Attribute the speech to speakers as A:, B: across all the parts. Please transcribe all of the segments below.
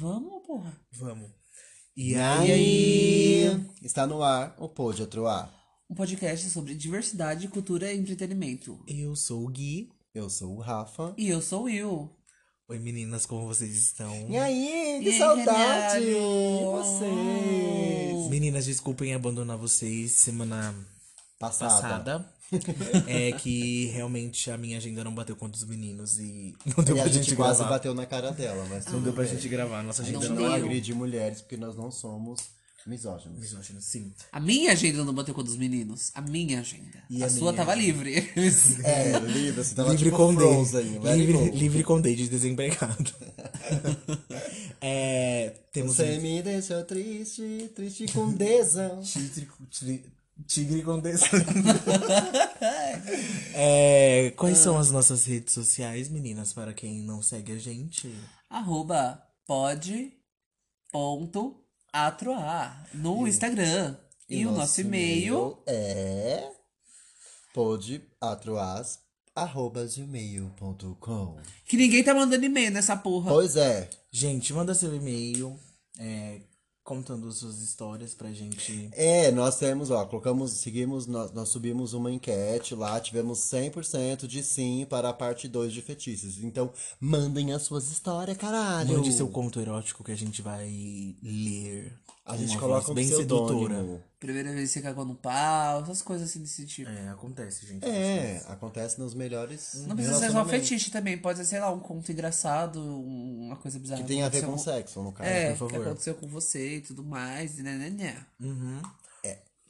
A: Vamos, porra.
B: Vamos.
C: E aí, Está no ar o Pô de Outro A.
A: Um podcast sobre diversidade, cultura e entretenimento.
B: Eu sou o Gui.
C: Eu sou o Rafa.
A: E eu sou o Will.
B: Oi, meninas, como vocês estão?
C: E aí, que
A: E aí,
C: saudade!
A: caralho?
C: Vocês!
B: Meninas, desculpem abandonar vocês semana
C: Passada.
B: passada. é que realmente a minha agenda não bateu com a dos meninos e não deu
C: E a
B: pra
C: gente,
B: gente
C: quase
B: gravar. Ah,
C: bateu na cara dela, mas
B: Não
C: tudo
B: deu pra
C: bem.
B: gente gravar, nossa
C: A gente
B: agenda
C: não
B: não
A: deu.
C: agride mulheres porque nós não somos misóginos.
B: Misógino, sim.
A: A minha agenda não bateu com a dos meninos. A minha agenda.
B: E
A: a,
B: a
A: sua
B: minha
A: tava livre.
C: É, livre, você tava
B: livre
C: tipo
B: com
C: Frozen
B: D.
C: aí, let it
B: livre,
C: go.
B: livre com D de desempregado. é, temos
C: Você me deixou triste, triste com desão.
B: Tigre, com- tri- tigre com desão. É, quais são as nossas redes sociais, meninas, para quem não segue a gente?
A: Arroba pode ponto atroar no Instagram. E, o nosso e-mail.
C: é podeatroas.gmail.com
A: Que ninguém tá mandando e-mail nessa porra.
C: Pois é,
B: Gente, manda seu e-mail é, contando suas histórias pra gente.
C: é, nós temos, ó, colocamos, seguimos, nós, nós subimos uma enquete lá, tivemos 100% de sim para a parte 2 de fetiches. Então, mandem as suas histórias, caralho.
B: Mande seu conto erótico que a gente vai ler.
C: A
B: com
C: gente
B: uma
C: coloca
B: voz
C: um
B: bem sedutora.
C: pseudônimo.
A: Primeira vez que você cagou no pau, essas coisas assim desse tipo.
B: É, acontece, gente.
C: É, acontece nos melhores
A: Não precisa ser só
C: relacionamentos.
A: fetiche também, pode ser, sei lá, um conto engraçado, um- uma coisa bizarra.
C: Que tem a ver
A: aconteceu
C: com sexo, no caso.
A: É,
B: por favor.
A: que aconteceu com você e tudo mais, né, né, né.
B: Uhum.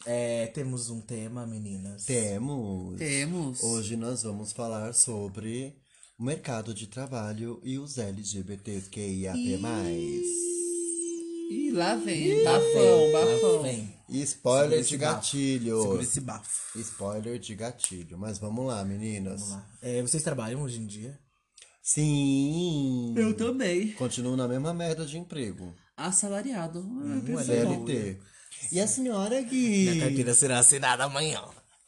B: É, temos um tema, meninas.
C: Temos.
A: Temos.
C: Hoje nós vamos falar sobre o mercado de trabalho e os LGBTQIAP+.
A: Ih, lá vem, bafão, bafão.
B: Vem.
C: E spoiler
B: Segura esse bafo.
C: de
B: Segura
C: gatilho.
B: esse bafo.
C: Spoiler de gatilho. Mas vamos lá, meninas.
B: Vamos lá. É, vocês trabalham hoje em dia?
C: Sim!
A: Eu também.
C: Continuo na mesma merda de emprego.
A: Assalariado. Ah, perfeito.
C: CLT. E a senhora Gui?
B: é. Minha carteira será assinada amanhã.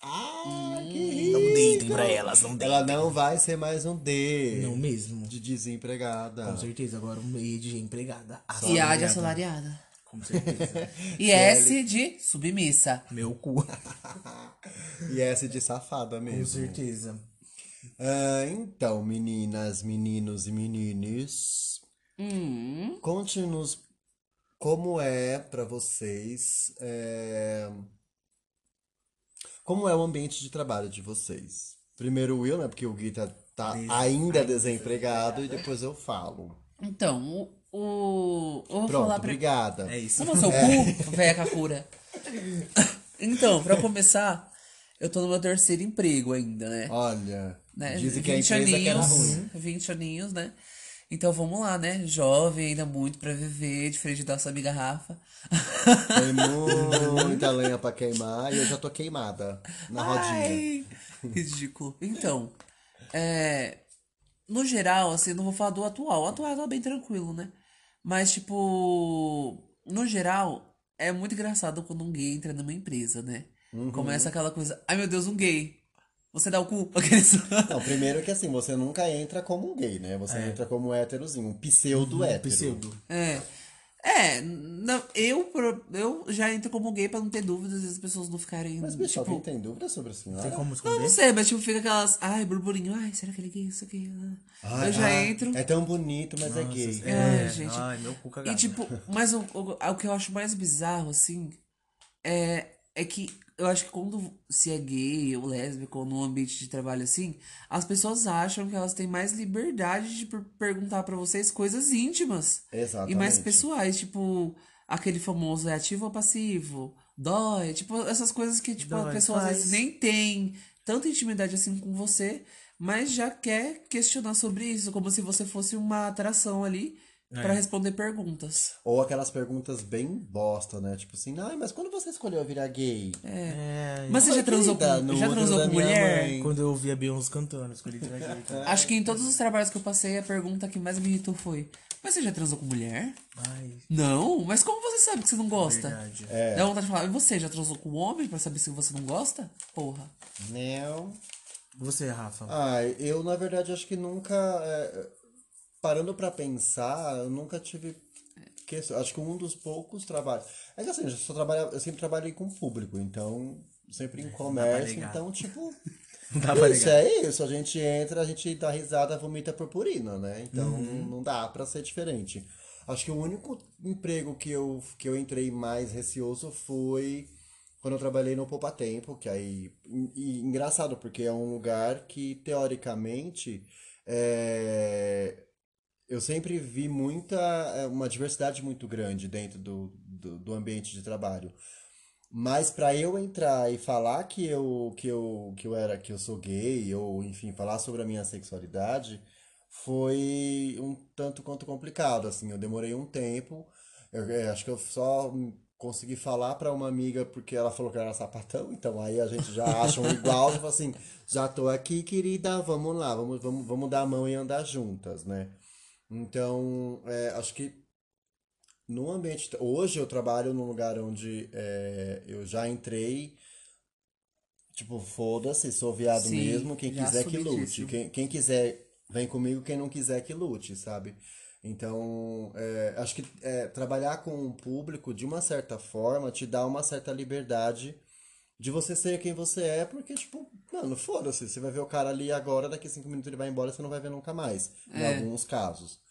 C: Ah, que rico!
B: Não deitem pra elas, não deitem.
C: Ela não vai ser mais um D
B: Não mesmo.
C: de desempregada.
B: Com certeza, agora um E de empregada.
A: E A de
B: Assalariada.
A: assalariada.
B: Com certeza.
A: E S de submissa.
B: Meu cu.
C: E essa de safada
B: Com
C: mesmo.
B: certeza.
C: Ah, então, meninas, meninos e menines,
A: Hum,
C: conte-nos como é pra vocês, é, como é o ambiente de trabalho de vocês. Primeiro o Will, né? Porque o Gui tá, tá
B: Des-
C: ainda desempregado e depois eu falo.
A: então, o... o eu vou
C: Pronto,
A: falar pra...
C: obrigada.
B: É isso.
A: Como seu cu, véia Kakura. Então, pra começar, eu tô no meu terceiro emprego ainda, né?
C: Olha,
A: né?
C: dizem que a empresa que era
A: aninhos,
C: ruim.
A: 20 aninhos, né? Então vamos lá, né? Jovem, ainda muito pra viver, diferente da nossa amiga Rafa.
C: Tem muita lenha pra queimar e eu já tô queimada na rodinha.
A: Ai, ridículo. Então, é, no geral, assim, não vou falar do atual. O atual tá bem tranquilo, né? Mas, tipo, no geral, é muito engraçado quando um gay entra numa empresa, né?
C: Uhum.
A: Começa aquela coisa, ai meu Deus, um gay. Você dá o cu? Aqueles...
C: Não, primeiro que assim, você nunca entra como um gay, né? Você entra como um héterozinho,
A: Uhum,
C: um pseudo hétero.
B: Pseudo.
A: É. É, não, eu, pro- eu já entro como gay pra não ter dúvidas e as pessoas não ficarem.
C: Mas, bicho,
A: tipo,
C: alguém tem dúvida sobre Ah, a senhora?
B: Tem como
A: não, não
B: esconder?
A: sei, mas tipo, fica aquelas. Ai, burburinho, ai, será que ele é gay? Isso aqui. ah."
C: Ai,
A: eu já
C: ah,
A: entro.
C: É tão bonito, mas é gay.
A: é. Ai, gente.
B: Ai, meu cu cagado.
A: E tipo, mas o, o, o que eu acho mais bizarro, assim, é, é que eu acho que quando se é gay ou lésbico ou num ambiente de trabalho assim, as pessoas acham que elas têm mais liberdade de per- perguntar pra vocês coisas íntimas. E
C: É, Exatamente.
A: mais pessoais, tipo, aquele famoso é ativo ou passivo? Dói, tipo, essas coisas que, tipo, a
B: Dói,
A: pessoa às
B: faz.
A: vezes nem tem tanta intimidade assim com você, mas já quer questionar sobre isso, como se você fosse uma atração ali
B: É.
A: pra responder perguntas.
C: Ou aquelas perguntas bem bosta, né? Tipo assim, ai, mas quando você escolheu virar gay?
B: É,
A: Mas você
C: Foi
A: já transou
C: vida
A: com,
C: no
A: já
C: útero
A: transou
C: da
A: com
C: minha
A: mulher?
C: mãe.
B: Quando eu ouvi a Beyoncé cantando, eu escolhi tirar gay, tá?
A: Acho que em todos os trabalhos que eu passei, a pergunta que mais me irritou foi: Mas você já transou com mulher?
B: Ai,
A: Não, mas como você sabe que você não gosta?
B: verdade.
C: É.
A: Dá vontade de falar, e você já transou com homem pra saber se você não gosta? Porra.
C: Não.
B: Você, Rafa.
C: Ai, eu, na verdade, acho que nunca. é, Parando pra pensar, eu nunca tive esqueço. Acho que um dos poucos trabalhos. É que assim, eu, só trabalha, eu sempre trabalhei com público, então. Sempre em comércio,
B: negar.
C: então, tipo.
B: Não dá pra
C: isso
B: negar.
C: é isso. A gente entra, a gente dá risada, vomita purpurina, né? Então
B: Uhum.
C: não dá pra ser diferente. Acho que o único emprego que eu, que eu entrei mais receoso foi quando eu trabalhei no Poupa Tempo, que aí. E, e engraçado, porque é um lugar que, teoricamente, é, eu sempre vi muita, é, uma diversidade muito grande dentro do, do, do ambiente de trabalho. Mas para eu entrar e falar que eu, que eu, que eu era, que eu sou gay, ou enfim, falar sobre a minha sexualidade, foi um tanto quanto complicado, assim. Eu demorei um tempo. Eu, eh, acho que eu só consegui falar para uma amiga porque ela falou que eu era sapatão, então aí a gente já acha um igual, tipo assim, já tô aqui, querida, vamos lá, vamos, vamos, vamos dar a mão e andar juntas, né? Então, é, acho que no ambiente. Hoje eu trabalho num lugar onde é, eu já entrei. Tipo, foda-se, sou viado
A: Sim,
C: mesmo. Quem
A: já
C: quiser que lute.
A: assumidíssimo.
C: Quem, quem quiser, vem comigo. Quem não quiser, que lute, sabe? Então, é, acho que é, trabalhar com o público, de uma certa forma, te dá uma certa liberdade de você ser quem você é, porque, tipo, mano, foda-se. Você vai ver o cara ali agora, daqui cinco minutos ele vai embora, você não vai ver nunca mais. Em
A: É.
C: alguns casos.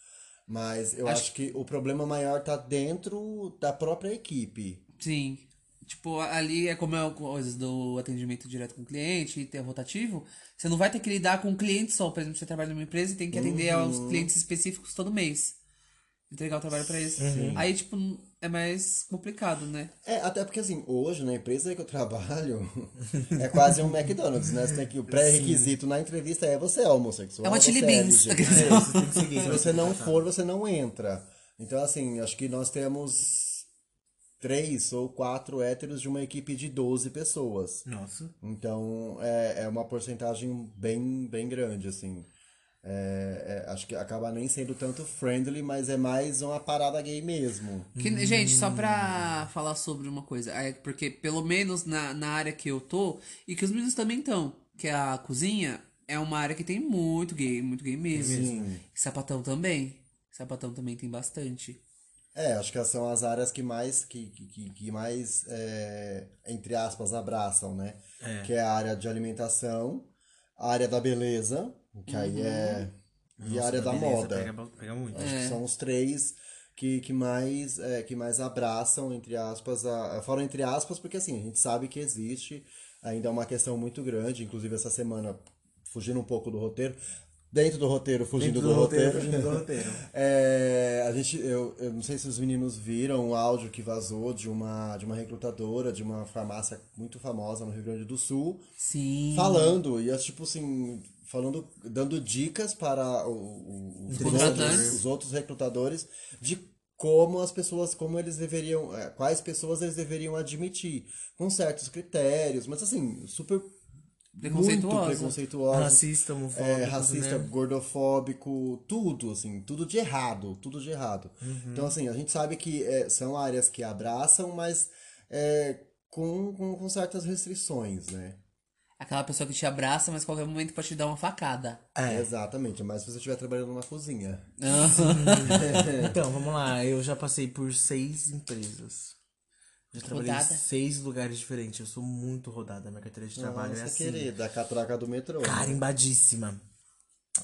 C: Mas eu
A: Acho-
C: acho que o problema maior tá dentro da própria equipe.
A: Sim. Tipo, ali é como é o- coisas do atendimento direto com o cliente, ter rotativo. Você não vai ter que lidar com um cliente só. Por exemplo, você trabalha numa empresa e tem que atender aos clientes específicos todo mês. Entregar o trabalho pra eles. Aí, tipo, é mais complicado, né?
C: É, até porque assim, hoje na empresa que eu trabalho é quase um McDonald's, né? Você tem que o pré-requisito na entrevista é você é homossexual.
A: É uma
C: você
A: Chili Beans.
C: LGBT.
B: É, você tem que seguir.
C: Se você não for, você não entra. Então, assim, acho que nós temos três ou quatro héteros de uma equipe de 12 pessoas.
B: Nossa.
C: Então é, é uma porcentagem bem, bem grande, assim. É, é, acho que acaba nem sendo tanto friendly, mas é mais uma parada gay mesmo.
A: Que- Gente, só pra falar sobre uma coisa, é porque pelo menos na, na área que eu tô, e que os meninos também estão, que a cozinha é uma área que tem muito gay, muito gay mesmo.
C: Sim.
A: E sapatão também. Sapatão também tem bastante.
C: É, acho que essas são as áreas que mais, que, que- que, que mais é, entre aspas, abraçam, né?
B: É.
C: Que é a área de alimentação, a área da beleza, que aí é. E a
B: Nossa,
C: área da
B: beleza,
C: moda. É.
B: Pega, É. pega muito.
C: Acho que são os três que, que, mais, é, que mais abraçam, entre aspas, a, a- fora entre aspas, porque assim, a gente sabe que existe, ainda é uma questão muito grande, inclusive essa semana, fugindo um pouco do roteiro, dentro do roteiro, fugindo
B: Dentro
C: do, roteiro.
B: fugindo do roteiro.
C: É, a gente, eu, eu não sei se os meninos viram o áudio que vazou de uma, de uma recrutadora de uma farmácia muito famosa no Rio Grande do Sul,
A: Sim.
C: falando, e as, tipo assim, falando, dando dicas para o- o- os, outros,
A: Contratantes.
C: os outros recrutadores de como as pessoas, como eles deveriam, eh, quais pessoas eles deveriam admitir, com certos critérios, mas assim, super muito
A: Preconceituosa.
C: preconceituosos,
B: Racista, homofóbico.
C: é, racista,
B: Né?
C: gordofóbico, tudo, assim, tudo de errado, tudo de errado.
B: Uhum.
C: Então, assim, a gente sabe que é, são áreas que abraçam, mas é, com, com, com certas restrições, né?
A: Aquela pessoa que te abraça, mas qualquer momento pode te dar uma facada.
B: É.
C: Exatamente, mas se você estiver trabalhando numa cozinha. É.
B: Então, vamos lá. Eu já passei por seis empresas. Já trabalhei
A: Rodada.
B: em seis lugares diferentes. Eu sou muito rodada. Minha carteira de trabalho
C: Nossa,
B: é assim.
C: querida, a catraca do metrô. né?
B: Carimbadíssima.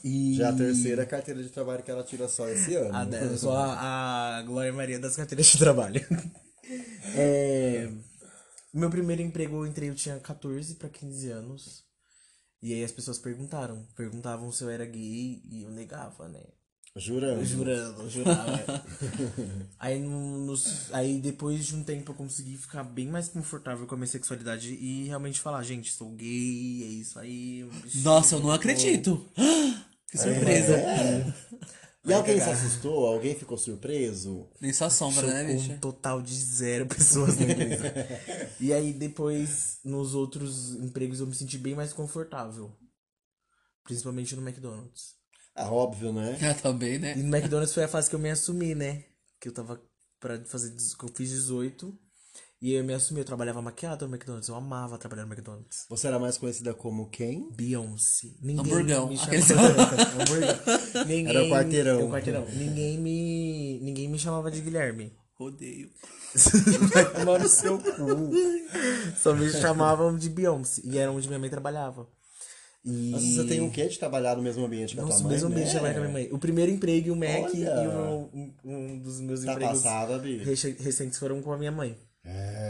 B: E...
C: Já a terceira né? carteira de trabalho que ela tira só esse ano.
B: A, dela, eu sou a, a Glória Maria das carteiras de trabalho. É, meu primeiro emprego eu entrei, eu tinha 14 pra 15 anos. E aí as pessoas perguntaram. Perguntavam se eu era gay e eu negava, né?
C: Jurando.
B: Jurando, jurava. aí, no- nos- aí depois de um tempo eu consegui ficar bem mais confortável com a minha sexualidade e realmente falar, gente, sou gay, é isso aí. um bichinho."
A: Nossa, eu não acredito. Que surpresa.
C: E alguém se assustou? Alguém ficou surpreso?
A: Nem só sombra, né,
B: Chocou
A: bicha?
B: um total de zero pessoas na empresa. e aí depois, nos outros empregos, eu me senti bem mais confortável. Principalmente no McDonald's.
C: Ah, óbvio, né?
A: Eu também, né?
B: E no McDonald's foi a fase que eu me assumi, né? Que eu tava pra fazer. dez- que Eu fiz 18. E eu me assumi, eu trabalhava maquiada no McDonald's, eu amava trabalhar no McDonald's.
C: Você era mais conhecida como quem?
B: Beyoncé. Ninguém
A: Hamburgão.
B: me
A: Aquele-
B: chamava. Hamburgão. Ninguém...
C: Era o quarteirão.
B: Era o quarteirão. Ninguém me... Ninguém me chamava de Guilherme.
A: Rodeio.
B: Vai tomar no seu cu. Só me chamavam de Beyoncé. E era onde minha mãe trabalhava. E...
C: Nossa, você tem o quê de trabalhar no mesmo ambiente que a
B: Nossa,
C: tua
B: o
C: mãe?
B: mesmo ambiente trabalhar com a minha mãe. né? O primeiro emprego e o Mac
C: Olha.
B: e o- um, um dos meus
C: Tá
B: empregos
C: passada, Bi.
B: reche- recentes foram com a minha mãe.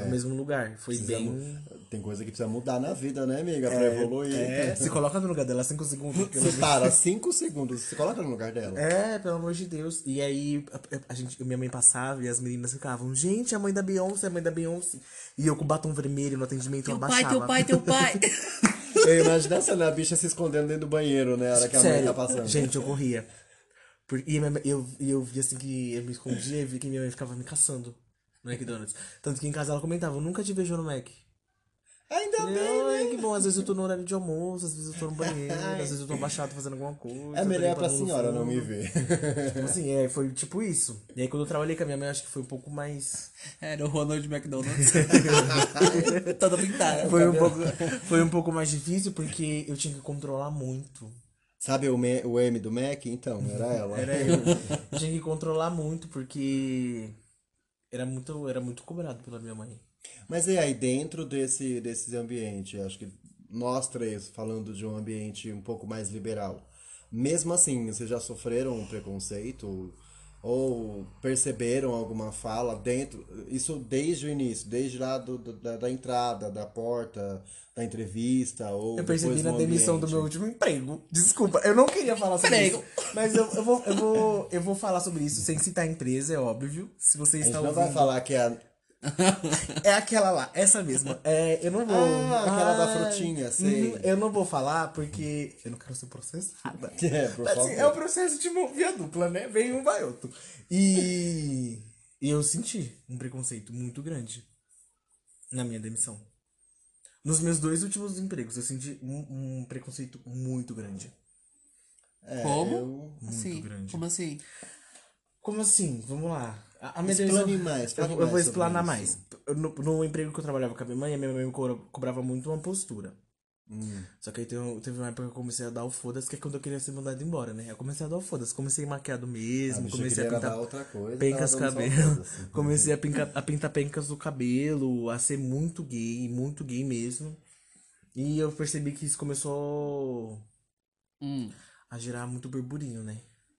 B: No mesmo lugar. Foi bem.
C: Precisamos- É. Tem coisa que precisa mudar na vida, né, amiga? Pra evoluir.
B: É, se coloca no lugar dela cinco segundos. pelo
C: Você para cinco segundos, você coloca no lugar dela.
B: É, pelo amor de Deus. E aí, a, a gente, minha mãe passava e as meninas ficavam, gente, a mãe da Beyoncé, a mãe da Beyoncé. E eu com batom vermelho no atendimento,
A: Teu
B: eu abaixava.
A: pai, teu pai, teu pai.
C: Eu imagino essa né, a bicha se escondendo dentro do banheiro, né? A hora que a mãe
B: Sério,
C: tá passando.
B: gente, eu corria. Por- e minha mãe- eu, e eu vi assim que eu me escondia e vi que minha mãe ficava me caçando no McDonald's. Tanto que em casa ela comentava, eu nunca te vejo no Mac.
C: Ainda
B: Eu,
C: bem, né?
B: Ai, que bom, às vezes eu tô no horário de almoço, às vezes eu tô no banheiro, às vezes eu tô abaixado fazendo alguma coisa.
C: É
B: eu tô
C: melhor
B: limpando
C: pra
B: no
C: senhora
B: fundo."
C: não me ver.
B: Tipo assim, é, foi tipo isso. E aí quando eu trabalhei com a minha mãe, acho que foi um pouco mais...
A: Era o Ronald McDonald's. Toda
C: É,
A: pintada.
C: tá
B: Foi um, pouco, foi um pouco mais difícil porque eu tinha que controlar muito.
C: Sabe o, me- o M do Mac? Então, era ela.
B: Era eu. Eu tinha que controlar muito porque era muito, era muito cobrado pela minha mãe.
C: Mas e aí, dentro desse, desse ambiente, acho que nós três falando de um ambiente um pouco mais liberal, mesmo assim, vocês já sofreram um preconceito? Ou perceberam alguma fala dentro? Isso desde o início, desde lá do- do- da, da entrada, da porta, da entrevista, ou
B: Eu percebi
C: depois
B: na
C: no
B: demissão do meu
C: ambiente?
B: último emprego. Desculpa, eu não queria falar sobre
A: Emprego.
B: isso. Mas eu, eu, vou, eu, vou, eu vou falar sobre isso sem citar a empresa, é óbvio. Se você
C: A gente
B: está
C: não
B: ouvindo.
C: vai falar que é a,
B: É aquela lá, essa mesma. É, eu não vou.
C: Ah, aquela da
B: Ah,
C: frutinha, sei.
B: uhum, eu não vou falar porque eu não quero ser processada.
C: É, por
B: Mas, assim,
C: favor.
B: é o processo de mão- via dupla, né? Vem um, vai outro. E... e eu senti um preconceito muito grande na minha demissão. Nos meus dois últimos empregos, eu senti um, um preconceito muito grande. um
C: é,
A: Como?
C: eu-
A: assim,
B: grande.
A: como assim?
B: Como assim? Vamos lá. A, a minha
C: Explane
B: demissão-
C: mais,
B: Eu, eu
C: fale mais
B: vou
C: sobre
B: explanar
C: isso.
B: mais. No, no emprego que eu trabalhava com a minha mãe, a minha mãe me cobra- cobrava muito uma postura.
C: Hum.
B: Só que aí teve, um- teve uma época que eu comecei a dar o foda-se, que é quando eu queria ser mandado embora, né? Eu comecei a dar o foda-se, comecei maquiado
C: A
B: mesmo,
C: bicha
B: comecei a
C: queria
B: pintar
C: dar outra coisa,
B: pencas
C: tava dando só assim.
B: cabelo.
C: foda-se.
B: comecei a, pinca, a pintar pencas do cabelo, a ser muito gay, muito gay mesmo. E eu percebi que isso começou
A: Hum.
B: a gerar muito burburinho, né?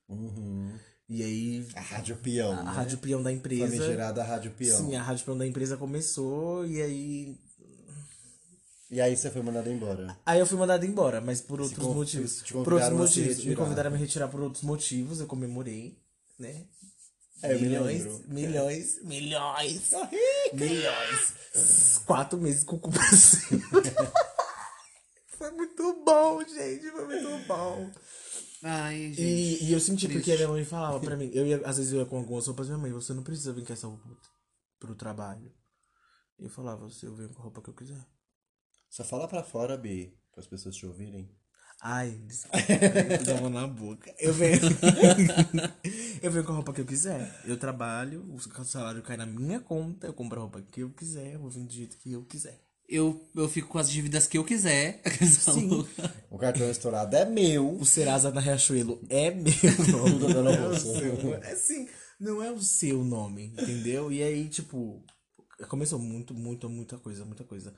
C: Uhum.
B: E aí
C: A Rádio Peão.
B: a
C: né?
B: rádio peão da empresa.
C: Famigerada Rádio Peão.
B: Sim, a rádio peão da empresa começou e aí.
C: E aí você foi mandado embora.
B: Aí eu fui mandado embora, mas por outros
C: con-
B: motivos.
C: se te
B: Por outros
C: convidaram a se
B: motivos. Me
C: retirar.
B: convidaram a me retirar por outros motivos, eu comemorei, né?
C: É, eu me
B: milhões, É,
C: lembro.
B: milhões, milhões, milhões. Quatro meses com culpa. Foi muito bom, gente. Foi muito bom.
A: Ai, gente.
B: E, e eu senti porque a
A: triste.
B: minha mãe falava pra mim, eu ia, às vezes eu ia com algumas roupas, minha mãe, você não precisa vir com essa roupa pro trabalho. E eu falava, se eu venho com a roupa que eu quiser.
C: Só fala pra fora, Bi, para as pessoas te ouvirem.
B: Ai, desculpa, eu tava na boca. Eu venho. eu venho com a roupa que eu quiser. Eu trabalho, o salário cai na minha conta, eu compro a roupa que eu quiser, eu vou vir do jeito que eu quiser.
A: Eu, eu fico com as dívidas que eu quiser.
B: Sim.
C: O cartão estourado é meu.
B: O Serasa da Riachuelo é meu
C: Tudo
B: nome.
C: no
B: não é o
C: bolso.
B: seu. É sim, não é o seu nome, entendeu? E aí, tipo, começou muito, muito, muita coisa, muita coisa.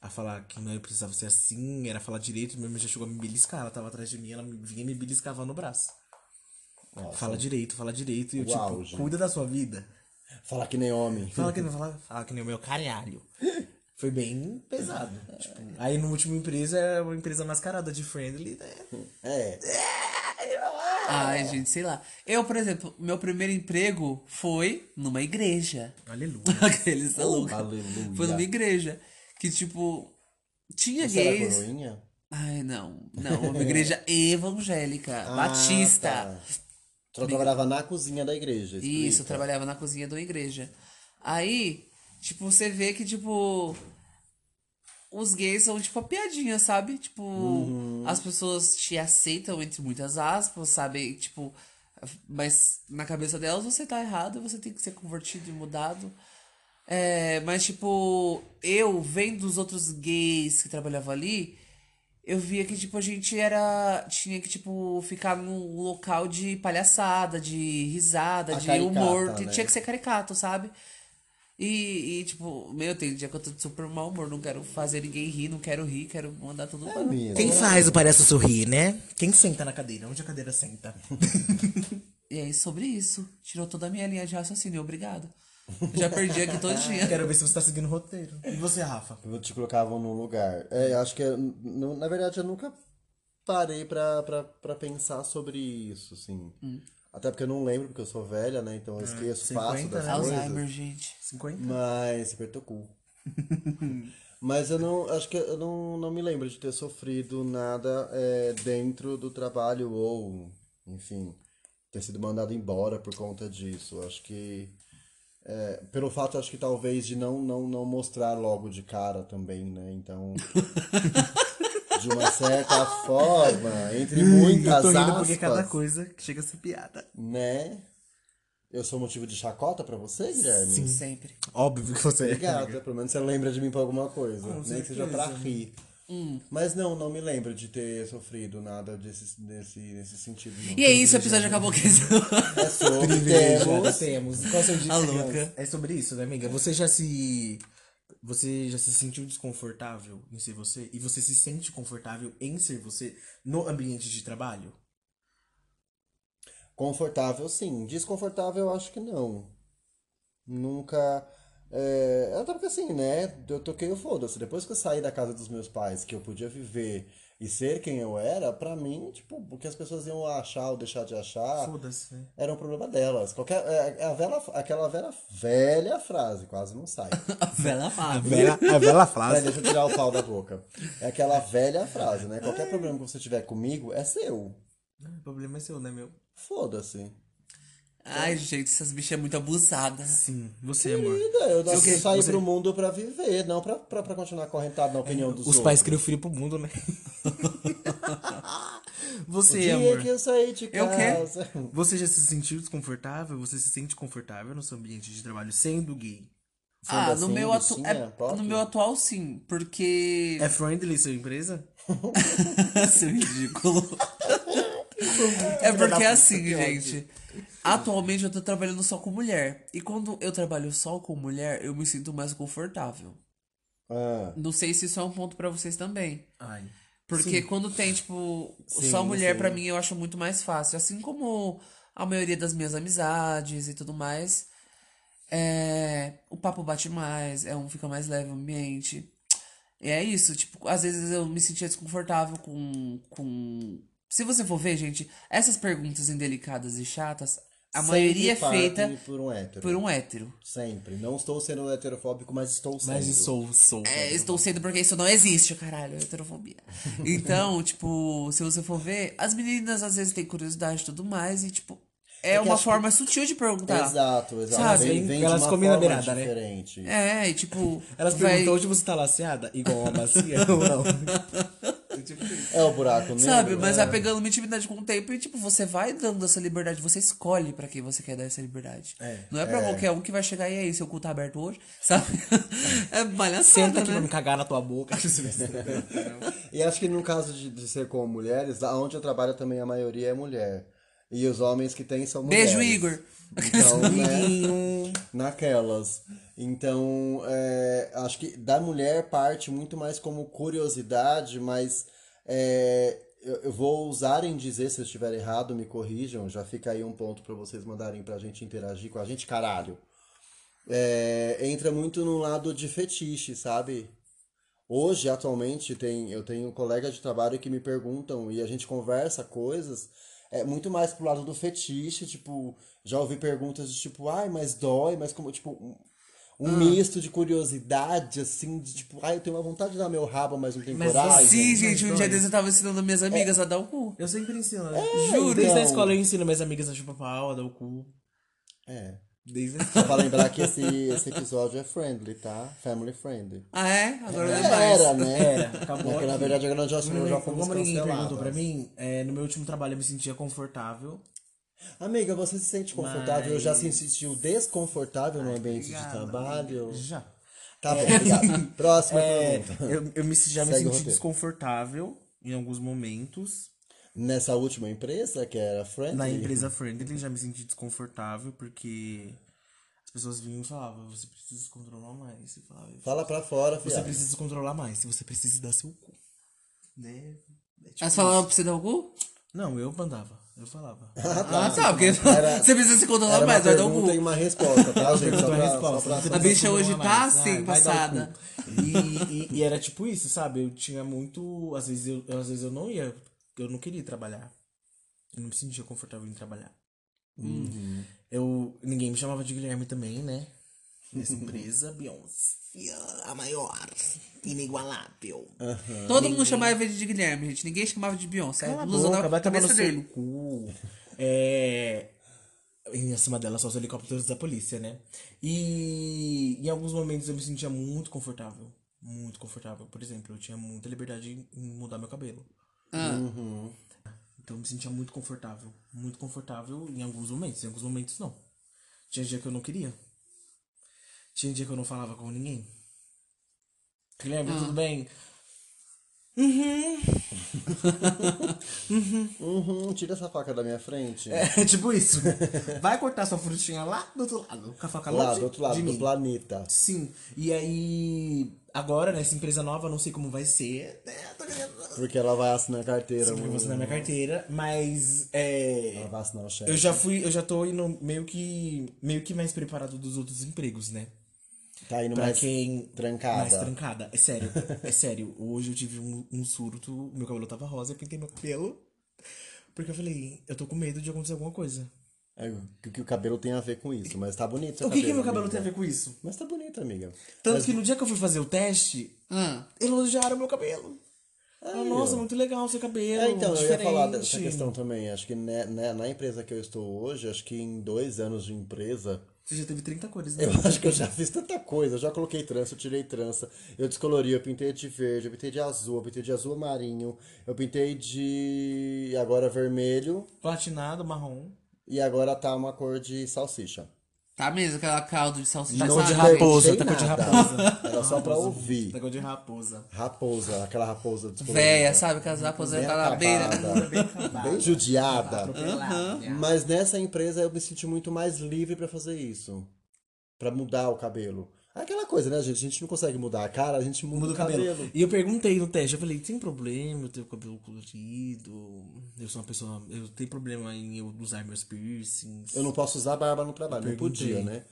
B: A falar que não precisava ser assim, era falar direito, minha mãe já chegou a me beliscar, ela tava atrás de mim, ela me- vinha e me beliscava no braço. Fala direito, fala direito, e eu,
C: O
B: tipo,
C: auge.
B: cuida da sua vida.
C: Fala que nem homem.
B: Fala que não fala, fala que nem o meu caralho. Foi bem pesado. tipo. aí no último empresa era uma empresa mascarada de friendly, né?
C: É.
A: Ai, gente, sei lá. Eu, por exemplo, meu primeiro emprego foi numa igreja.
B: Aleluia.
A: Aqueles tá louco.
C: aleluia.
A: Foi numa igreja que, tipo, tinha
C: Você era
A: gays.
C: coroinha?
A: Ai, não. Não, uma igreja evangélica, batista.
C: Ah, tá. Só trabalhava na cozinha da igreja.
A: Isso, eu
C: explica.
A: trabalhava na cozinha de uma igreja. Aí, tipo, você vê que, tipo, os gays são, tipo, a piadinha, sabe? Tipo,
C: Uhum.
A: as pessoas te aceitam, entre muitas aspas, sabe? E, Tipo, mas na cabeça delas você tá errado, você tem que ser convertido e mudado. É, mas, tipo, eu vendo os outros gays que trabalhavam ali, eu via que, tipo, a gente era. Tinha que, tipo, ficar num local de palhaçada, de risada,
C: A
A: de
C: caricata,
A: humor.
C: né?
A: Tinha que ser caricato, sabe? E, e, tipo, meu, tem dia que eu tô de super mau humor, não quero fazer ninguém rir, não quero rir, quero mandar todo mundo.
C: É mesmo.
B: Quem faz o palhaço sorrir, né? Quem senta na cadeira? Onde a cadeira senta?
A: E aí, sobre isso, tirou toda a minha linha de raciocínio, obrigado. Eu já perdi aqui todinha.
B: Quero ver se você tá seguindo o roteiro. E você, Rafa?
C: Eu te colocavam num lugar. É, eu acho que. é- nu- Na verdade, eu nunca parei pra, pra, pra pensar sobre isso, assim. Até porque eu não lembro, porque eu sou velha, né? Então eu esqueço, faço
B: 50,
C: das
B: né?
A: Alzheimer,
C: coisas.
A: gente.
B: 50?
C: Mas apertou o cu. Mas eu não. Acho que eu não, não me lembro de ter sofrido nada é, dentro do trabalho ou, enfim, ter sido mandado embora por conta disso. Acho que. É, pelo fato, acho que talvez de não, não, não mostrar logo de cara também, né? Então. de uma certa forma, entre muitas
B: eu tô rindo
C: aspas,
B: porque cada coisa que chega a ser piada.
C: né? Eu sou motivo de chacota pra você, Guilherme?
A: Sempre.
B: Óbvio que você é.
C: Obrigada, pelo menos você lembra de mim pra alguma coisa.
B: Com
C: Nem que seja
B: certeza.
C: pra rir. Mas não, não me lembro de ter sofrido nada desse, desse, nesse sentido. não.
A: E é isso, o episódio acabou aqui.
C: É sobre
B: Privilegiada
C: temos.
B: temos. Qual é o seu dia
A: A
B: de
A: louca.
B: criança? É sobre isso, né, amiga? Você já se. Você já se sentiu desconfortável em ser você? E você se sente confortável em ser você no ambiente de trabalho?
C: Confortável, sim. Desconfortável, eu acho que não. Nunca. É, até porque assim, né? Eu toquei o foda-se. Depois que eu saí da casa dos meus pais, que eu podia viver e ser quem eu era, pra mim, tipo, o que as pessoas iam achar ou deixar de achar.
B: Foda-se, né?
C: era um problema delas. Qualquer, é, é a vela, aquela velha, velha frase, quase não sai.
A: A Vela Fábio.
B: a bela
C: Mas
B: frase.
C: deixa eu tirar o pau da boca. É aquela velha frase, né? Qualquer problema que você tiver comigo é seu.
B: O problema é seu, né, meu?
C: Foda-se.
A: Ai, gente, essas bichas é muito abusada.
B: Sim, você, amor.
C: Vida, eu
B: Você-
C: eu saí
B: você-
C: pro mundo pra viver, não pra, pra, pra continuar correntado na opinião dos
B: Os
C: outros.
B: pais criam filho pro mundo, né?
C: O
B: você,
C: dia
B: amor.
C: que eu saí de
A: Eu
C: casa.
B: Você já se sentiu desconfortável? Você se sente confortável no seu ambiente de trabalho sendo gay?
A: Ah, no
C: assim,
A: meu, atu...
C: sim,
A: é-
C: é, pode.
A: no meu atual sim, porque.
B: É friendly sua empresa?
A: Seu ridículo. é porque é assim, gente. Atualmente eu tô trabalhando só com mulher. E quando eu trabalho só com mulher, eu me sinto mais confortável.
C: Ah,
A: Não sei se isso é um ponto pra vocês também.
B: Ai.
A: Porque quando tem, tipo,
B: Sim,
A: só mulher,
B: sim.
A: pra mim eu acho muito mais fácil. Assim como a maioria das minhas amizades e tudo mais, é, o papo bate mais, é um fica mais leve o ambiente. E é isso, tipo, às vezes eu me sentia desconfortável com, com... Se você for ver, gente, essas perguntas indelicadas e chatas, a
C: sempre
A: maioria é
C: partem
A: feita
C: por um hétero.
A: por um hétero.
C: Sempre. Não estou sendo heterofóbico, mas estou sendo.
B: Mas eu sou, sou.
A: É, estou sendo porque isso não existe, caralho, heterofobia. Então, tipo, se você for ver, as meninas às vezes têm curiosidade e tudo mais, e tipo, é,
C: É que
A: uma
C: acho que-
A: forma sutil de perguntar.
C: Exato, exato.
A: Tá. Sabe,
C: Vem- vem de
B: elas
C: uma
B: comem na
C: forma
B: beirada, né?
C: diferente.
A: É, e tipo.
B: Elas
A: vai-
B: perguntam onde você tá laceada? Igual a macia ou não? É tipo isso.
C: É o buraco negro.
A: Sabe, mas
C: né?
A: vai pegando uma intimidade com o tempo e, tipo, você vai dando essa liberdade, você escolhe pra quem você quer dar essa liberdade.
B: É,
A: não é pra qualquer um que vai chegar e aí, seu cu tá aberto hoje, sabe? é
B: Senta
A: malhaçada,
B: tá
C: Uhum.
B: aqui pra me
A: né?
B: cagar na tua boca.
C: E acho que no caso de, de ser com mulheres, lá onde eu trabalho também a maioria é mulher. E os homens que tem são mulheres.
A: Beijo, Igor.
C: Então, né, naquelas. Então, é, acho que da mulher parte muito mais como curiosidade, mas é, eu, eu vou usar em dizer, se eu estiver errado, me corrijam. Já fica aí um ponto pra vocês mandarem pra gente interagir com a gente, caralho. É, entra muito no lado de fetiche, sabe? Hoje, atualmente, tem, eu tenho colegas de trabalho que me perguntam e a gente conversa coisas é muito mais pro lado do fetiche, tipo, já ouvi perguntas de tipo, ai, mas dói, mas como, tipo, um,
B: Ah.
C: um misto de curiosidade, assim, de tipo, ai, eu tenho uma vontade de dar meu rabo, mas não tenho
B: Mas
C: coragem.
A: Sim,
B: mas
A: gente, um dia
B: dói.
A: desses eu tava ensinando minhas amigas a dar o cu.
B: Eu sempre ensino. né?
C: Juro.
B: Juro. Desde a
C: então.
B: escola eu ensino minhas amigas a chupar pau, a dar o cu.
C: É.
B: Desde a
C: Só pra lembrar que esse, esse episódio é friendly, tá? Family friendly.
A: Ah, é? Agora não é mais.
C: Era, né?
B: Era, acabou
C: Porque, na
B: aqui.
C: verdade, agora nós já, nós já
B: Como
C: fomos
B: ninguém perguntou
C: canceladas.
B: pra mim, é, no meu último trabalho eu me sentia confortável
C: Amiga, você se sente confortável?
B: Mas-
C: Já se sentiu desconfortável no ambiente de
A: obrigado,
C: trabalho?
B: Já.
C: Tá bom, obrigado. Próxima
B: É,
C: pergunta.
B: eu, eu me, já me
C: Então, Segue o
B: senti
C: roteiro.
B: desconfortável em alguns momentos.
C: Nessa última empresa, que era Friendly?
B: Na empresa Friendly já me senti desconfortável porque as pessoas vinham e falavam, você precisa se controlar mais. Eu falava,
C: Fala pra fora,
B: você
C: fiado.
B: precisa se controlar mais, se você precisa dar seu cu. Né? É tipo
A: Elas falavam pra você dar o cu?
B: Não, eu mandava, eu falava.
C: Ah, tá.
A: Ah, tá, porque
C: Era-
A: você precisa se controlar
C: Era
A: mais,
C: uma
A: vai
B: um
A: dar o
C: pergunta e
A: cu.
C: uma resposta, tá, gente?
B: Eu
C: Só
B: dou a
C: pra, só
B: resposta.
C: pra-
B: Você
A: A bicha
B: precisa
A: hoje
B: se
A: tá
B: controlar
A: assim,
B: Ah, vai dar o cu.
A: passada.
B: E, e- e era tipo isso, sabe? Eu tinha muito. Às vezes eu, eu- às vezes eu não ia. Eu não queria trabalhar. Eu não me sentia confortável em trabalhar.
A: Uhum.
B: Eu, ninguém me chamava de Guilherme também, né? Nessa empresa, Beyoncé. A maior. Inigualável.
A: Todo mundo chamava ele de Guilherme, gente. Ninguém chamava de Beyoncé.
B: Cala a
A: Luz
B: boca,
A: na
B: vai tomar no
A: cabeça
B: seu
A: dele.
B: cu. É... Em cima dela, só os helicópteros da polícia, né? E em alguns momentos eu me sentia muito confortável. Muito confortável. Por exemplo, eu tinha muita liberdade em mudar meu cabelo.
A: Ah.
C: Uhum.
B: Então eu me sentia muito confortável. Muito confortável em alguns momentos. Em alguns momentos, não. Tinha dia que eu não queria. Tinha dia que eu não falava com ninguém. Guilherme, tudo bem?
C: Uhum, tira essa faca da minha frente.
B: É tipo isso. Vai cortar sua frutinha lá do outro lado. Com a faca lá,
C: Lá,
B: de,
C: do outro lado
B: de
C: do
B: mim.
C: planeta.
B: Sim. E aí, agora, nessa empresa nova, não sei como vai ser. né? Tô querendo-
C: Porque ela vai assinar a carteira.
B: Porque
C: mano.
B: você né? na minha carteira, mas é.
C: Ela vai assinar o cheque.
B: Eu já fui, eu já tô indo meio que. meio que mais preparado dos outros empregos, né?
C: Tá indo
B: Pra
C: mais
B: quem.
C: trancada.
B: Mais trancada. É sério, é sério. Hoje eu tive um, um surto, meu cabelo tava rosa, eu pintei meu cabelo. Porque eu falei, eu tô com medo de acontecer alguma coisa.
C: É, o que- que o cabelo tem a ver com isso, mas tá bonito. seu
B: O que, que meu cabelo
C: amiga.
B: tem a ver com isso?
C: Mas tá bonito, amiga.
B: Tanto que no dia que eu fui fazer o teste,
A: Ah.
B: elogiaram meu cabelo. Ah, nossa, muito legal seu cabelo.
C: É, então,
B: diferente.
C: eu ia falar dessa questão também. Acho que né, né, na empresa que eu estou hoje, acho que em dois anos de empresa,
B: Você já teve 30 cores, né?
C: eu acho que eu já fiz tanta coisa. Eu já coloquei trança, eu tirei trança, eu descolori, eu pintei de verde, eu pintei de azul, eu pintei de azul marinho, eu pintei de. agora vermelho,
B: Platinado, marrom.
C: e agora tá uma cor de salsicha.
A: Tá mesmo, aquela caldo de salsicha.
C: Não
A: sabe?
C: de raposa.
B: tá cor de
C: nada.
B: raposa.
C: Era só pra
B: Raposa.
C: ouvir.
B: Tá cor de raposa.
C: Raposa, aquela raposa descolorida.
A: Véia, sabe? Aquelas
B: é
A: raposas tá na beira.
C: acabada, bem
B: Tá,
C: judiada.
B: Atropelada.
C: Mas nessa empresa eu me senti muito mais livre pra fazer isso. Pra mudar o cabelo. Aquela coisa, né, gente? A gente não consegue mudar a cara, a gente muda,
B: Muda o cabelo. E eu perguntei no teste, eu falei, tem problema eu ter o cabelo colorido? Eu sou uma pessoa. Eu tenho problema em eu usar meus piercings.
C: Eu não posso usar barba no trabalho, não
B: Perguntei.
C: podia, né?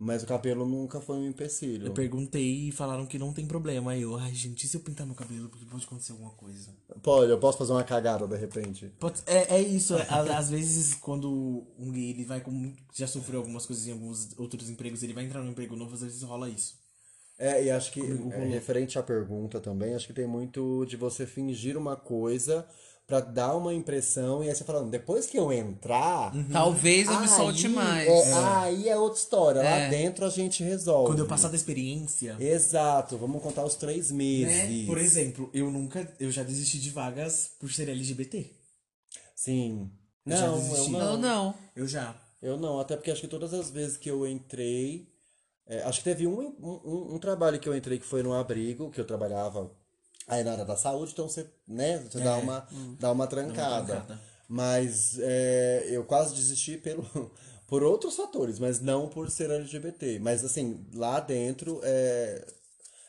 C: Mas o cabelo nunca foi um empecilho.
B: Eu perguntei e falaram que não tem problema. Aí eu, ai gente, e se eu pintar meu cabelo? Porque pode acontecer alguma coisa.
C: Pode, eu posso fazer uma cagada de repente.
B: Pode- É, é isso, é, às, às vezes quando um gay ele vai com, já sofreu algumas coisas em alguns outros empregos, ele vai entrar num emprego novo, às vezes rola isso.
C: É, e acho que é, referente à pergunta também, acho que tem muito de você fingir uma coisa pra dar uma impressão e aí você falando, depois que eu entrar,
A: Talvez eu Uhum. me solte
C: aí
A: mais.
C: É, Aí é outra história. Lá
A: É.
C: dentro a gente resolve.
B: Quando eu passar da experiência,
C: Exato, vamos contar os três meses.
B: né? Por exemplo, eu nunca, eu já desisti de vagas por ser LGBT.
C: Sim.
B: Eu já
C: Não, eu
B: desisti.
A: Eu
C: não.
A: não.
B: Eu já.
C: Eu não, até porque acho que todas as vezes que eu entrei. é, acho que teve um, um- um, um trabalho que eu entrei que foi num abrigo, que eu trabalhava aí na área da saúde, então você, né, você dá, uma, dá uma trancada.
B: trancada.
C: Mas é, eu quase desisti pelo, por outros fatores, mas não por ser LGBT. Mas assim, lá dentro é,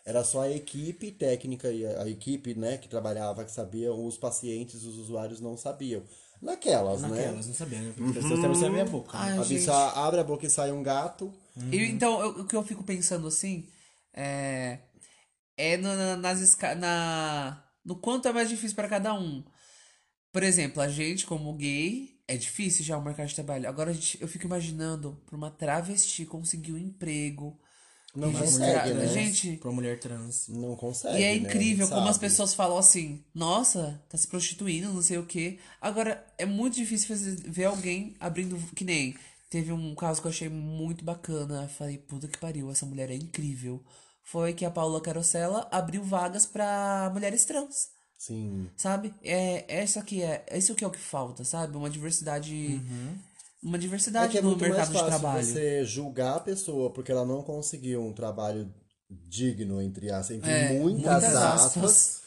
C: era só a equipe técnica e a, a equipe, né, que trabalhava, que sabia, os pacientes, os usuários não sabiam. Naquelas, né?
B: Naquelas, não sabia, né? Porque as pessoas devem saber a boca.
A: Ai,
C: A
A: gente.
C: bicha abre a boca e sai um gato.
A: E, então, eu- o que eu fico pensando assim é. É no, na- nas esca- na, no quanto é mais difícil pra cada um. Por exemplo, a gente, como gay, é difícil já o mercado de trabalho. Agora a gente- eu fico imaginando pra uma travesti conseguir um emprego.
C: Não
A: e
B: Pra
A: mostrar-
C: consegue,
B: trans,
C: né?
A: Gente,
B: Pra mulher trans.
C: Não consegue.
A: E
C: né?
A: é
C: A gente
A: incrível como as
C: sabe.
A: pessoas falam assim: nossa, tá se prostituindo, não sei o quê. Agora, é muito difícil fazer- ver alguém abrindo. Que nem. Teve um caso que eu achei muito bacana. Falei, puta que pariu, essa mulher é incrível. Foi que a Paula Carosella abriu vagas pra mulheres trans.
C: Sim.
A: é Sabe? É essa que é, isso que é o que falta, sabe? Uma diversidade uma
C: Uhum. É
A: diversidade
C: que é
A: no
C: muito mais
A: mercado de
C: fácil
A: trabalho.
C: você julgar a pessoa porque ela não conseguiu um trabalho digno, entre, as, entre
A: É,
C: muitas,
A: muitas
C: aspas,
A: aspas.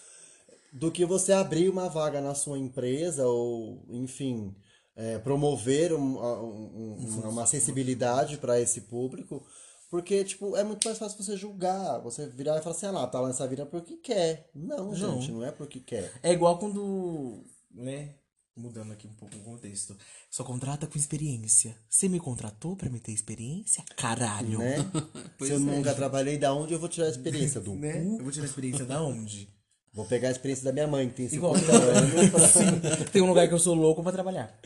C: do que você abrir uma vaga na sua empresa ou, enfim, é, promover um- a- um- um- uma acessibilidade para esse público. Porque, tipo, é muito mais fácil você julgar, você virar e falar assim, ah lá, tá lá nessa vida porque quer. Não, gente, não é porque quer.
B: É igual quando, né? Mudando aqui um pouco o contexto. Só contrata com experiência. Você me contratou pra me ter experiência? Caralho.
C: Né?
A: Pois
C: Se eu
A: é,
C: nunca trabalhei, da onde eu vou tirar a experiência? Do
B: Né?
C: cu?
B: Eu vou tirar a experiência da onde?
C: Vou pegar a experiência da minha mãe, que tem
B: Igual.
C: 50 anos. pra-
B: Sim. Tem um lugar que eu sou louco pra trabalhar.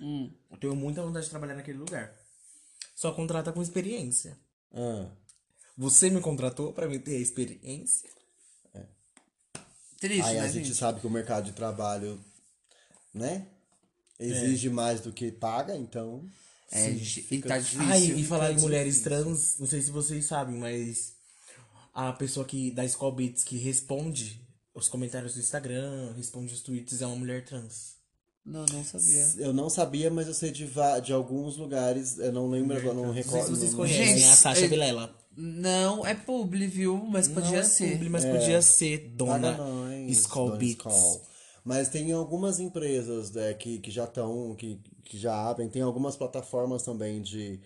B: Eu tenho muita vontade de trabalhar naquele lugar. Só contrata com experiência.
C: Ah,
B: Você me contratou pra me ter experiência?
A: Triste,
C: aí
A: né,
C: a gente,
A: gente?
C: sabe que o mercado de trabalho, né? Exige mais do que paga, então.
A: É, gente, e tá difícil.
B: Ai, e falar em
C: difícil.
B: mulheres trans, não sei se vocês sabem, mas a pessoa que da Skull Beats que responde os comentários do Instagram, responde os tweets, é uma mulher trans.
A: Não, não sabia.
C: Eu não sabia, mas eu sei de, va- de alguns lugares, eu não lembro agora, não
B: Não sei
C: recordo.
B: se vocês
C: não-
B: conhecem,
A: Gente,
B: é a Sasha
A: é-
B: Vilela.
A: Não, é publi, viu? Mas podia
B: não é
A: ser.
B: publi, mas podia ser Dona
C: Paga nós,
B: Skull
C: dona
B: né? Beats.
C: Skol. Mas tem algumas empresas né, que, que já estão, que, que já abrem, tem algumas plataformas também de,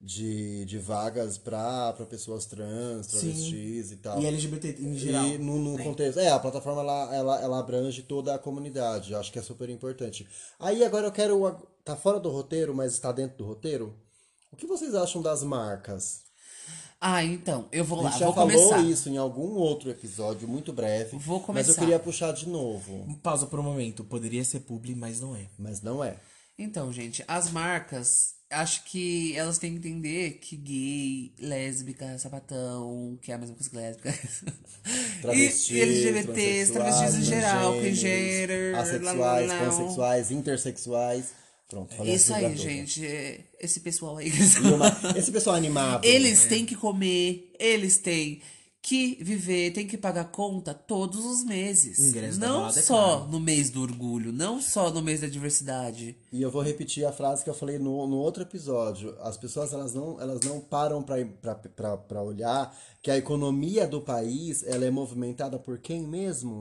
C: de, de vagas para pessoas trans,
B: Sim.
C: travestis e tal.
B: E LGBT em geral.
C: E no, no contexto. É, a plataforma ela, ela, ela abrange toda a comunidade. eu Acho que é super importante. Aí agora eu quero. ag- Tá fora do roteiro, mas está dentro do roteiro. O que vocês acham das marcas?
A: Ah, então, eu vou
C: A
A: lá,
C: gente já
A: vou
C: falou
A: começar.
C: isso em algum outro episódio muito
A: Vou
C: breve. Mas eu
A: começar.
C: queria puxar de novo.
B: Pausa por um momento. Poderia ser publi, mas não é.
C: Mas não é.
A: Então, gente, as marcas, acho que elas têm que entender que gay, lésbica, sapatão, que é a mesma coisa que lésbica.
C: Travestis,
A: e, e LGBTs, travestis em
C: transexuais,
A: geral,
C: transgêneros,
A: queer,
C: assexuais, pansexuais, intersexuais. Pronto, falei
A: Isso
C: assim pra
A: aí,
C: todos.
A: gente, é- esse pessoal aí.
C: E uma- Esse pessoal é animado. né?
A: Eles têm que comer, eles têm que viver, têm que pagar conta todos os meses.
B: O ingresso da
A: não
B: balada é
A: só
B: caro.
A: no mês do orgulho, não só no mês da diversidade.
C: E eu vou repetir a frase que eu falei no, no outro episódio. As pessoas elas não, elas não param para olhar que a economia do país ela é movimentada por quem mesmo?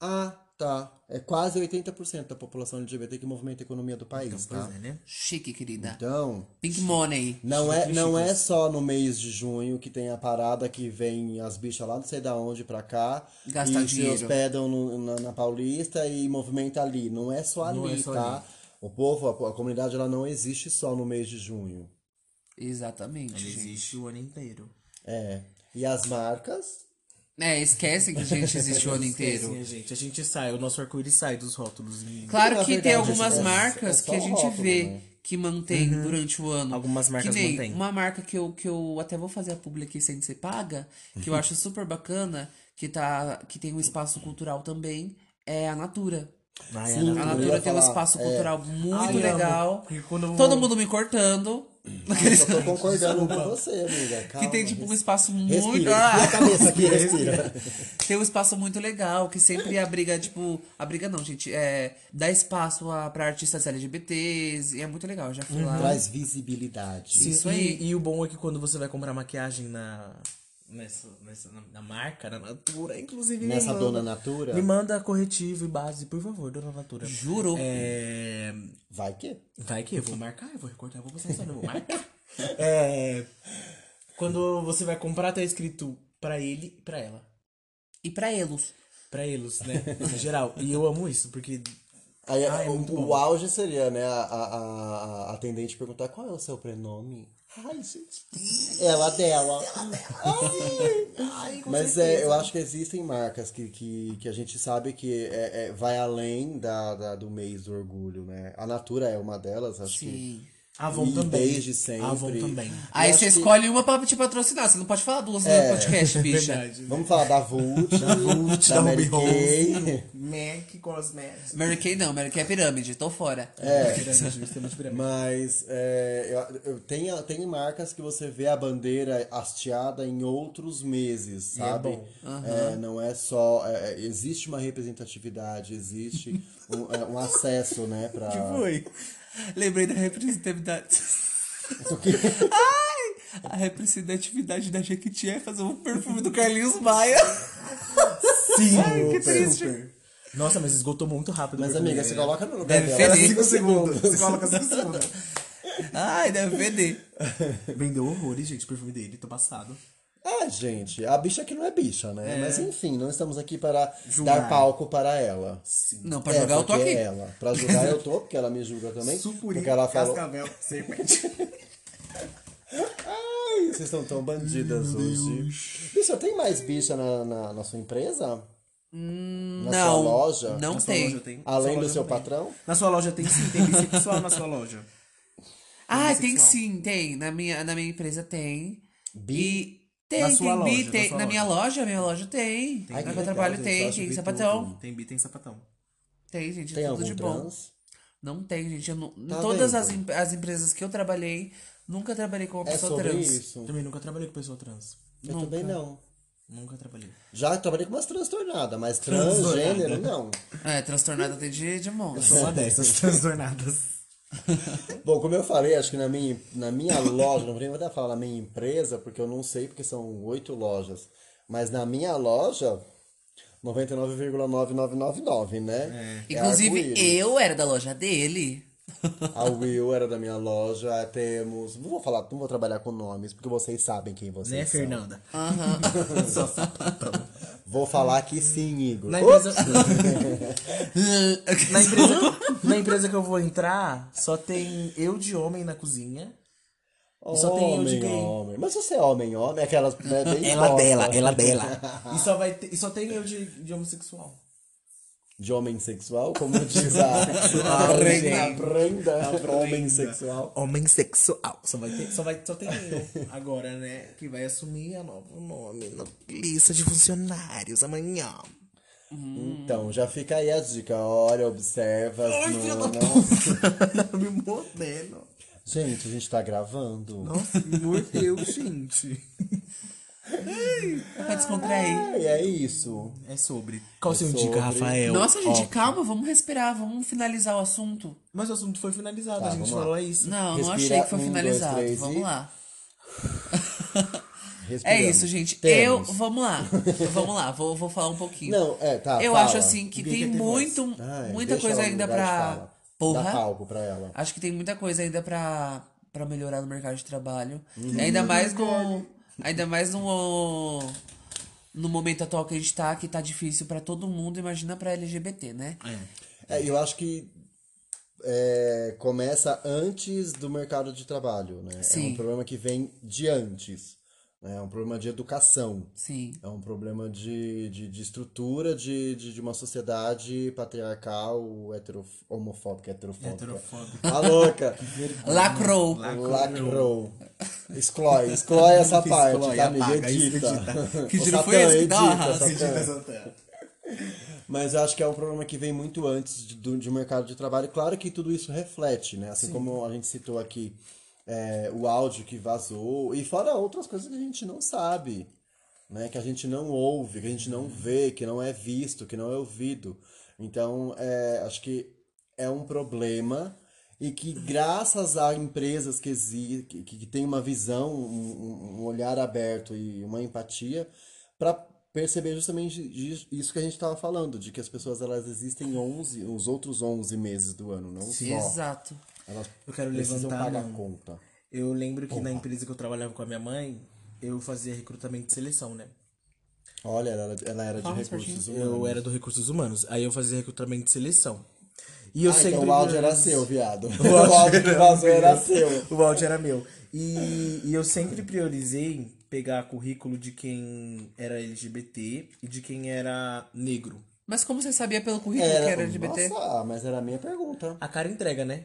C: Ah, tá. É quase 80% da população LGBT que movimenta a economia do país,
A: Então,
B: Pois
C: tá?
B: é, né?
A: Chique, querida.
C: Então,
A: Pink Money.
C: não é, não é só no mês de junho que tem a parada que vem as bichas lá não sei da onde pra cá
A: Gastar
C: e
A: dinheiro.
C: se hospedam no- na, na Paulista e movimenta ali. Não é só
B: Não
C: ali,
B: é só
C: tá?
B: ali.
C: O povo, a, a comunidade, ela não existe só no mês de junho.
A: Exatamente,
B: Ele
A: gente.
B: existe o ano inteiro.
C: É. E as marcas?
A: É, esquecem que a gente existe o ano
B: Esquecem
A: inteiro.
B: a gente. A gente sai, o nosso arco-íris sai dos rótulos. meninas.
A: Claro
C: Na
A: que
C: verdade,
A: tem algumas
C: é- é
A: marcas
C: só
A: que a gente
C: rótulo,
A: vê
C: né?
A: que mantém durante o ano.
B: Uhum. Algumas marcas
A: que nem
B: mantêm.
A: Uma marca que eu, que eu até vou fazer a publi aqui sem ser paga, que eu
B: Uhum.
A: acho super bacana, que, tá, que tem um espaço cultural também, é a Natura.
B: Ai,
C: Sim.
A: A
C: Eu
B: Ana,
A: Natura
C: ia
A: tem um
C: falar,
A: espaço
C: é.
A: cultural muito
B: Ai, amo,
A: legal.
B: porque quando eu-
A: Todo mundo me cortando.
C: Eu tô concordando com você, amiga. Calma,
A: que tem, tipo, um
C: res-
A: espaço muito.
C: Respira,
A: Ah!
C: respira a cabeça aqui, respira.
A: Tem um espaço muito legal, que sempre abriga, tipo... Abriga não, gente. É, dá espaço a, pra artistas LGBTs. E é muito legal, já fui lá.
B: Uhum.
C: Traz visibilidade.
B: Sim,
A: Isso
B: e,
A: aí.
B: e o bom é que quando você vai comprar maquiagem na. Nessa, nessa, na, na marca, na Natura, inclusive. me
C: Nessa
B: manda-
C: dona Natura,
B: Me manda corretivo e base, por favor, dona Natura.
A: Juro.
B: É.
C: vai que...
B: Vai que eu vou marcar, eu vou recortar, eu vou passar só, eu vou marcar. É. Quando você vai comprar, tá escrito pra ele e pra ela.
A: E pra elos.
B: Pra eles, né? Em geral. E eu amo isso, porque.
C: Aí,
B: Ah, é
C: o,
B: muito
C: o
B: bom.
C: auge seria, né, a, a, a- a atendente perguntar qual é o seu prenome. Ai, gente. Ela dela.
B: Ai,
C: Mas é, eu acho que existem marcas que, que, que a gente sabe que é, é- vai além da, da- do mês do orgulho, né? A Natura é uma delas, acho que.
A: Sim.
B: Avon
C: E
B: também.
C: desde sempre.
B: Avon também.
A: assim. Aí
C: acho
A: você
C: que-
A: escolhe uma pra te patrocinar. Você não pode falar duas
B: É.
A: no podcast,
C: É
A: bicha.
C: Vamos falar da Vult, da, Vult, da,
B: da
C: Mary
B: Ruby
C: Kay.
B: Rose, Mac Cosmetics.
A: Mary Kay não, Mary Kay é pirâmide. Tô fora.
B: É. Pirâmide, sistema de pirâmide.
C: Mas é, eu, eu, tem, a- tem marcas que você vê a bandeira hasteada em outros meses,
B: E é
C: sabe?
B: bom.
C: É, não é só. é, é, existe uma representatividade, existe um, é, um acesso, né? Pra...
B: Que foi?
A: Tipo, Lembrei da representatividade.
C: Isso aqui.
A: A representatividade da Jequiti é fazer um perfume do Carlinhos Maia.
B: Sim,
A: Ai, que
B: super.
A: triste.
B: Nossa, mas esgotou muito rápido.
C: Mas,
B: o
C: amiga,
B: perfume
C: você
B: dele, né?
C: coloca no lugar
A: Deve
C: dela. assim,
A: ser
C: Ela
A: lindo.
B: 5
C: fica-
B: segundos. Você coloca 5 segundos.
A: Ai, deve vender.
B: Vendeu horrores, gente, o perfume dele. Tô passado.
C: Ah, gente, a bicha que não é bicha, né? Mas enfim, não estamos aqui para
B: Julgar.
C: dar palco para ela.
A: Não, pra jogar
C: é,
A: eu tô
C: porque
A: aqui.
C: Ela. Pra julgar eu tô, porque ela me julga também.
B: Sucuri,
C: porque ela falou.
B: cascavel, serpente.
C: Ai, vocês estão tão bandidas hoje. Bicha, tem mais bicha na, na, na sua empresa? na
A: não,
C: sua loja?
A: não
B: Na sua
A: tem.
B: loja tem?
C: Além
B: Sua
C: do
B: loja
C: seu
B: não tem.
C: patrão?
B: Na sua loja tem sim, tem bissexual na sua loja.
A: Ah, tem
B: Bissexual.
A: sim, tem. Na minha, na minha empresa tem.
C: Bi?
A: E tem,
B: Na sua
A: tem bi,
B: loja, na
A: tem.
B: sua
A: Na minha
B: loja.
A: loja, minha loja tem.
B: Tem.
A: Na que
B: Ai, que
A: eu
C: legal,
A: trabalho
C: gente, eu
A: tem,
C: acho
A: tem
C: que
A: sapatão.
C: tudo.
B: Tem bi, tem sapatão.
A: Tem, gente,
C: Tem
A: é tudo
C: algum
A: de bom.
C: trans?
A: Não tem, gente. Eu não, em
C: Tá
A: todas
C: vendo?
A: as, em- as empresas que eu trabalhei, nunca trabalhei com uma
C: É
A: pessoa
C: sobre
A: trans.
C: isso?
B: Também nunca trabalhei com pessoa trans.
C: Eu também não.
B: Nunca trabalhei.
C: Já trabalhei com umas transtornadas, mas transgênero, não.
A: É, transtornada tem de, de monstro.
B: Sou uma dessas transtornadas.
C: Bom, como eu falei, acho que na minha, na minha loja, não vou até falar na minha empresa, porque eu não sei, porque são oito lojas. Mas na minha loja, 99,9999, né? É
A: Inclusive,
C: arco-íris.
A: eu era da loja dele.
C: A Will era da minha loja, temos... Não vou falar, não vou trabalhar com nomes, porque vocês sabem quem vocês
B: Né,
C: são.
B: Fernanda? Só sapatão.
C: Vou falar que sim, Igor.
B: Na
C: Ops!
B: empresa, na, empresa, na empresa que eu vou entrar, só tem eu de homem na cozinha. E só tem eu de
C: homem,
B: gay.
C: homem. Mas você é homem, homem, aquelas... Né, bem
B: Ela
C: exposta.
B: dela, ela é dela. E só, vai ter- e só tem eu de, de homossexual.
C: de homem sexual, como diz a, a reina
A: gente.
C: Brenda, homem sexual.
B: Homem sexual. Só, vai ter, só, vai, só tem eu agora, né? Que vai assumir a nova- o nome na lista de funcionários amanhã.
C: Então, já fica aí a dica. Olha, observa.
B: Hum. Ai,
C: não-
B: filha da
C: não-
B: puta. Me mordendo.
C: Gente, a gente tá gravando.
B: Nossa, me mordeu, gente.
A: Pra descontrair.
C: Ah, e é isso.
B: É sobre. Qual o seu
C: sobre.
B: dica,
C: Ah.
B: Rafael?
A: Nossa, gente, calma, vamos respirar, vamos finalizar o assunto.
B: Mas o assunto foi finalizado,
C: Tá,
B: a gente
C: vamos lá.
B: falou é isso.
A: Não, não
C: Respira,
A: achei que foi
C: um, dois,
A: finalizado.
C: três
A: vamos
C: e-
A: lá. É
C: Respiramos.
A: isso, gente.
C: Temos.
A: Eu. Vamos lá. vamos lá, vou, vou falar um pouquinho.
C: Não, é, tá.
A: Eu
C: fala.
A: acho assim que
B: Ninguém
A: tem
B: quer ter
A: muito,
C: Ai,
A: muita
C: Ah, é, deixa
A: coisa
C: ela no
A: ainda
C: lugar de fala.
A: pra.
C: Dá
A: Porra!
C: palco pra ela.
A: Acho que tem muita coisa ainda pra, pra melhorar no mercado de trabalho.
C: Uhum.
A: Ainda mais no. Ainda mais no. No momento atual que a gente tá, que tá difícil pra todo mundo, imagina pra LGBT, né?
C: É, eu acho que é, começa antes do mercado de trabalho, né? É
A: Sim.
C: um problema que vem de antes. né? É um problema de educação.
A: Sim.
C: É um problema de, de, de estrutura de, de, de uma sociedade patriarcal, heterof- homofóbica, heterofóbica.
B: Heterofóbico.
C: A louca! Uhum.
A: Lacrou.
C: Lacrou. Exclói, exclói essa
B: Exclói,
C: parte, tá,
B: apaga,
C: amiga? Edita.
B: edita.
A: tá. Que
C: Ô,
A: giro foi
C: Satã,
A: esse que é dá uma
C: um edita, um-
A: raça?
C: Satã. Mas eu acho que é um problema que vem muito antes de, do, de um mercado de trabalho. Claro que tudo isso reflete, né? Assim como a gente citou aqui é, o áudio que vazou, e fora outras coisas que a gente não sabe, né? Que a gente não ouve, que a gente
B: Uhum.
C: não vê, que não é visto, que não é ouvido. Então, é, acho que é um problema e que graças a empresas que, exi- que, que têm uma visão, um, um- um olhar aberto e uma empatia, para perceber justamente dis- isso que a gente estava falando, de que as pessoas elas existem 11, os outros 11 meses do ano, não só.
A: Exato.
C: Elas
B: Eu quero
C: precisam
B: levantar, um
C: pagar
B: mano.
C: conta.
B: Eu lembro que na empresa que eu trabalhava com a minha mãe, eu fazia recrutamento de seleção, né?
C: Olha, ela, era- ela era de
A: Fala mais
C: recursos
A: pertinho.
C: humanos.
B: Eu era do Recursos Humanos, aí eu fazia recrutamento de seleção. E eu
C: Ah,
B: sempre.
C: então o áudio era seu, viado. O áudio que vazou era seu.
B: O áudio era meu. E, e eu sempre priorizei pegar currículo de quem era LGBT e de quem era negro.
A: Mas como você sabia pelo currículo que era LGBT?
C: Nossa, ah, mas era a minha pergunta.
B: A cara entrega, né?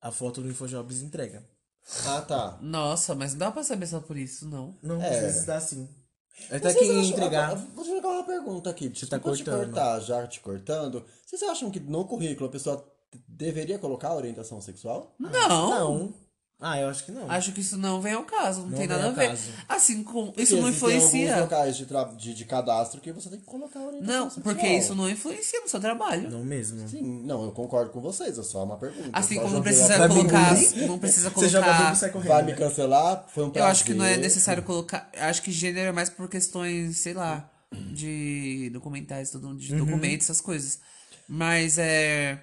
B: A foto do InfoJobs entrega.
C: Ah, tá.
A: Nossa, mas não dá pra saber só por isso, não. assim.
B: Não,
C: É.
B: às vezes dá sim. Até
C: Vocês
B: quem
C: acham-
B: entregar.
C: Ah, Vou te jogar uma pergunta aqui. Você
B: tá
C: Te
B: cortando.
C: cortar, já te cortando. Vocês acham que no currículo a pessoa deveria colocar orientação sexual?
A: Não.
B: Não. Ah, eu acho que não.
A: Acho que isso não vem ao caso, não,
B: Não
A: tem
B: vem
A: nada a
B: ao
A: ver.
B: caso.
A: Assim, com, isso não
C: Existem alguns
A: influencia.
C: locais de, tra- de, de cadastro que você tem que colocar a orientação
A: Não,
C: sexual.
A: porque isso não influencia no seu trabalho.
B: Não mesmo.
C: Sim, não, eu concordo com vocês, é só uma pergunta.
A: Assim
C: Só
A: como não
C: joguei
A: precisa
C: lá pra
A: colocar.
C: mim.
A: Não precisa
B: Você joga
A: colocar.
B: bobo e sai correndo.
C: Vai me cancelar? Foi um
A: Eu acho que não é
C: prazer.
A: necessário colocar. Acho que gênero é mais por questões, sei lá, de documentais, tudo, de documentos, essas coisas. Mas é.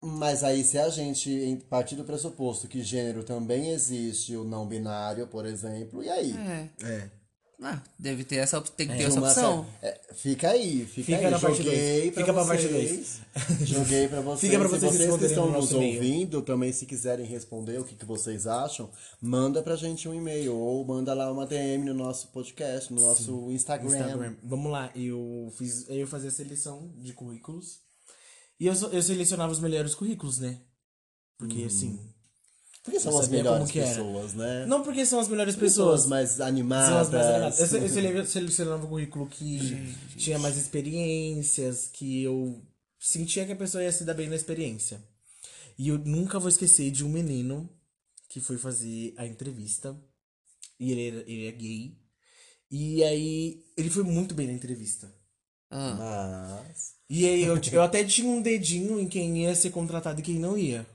C: Mas aí, se a gente em- partir do pressuposto que gênero também existe, o não binário, por exemplo, e aí?
A: é.
B: É.
A: Ah, deve ter essa, op- tem que ter
C: De
A: essa
C: uma
A: opção.
C: cer- é, fica aí, fica,
B: Fica
C: aí.
B: na parte
C: Joguei
B: dois. Fica pra parte
C: vocês. Joguei pra vocês.
B: Fica pra
C: Se
B: vocês
C: vocês que
B: responderem
C: estão
B: no
C: nos
B: nosso e-mail.
C: ouvindo, também se quiserem responder o que, que vocês acham, manda pra gente um e-mail ou manda lá uma DM no nosso podcast, no nosso Instagram.
B: Instagram. tá Vamos lá, eu fiz, eu fazia a seleção de currículos. E eu, so- eu selecionava os melhores currículos, né?
A: Uhum.
B: Porque assim,
C: Porque são
B: Eu
C: as
B: sabia
C: melhores
B: como que era.
C: pessoas, né?
B: não porque são as melhores
C: pessoas
B: pessoas,
C: mais
B: são as mais
C: animadas.
B: elevadas. Eu, se- eu sele- selecionava um currículo que tinha mais experiências, que eu sentia que a pessoa ia se dar bem na experiência. E eu nunca vou esquecer de um menino que foi fazer a entrevista. E ele era, ele é gay. E aí, ele foi muito bem na entrevista.
A: Ah,
C: Mas.
B: E aí eu, eu até tinha um dedinho em quem ia ser contratado e quem não ia.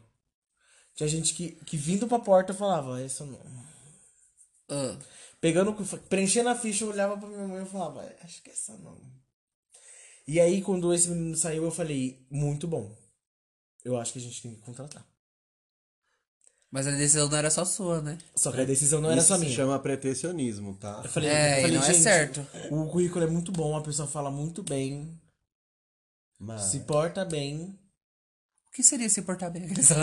B: Tinha gente que, que vindo pra porta falava, essa não. é
A: ah.
B: Pegando, preenchendo a ficha, eu olhava pra minha mãe e falava, acho que essa não. E aí quando esse menino saiu, eu falei, muito bom. Eu acho que a gente tem que contratar.
A: Mas a decisão não era só sua, né?
B: Só que a decisão não era
C: isso
B: só
C: se
B: minha.
C: chama pretensionismo, tá?
B: Eu falei,
A: É,
B: eu
A: e
B: falei,
A: não é
B: "Gente,
A: certo."
B: O currículo é muito bom, a pessoa fala muito bem,
C: Mas.
B: se porta bem.
A: O que seria se portar bem?
B: se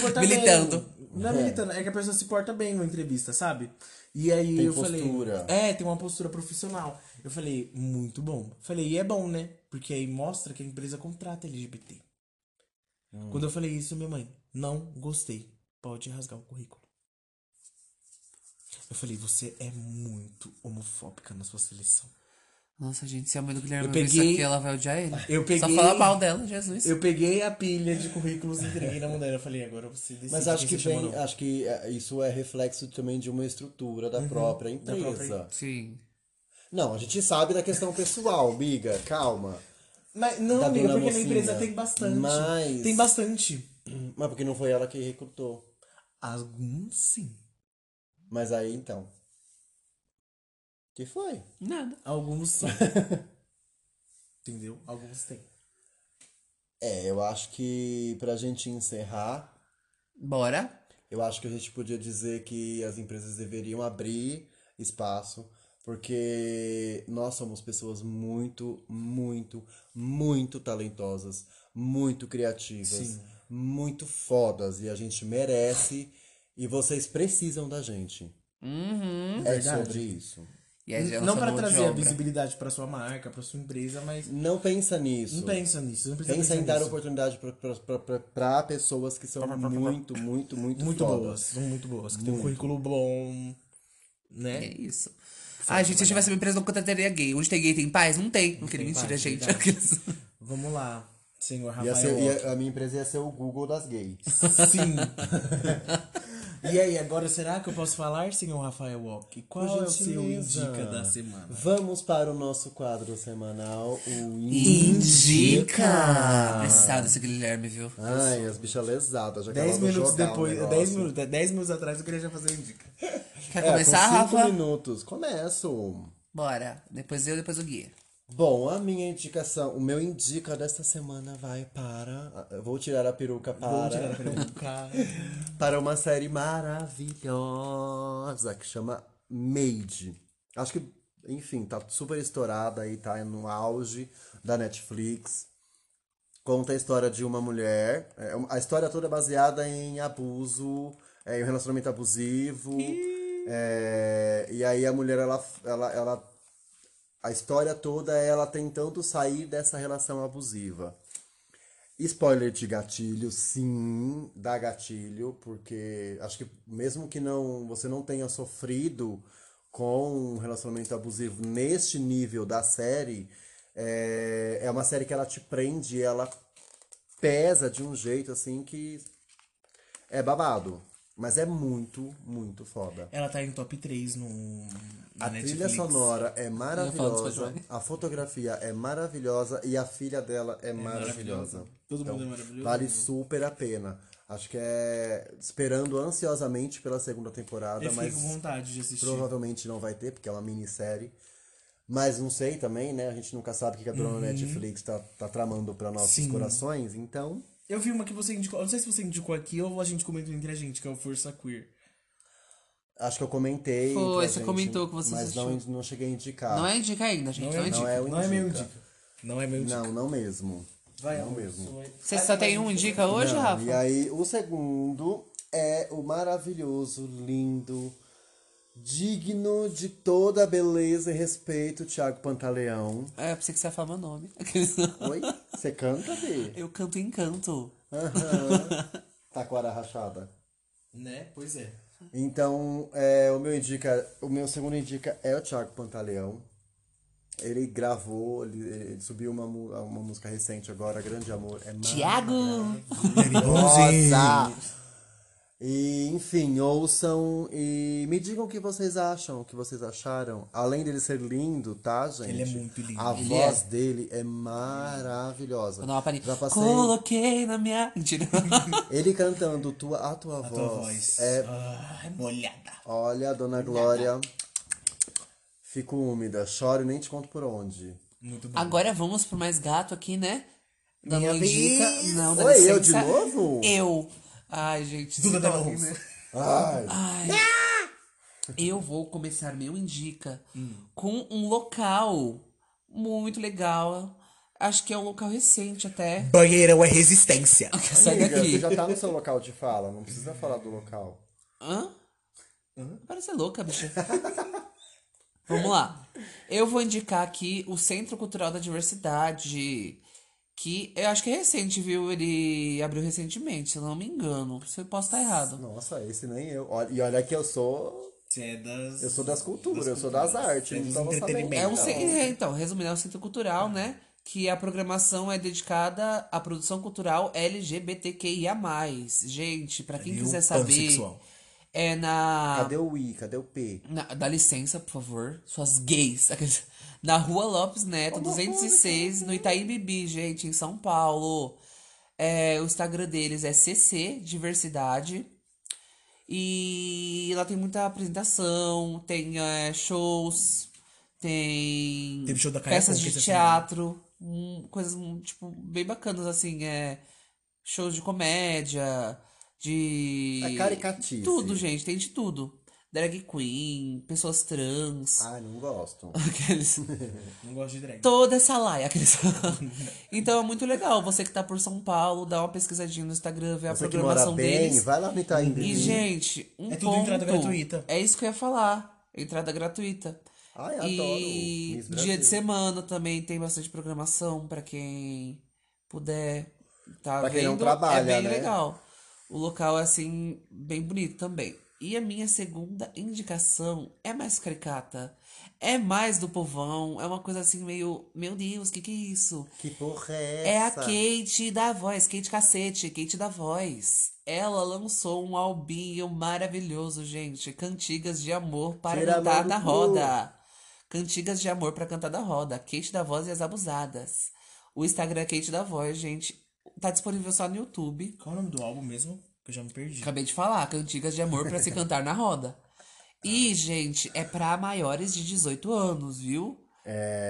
B: porta
A: Militando.
B: bem. Não é militando, é que a pessoa se porta bem na entrevista, sabe? E aí
C: Tem
B: eu
C: postura.
B: falei. É, tem uma postura profissional. Eu falei, muito bom. Falei, e é bom, né? Porque aí mostra que a empresa contrata LGBT.
C: Hum.
B: Quando eu falei isso, minha mãe, não gostei. Pode rasgar o currículo. Eu falei, você é muito homofóbica na sua seleção.
A: Nossa, gente, se a mãe do Guilherme
B: Eu
A: ver isso
B: peguei-
A: aqui, ela vai odiar ele.
B: Eu
A: Só
B: peguei-
A: fala mal dela, Jesus.
B: Eu peguei a pilha de currículos e entreguei na mão dela. Eu falei, agora você decide.
C: Mas acho
B: quem
C: que,
B: você chama ou
C: vem,
B: não.
C: acho que é, isso é reflexo também de uma estrutura Uhum. da própria empresa.
A: Sim.
C: Não, a gente sabe da questão pessoal, biga, calma.
B: Mas não,
C: Da
B: amiga,
C: dona
B: porque na
C: mocinha.
B: empresa tem bastante.
C: Mas-
B: Tem bastante.
C: Mas porque não foi ela que recrutou.
B: Alguns sim.
C: Mas aí então. Que foi?
A: Nada.
B: Alguns sim. Entendeu? Alguns tem.
C: É, eu acho que pra gente encerrar,
A: Bora.
C: eu acho que a gente podia dizer que as empresas deveriam abrir espaço, porque nós somos pessoas muito, muito, muito talentosas, muito criativas, muito fodas e a gente merece e vocês precisam da gente.
B: Hum?
A: Uhum.
C: É
B: Verdade.
C: sobre isso.
A: E aí,
B: não
A: para
B: pra trazer a visibilidade pra sua marca, pra sua empresa, mas
C: Não pensa nisso.
B: não pensa nisso. Não precisa
C: Pensa
B: pensar
C: em dar
B: nisso.
C: oportunidade para pessoas que são muito, muito, muito,
B: Muito
C: fodas.
B: boas. São muito boas. Que tem um currículo bom.
A: É
B: Né?
A: isso. Ai, gente, se eu tivesse uma empresa, eu não contrataria gay. Onde tem gay, tem paz? Não tem. Não queria
B: tem
A: mentira,
B: paz,
A: gente.
B: verdade.
A: Aqueles-
B: Vamos lá, senhor
C: Ia
B: Rafael.
C: ser- ia-
B: Walker.
C: a minha empresa ia ser o Google das gays.
B: Sim. e aí, agora será que eu posso falar, senhor Rafael Walk? Qual é o seu
C: gentileza.
B: indica da semana?
C: Vamos para o nosso quadro semanal, o
A: Indica! Precisava desse Guilherme, viu?
C: Ai, as bichas lesadas. Já
B: 10
C: acabaram de
B: minutos
C: jogar o
B: depois,
C: negócio.
B: 10 minutos, 10 minutos atrás eu queria já fazer o indica.
A: Quer
C: É,
A: começar,
C: com cinco
A: Rafa?
C: minutos. Começo.
A: Bora. Depois eu, depois o Guia.
C: Bom, a minha indicação, o meu indica desta semana vai para... eu Vou tirar a peruca para...
B: Vamos tirar a peruca.
C: para uma série maravilhosa que chama Made. Acho que, enfim, tá super estourada aí, tá no auge da Netflix. Conta a história de uma mulher. é, um- A história toda é baseada em abuso, é, em um relacionamento abusivo. é, e aí a mulher, ela, ela, ela a história toda é ela tentando sair dessa relação abusiva. Spoiler de gatilho, sim, dá gatilho, porque acho que mesmo que não você não tenha sofrido com um relacionamento abusivo neste nível da série, é, é uma série que ela te prende, ela pesa de um jeito assim que é babado. Mas é muito, muito foda.
B: Ela tá em top 3 no. na
C: A trilha
B: Netflix.
C: sonora é
A: Eu ia falar
C: maravilhosa,
A: do Spotify.
C: a fotografia é maravilhosa e a filha dela é, maravilhosa.
B: maravilhosa. Todo mundo é maravilhoso.
C: Então, Vale super a pena. Acho que é esperando ansiosamente pela segunda temporada,
B: Eu fiquei
C: mas
B: com vontade de assistir.
C: provavelmente não vai ter, porque é uma minissérie. Mas não sei também, né? A gente nunca sabe o que que a dona Netflix tá, tá tramando pra nossos
B: Sim.
C: corações, então.
B: Eu vi uma que você indicou. eu Não sei se você indicou aqui ou a gente comentou entre a gente, que é o Força Queer.
C: Acho que eu comentei.
A: Foi,
C: entre a
A: você comentou que você
C: Mas não,
A: assistiu.
C: não cheguei a indicar.
A: Não é indica ainda, gente. Não, é indica.
C: Ah. é o
B: não é meu
C: indica.
B: indica. Não é meu indica.
C: Não, não mesmo.
B: Vai,
C: não
B: amor,
C: mesmo.
B: sua-
A: Você só tem um indica hoje,
C: Não,
A: Rafa?
C: E aí, o segundo é o maravilhoso, lindo, digno de toda a beleza e respeito, Thiago Pantaleão.
A: É, pensei que você ia falar meu nome.
C: Oi? Você canta, Bi? Tá
A: Eu canto encanto.
C: Aham. Taquara rachada.
B: Né? Pois é.
C: Então, é, o meu indica, o meu segundo indica é o Thiago Pantaleão. Ele gravou, ele, ele subiu uma, mu- uma música recente agora, Grande Amor. É
A: Tiago!
C: Nossa! E, enfim, ouçam e me digam o que vocês acham, o que vocês acharam. Além dele ser lindo, tá, gente?
B: Ele é muito lindo.
C: A
A: Ele
C: voz dele é maravilhosa.
A: Vou dar uma palhinha.
C: Já passei.
A: Coloquei na minha. Mentira.
C: Ele cantando tua, a tua voz.
B: Tua voz.
C: É,
B: Ah, molhada.
C: olha, dona Glória. Fico úmida, choro e nem te conto por onde.
B: Muito bom.
A: Agora vamos pro mais gato aqui, né? Dando
B: Minha
A: uma dica.
B: vez.
A: Não, dá
C: Oi, eu
A: licença.
C: de novo?
A: Eu. Ai, gente.
B: Duda
A: se né?
B: da
A: toquem,
B: Rosa.
A: Ah,
C: Ai,
A: Ai.
C: Ah!
A: Eu vou começar meu indica
C: Hum.
A: com um local muito legal. Acho que é um local recente até.
B: Banheirão é resistência.
A: Sai
C: amiga,
A: daqui.
C: você já tá no seu local de fala, não precisa falar do local.
A: Hã? Parece louca, bicha. Vamos lá. Eu vou indicar aqui o Centro Cultural da Diversidade, que eu acho que é recente, viu? Ele abriu recentemente, se eu não me engano. Se eu posso estar errado.
C: Nossa, esse nem eu. Olha- E olha que eu sou
B: Você é das.
C: Eu sou das culturas, eu sou das artes,
B: Você é
C: não
B: dos
C: tava sabendo.
B: entretenimentos.
A: É um
C: Então.
A: centro, então, resumindo, é um centro cultural, né? Que a programação é dedicada à produção cultural LGBTQIA+. Gente, pra É, quem
B: E o
A: quiser saber,
B: pansexual.
A: é na
C: Cadê o I? Cadê o P?
A: Na- dá licença, por favor. Suas gays. Na Rua Lopes Neto, 206, no Itaim Bibi, gente, em São Paulo. É, o Instagram deles é CC Diversidade. E lá tem muita apresentação, tem é, shows, tem
B: Teve show da Kaia
A: peças
B: Conquista
A: de
B: essa
A: teatro, hum, coisas hum, tipo bem bacanas assim, é shows de comédia, de
C: É caricatice.
A: tudo, gente, tem de tudo. Drag queen, pessoas trans,
C: Ai, não gosto.
A: aqueles
B: Não gosto de drag.
A: toda essa laia, aqueles. então é muito legal você que tá por São Paulo, dá uma pesquisadinha no Instagram, vê a
C: Você que mora
A: programação
C: bem,
A: deles.
C: vai lá tá no Itaim
A: E,
C: Bibi.
A: gente, um
B: É tudo entrada
A: ponto.
B: gratuita.
A: É isso que eu ia falar. Entrada gratuita. e
C: Ai, adoro. Miss Brasil.
A: dia de semana também tem bastante programação pra quem puder tá
C: Pra
A: vendo.
C: quem não trabalha,
A: é bem
C: né?
A: legal. O local é assim bem bonito também. E a minha segunda indicação é mais caricata. É mais do povão, é uma coisa assim meio, meu Deus, o que que é isso?
C: Que porra é
A: É a
C: essa?
A: Kate da Voz, Kate Cacete, Kate da Voz. Ela lançou um albinho maravilhoso, gente. Cantigas de amor para
C: Tira a mão
A: cantar
C: do
A: na
C: cu.
A: roda. Cantigas de amor para cantar na roda. Kate da Voz e as Abusadas. O Instagram é Kate da Voz, gente. Tá disponível só no YouTube.
B: Qual é o nome do álbum mesmo? Que eu já me perdi.
A: Acabei de falar, cantigas de amor para se cantar na roda.
C: Ah.
A: E, gente, é para maiores de 18 anos, viu?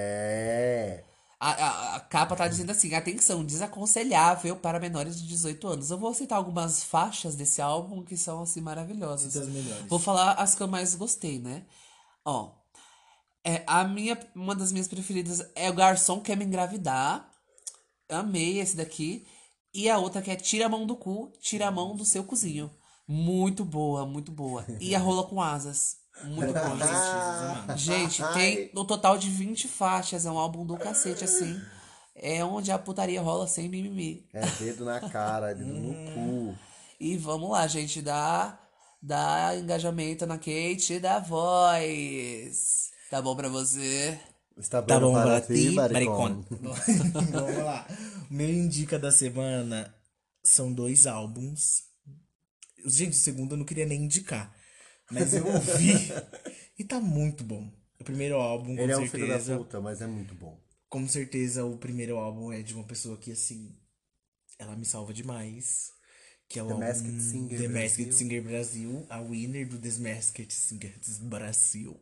C: É.
A: A, a- a capa tá dizendo assim, atenção, desaconselhável para menores de 18 anos. Eu vou citar algumas faixas desse álbum que são, assim, maravilhosas.
B: Cita as melhores. Tá
A: Vou falar as que eu mais gostei, né? Ó, é, a minha, uma das minhas preferidas é O Garçom Quer Me Engravidar. Amei esse daqui. E a outra que é Tira a Mão do Cu, Tira a Mão do Seu Cozinho. Muito boa, muito boa. E a Rola com Asas. Muito boa, gente. Tá,
C: Tá
A: Gente, tem no total de 20 faixas. É um álbum do cacete, assim. É onde a putaria rola sem mimimi.
C: É dedo na cara, é dedo
A: Hum.
C: no cu.
A: E vamos lá, gente. Dá, dá engajamento na Kate e dá voz. Tá bom pra você?
C: Está bom,
B: Tá
A: um
B: bom
C: para
B: para
C: ti,
B: ti,
C: baricone.
B: maricone. Vamos lá. Meu indica da semana são dois álbuns Gente, o segundo eu não queria nem indicar. Mas eu ouvi. e tá muito bom. O primeiro álbum, com
C: Ele é um filho da
B: certeza.
C: puta, mas é muito bom.
B: Com certeza, o primeiro álbum é de uma pessoa que, assim, ela me salva demais. Que é o
C: The
B: álbum
C: Masked Singer
B: The Masked
C: Brasil.
B: Singer Brasil, a winner do The Masked Singer Brasil.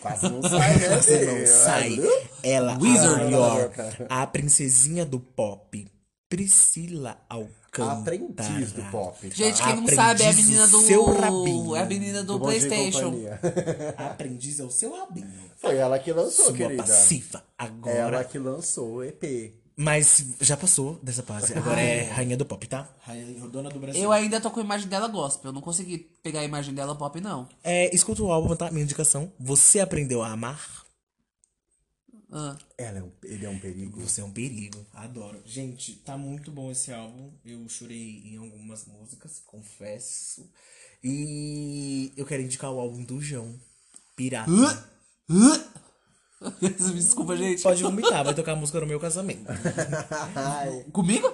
C: Quase não sai, né?
B: Você não
C: filho?
B: sai. Ela,
A: Wizard
B: a
C: York.
B: York, a princesinha do pop, Priscila Alcântara.
C: Aprendiz do pop. tá?
A: Gente, quem não
B: Aprendiz
A: sabe é a
B: do
A: menina do.
B: seu rabinho.
A: é a menina do,
C: Do Bom Dia e
A: PlayStation.
C: Companhia.
B: Aprendiz é o seu rabinho.
C: Foi ela que lançou,
B: Sua
C: querida.
B: passiva. Agora.
C: Ela que lançou o EP.
B: Mas já passou dessa fase. Agora é rainha do pop, tá? Rainha dona do Brasil.
A: Eu ainda tô com a imagem dela gospel. Eu não consegui pegar a imagem dela pop, não.
B: É, escuta o álbum, tá? Minha indicação. Você aprendeu a amar?
A: Ah,
C: Ela é um, ele é um perigo.
B: Você é um perigo. Adoro. Gente, tá muito bom esse álbum. Eu chorei em algumas músicas, confesso. E eu quero indicar o álbum do João. Pirata.
A: Desculpa, gente.
B: Pode vomitar, vai tocar a música no meu casamento.
C: Ai,
A: Comigo?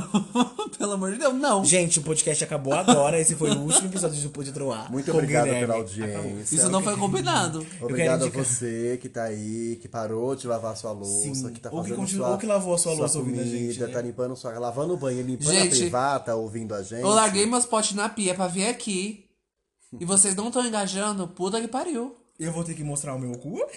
A: Pelo amor de Deus, não.
B: Gente, o podcast acabou agora. Esse foi o último episódio do Pode Troar.
C: muito
B: com o
C: obrigado
B: Guilherme.
C: pela
B: é
C: audiência.
A: Isso não foi combinado.
C: Obrigado a
B: indicar.
C: você que tá aí, que parou de lavar sua louça,
B: Sim.
C: que tá
B: Ou que
C: fazendo
B: continua-
C: sua,
B: ou que lavou a sua louça ouvindo a
C: comida,
B: gente, né?
C: tá limpando sua, lavando o banho, limpando
A: Gente,
C: a privada, ouvindo a gente.
A: Eu larguei meus potes na pia pra vir aqui. E vocês não estão engajando? Puta que pariu.
B: Eu vou ter que mostrar o meu cu? eu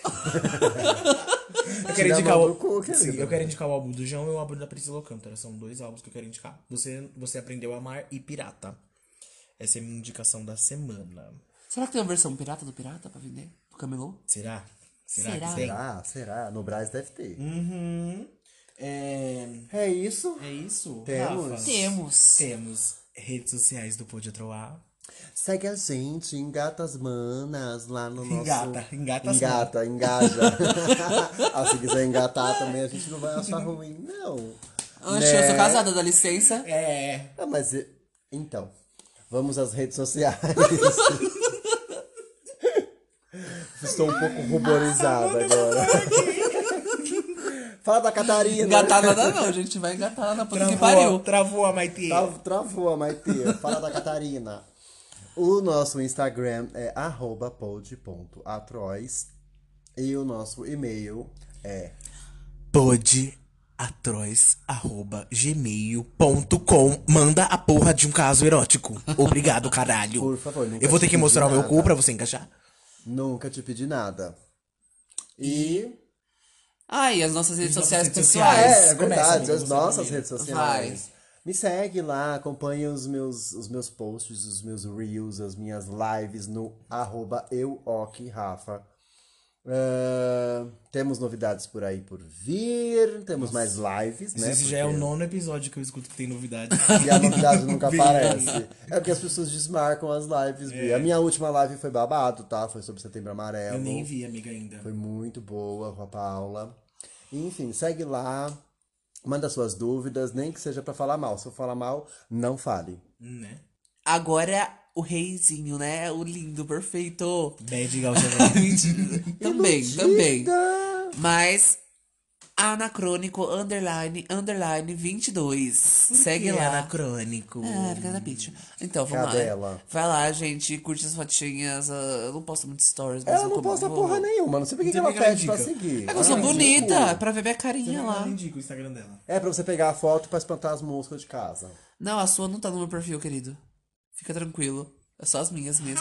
C: Tira
B: quero
C: a
B: indicar
C: mão
B: o...
C: do cu, querida.
B: Sim, eu quero indicar o álbum do João e o álbum da Priscila Alcântara. São dois álbuns que eu quero indicar. Você, você Aprendeu a Amar e Pirata. Essa é a minha indicação da semana.
A: Será que tem uma versão pirata do pirata pra vender? Do camelô?
B: Será? Será,
A: Será?
B: que tem?
C: Será? Será? No Brás deve ter.
B: Uhum. É...
C: É isso.
B: é isso?
C: Temos.
B: Rafa?
A: Temos.
B: Temos redes sociais do Pode Atroar.
C: Segue a gente, engata as manas lá no nosso.
B: Engata, engata as
C: Engata, engaja. ah, se quiser engatar também, a gente não vai achar ruim, não.
A: Anche, eu sou casada, dá licença.
B: Né? É...
C: Ah, mas e- então, vamos às redes sociais. Estou um pouco ruborizada agora. Fala da Catarina.
A: Engatar nada não, gente. Vai engatar lá na puta que
B: né? Travou,
A: pariu.
B: travou a Maite.
C: Tra- Travou a Maite. Fala da Catarina. O nosso Instagram é arroba pod.atroz e o nosso e-mail é
B: podeatroz.gmail.com Manda a porra de um caso erótico. Obrigado, caralho.
C: Por favor, nunca
B: Eu vou ter
C: te
B: que mostrar o
C: pedi
B: meu
C: nada.
B: cu pra você encaixar?
C: nunca te pedi nada. E
A: Ah, e as nossas redes
B: As
A: sociais
B: nossas redes
A: pessoais.
B: sociais.
C: É, é
B: Começa,
C: verdade,
B: amigo,
C: as
B: você
C: nossas
B: primeiro.
C: redes sociais.
A: Vai.
C: Me segue lá, acompanha os meus, os meus posts, os meus reels, as minhas lives no arroba euocrafa. Ah, temos novidades por aí por vir, temos mais lives, né?
B: Esse já é o
C: porque-
B: nono episódio que eu escuto que tem novidade.
C: E a novidade nunca aparece. É porque as pessoas desmarcam as lives, Bi. A minha última live foi babado, tá? Foi sobre Setembro Amarelo.
B: É. Eu nem vi, amiga, ainda.
C: Foi muito boa com a Paula. Enfim, segue lá, manda suas dúvidas, nem que seja pra falar mal. Se eu falar mal, não fale.
B: Né?
A: Agora o reizinho, né? O lindo, perfeito.
B: Bad Gaúcha Velha.
A: também, também.
C: Iludida!
A: Mas anacrônico underline underline 22. Segue lá.
B: Anacrônico.
A: Ah, fica na bitch. Então,
C: É
A: vamos lá.
C: Cadela.
A: Vai lá, gente, curte as fotinhas. ah, Eu não posto muito stories, mas
C: Ela
A: eu
C: não
A: como-
C: posta
A: vou-
C: porra nenhuma, não sei por que que ela
B: Também que ela
C: pede pra
B: indica.
C: seguir. Ah,
A: É que eu sou
C: Ai,
A: bonita, é
C: ridículo.
A: pra ver minha carinha
B: Ela
A: lá.
B: indica o Instagram dela.
C: É pra você pegar a foto pra espantar as moscas de casa.
A: Não, a sua não tá no meu perfil, querido. Fica tranquilo. É só as minhas mesmo.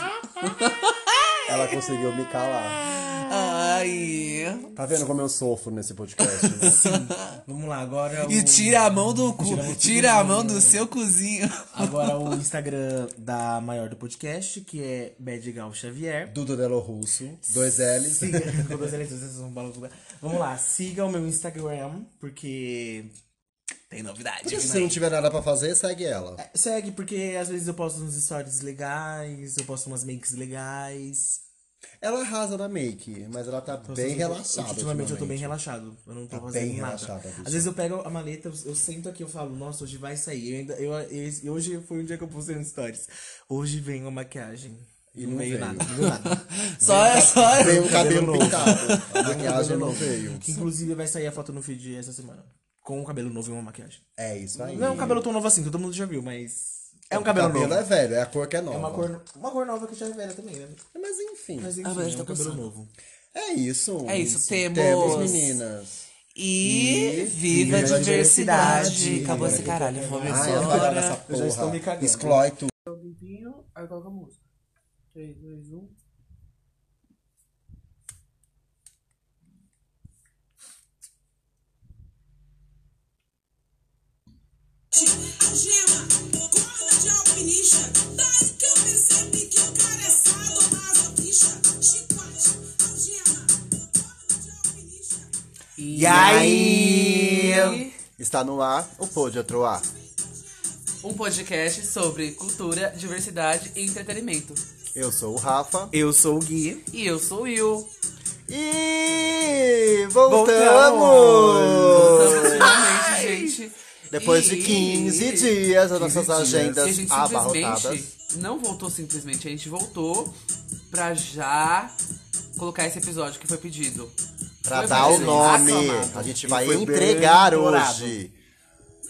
C: Ela conseguiu me calar.
A: Ai.
C: Tá vendo como eu sofro nesse podcast? né?
B: Vamos lá, agora o...
A: E tira a mão do cu.
B: Tira a mão do
A: Tira a
B: cu.
A: mão do seu cozinho.
B: Agora o Instagram da maior do podcast, que é Bad Gal Xavier.
C: Duda Delo Russo, dois L's.
B: Siga, com duas L's, vocês vão falar outro um lugar. Vamos lá, siga o meu Instagram, porque tem novidade.
C: Porque
B: aqui,
C: se
B: né?
C: não tiver nada pra fazer, segue ela.
A: É.
B: Segue, porque às vezes eu posto uns stories legais, eu posto umas makes legais.
C: Ela arrasa na make, mas ela tá
B: Posto
C: bem
B: uns-
C: relaxada.
B: Ultimamente eu tô bem relaxado. Eu não tô
C: Tá
B: fazendo
C: bem
B: nada.
C: relaxada, bicho.
B: às vezes eu pego a maleta, eu, eu sento aqui, eu falo, nossa, hoje vai sair. Eu ainda, eu, eu- hoje foi um dia que eu postei uns stories. Hoje vem uma maquiagem. E
C: não veio.
B: nada, não veio nada.
A: Só é só.
C: Tem um cabelo
B: novo.
C: pintado. A maquiagem não veio.
B: Que inclusive vai sair a foto no feed essa semana. Com o cabelo novo e uma maquiagem.
C: É isso aí.
B: um Não é um cabelo tão novo assim, todo mundo já viu, mas. É um cabelo,
C: o cabelo
B: novo.
C: é velho, é a cor que é nova.
B: É uma cor, uma cor nova que já é velha também, né?
C: Mas enfim.
B: Mas enfim,
A: Ah, mas
B: é
A: tá
B: um cabelo
A: passando.
B: novo.
C: É isso.
A: É isso, temos-
C: meninas.
A: E,
C: E
A: viva a
C: viva a
A: diversidade.
C: diversidade.
A: Acabou esse caralho, fome
C: Ai, eu adoro essa
A: agora.
C: porra.
B: Eu já estou me cagando.
C: Exclói tudo.
A: Limpinho, aí coloca a música. um. 3, 2, 1.
D: Gema, corda de alpinista. Daí que eu percebi que o cara é sado, masoquista. Chicote, algema, corda de alpinista.
A: E
B: aí?
C: Está no ar o Pô de Outro Ar.
A: Um podcast sobre cultura, diversidade e entretenimento.
C: Eu sou o Rafa.
B: Eu sou o Gui.
A: E eu sou o Will.
C: E
B: voltamos!
C: voltamos!
A: Estamos finalmente, gente.
C: Depois
A: E-
C: de 15 dias, as nossas
B: 15 dias.
A: E a
C: agendas
A: gente
C: abarrotadas.
A: simplesmente não voltou simplesmente, a gente voltou pra já colocar esse episódio que foi pedido.
C: Pra
A: Foi
C: dar o
A: bem
C: nome.
A: aclamado.
C: A gente
B: E
C: vai
B: foi bem
C: entregar
B: dourado.
C: hoje.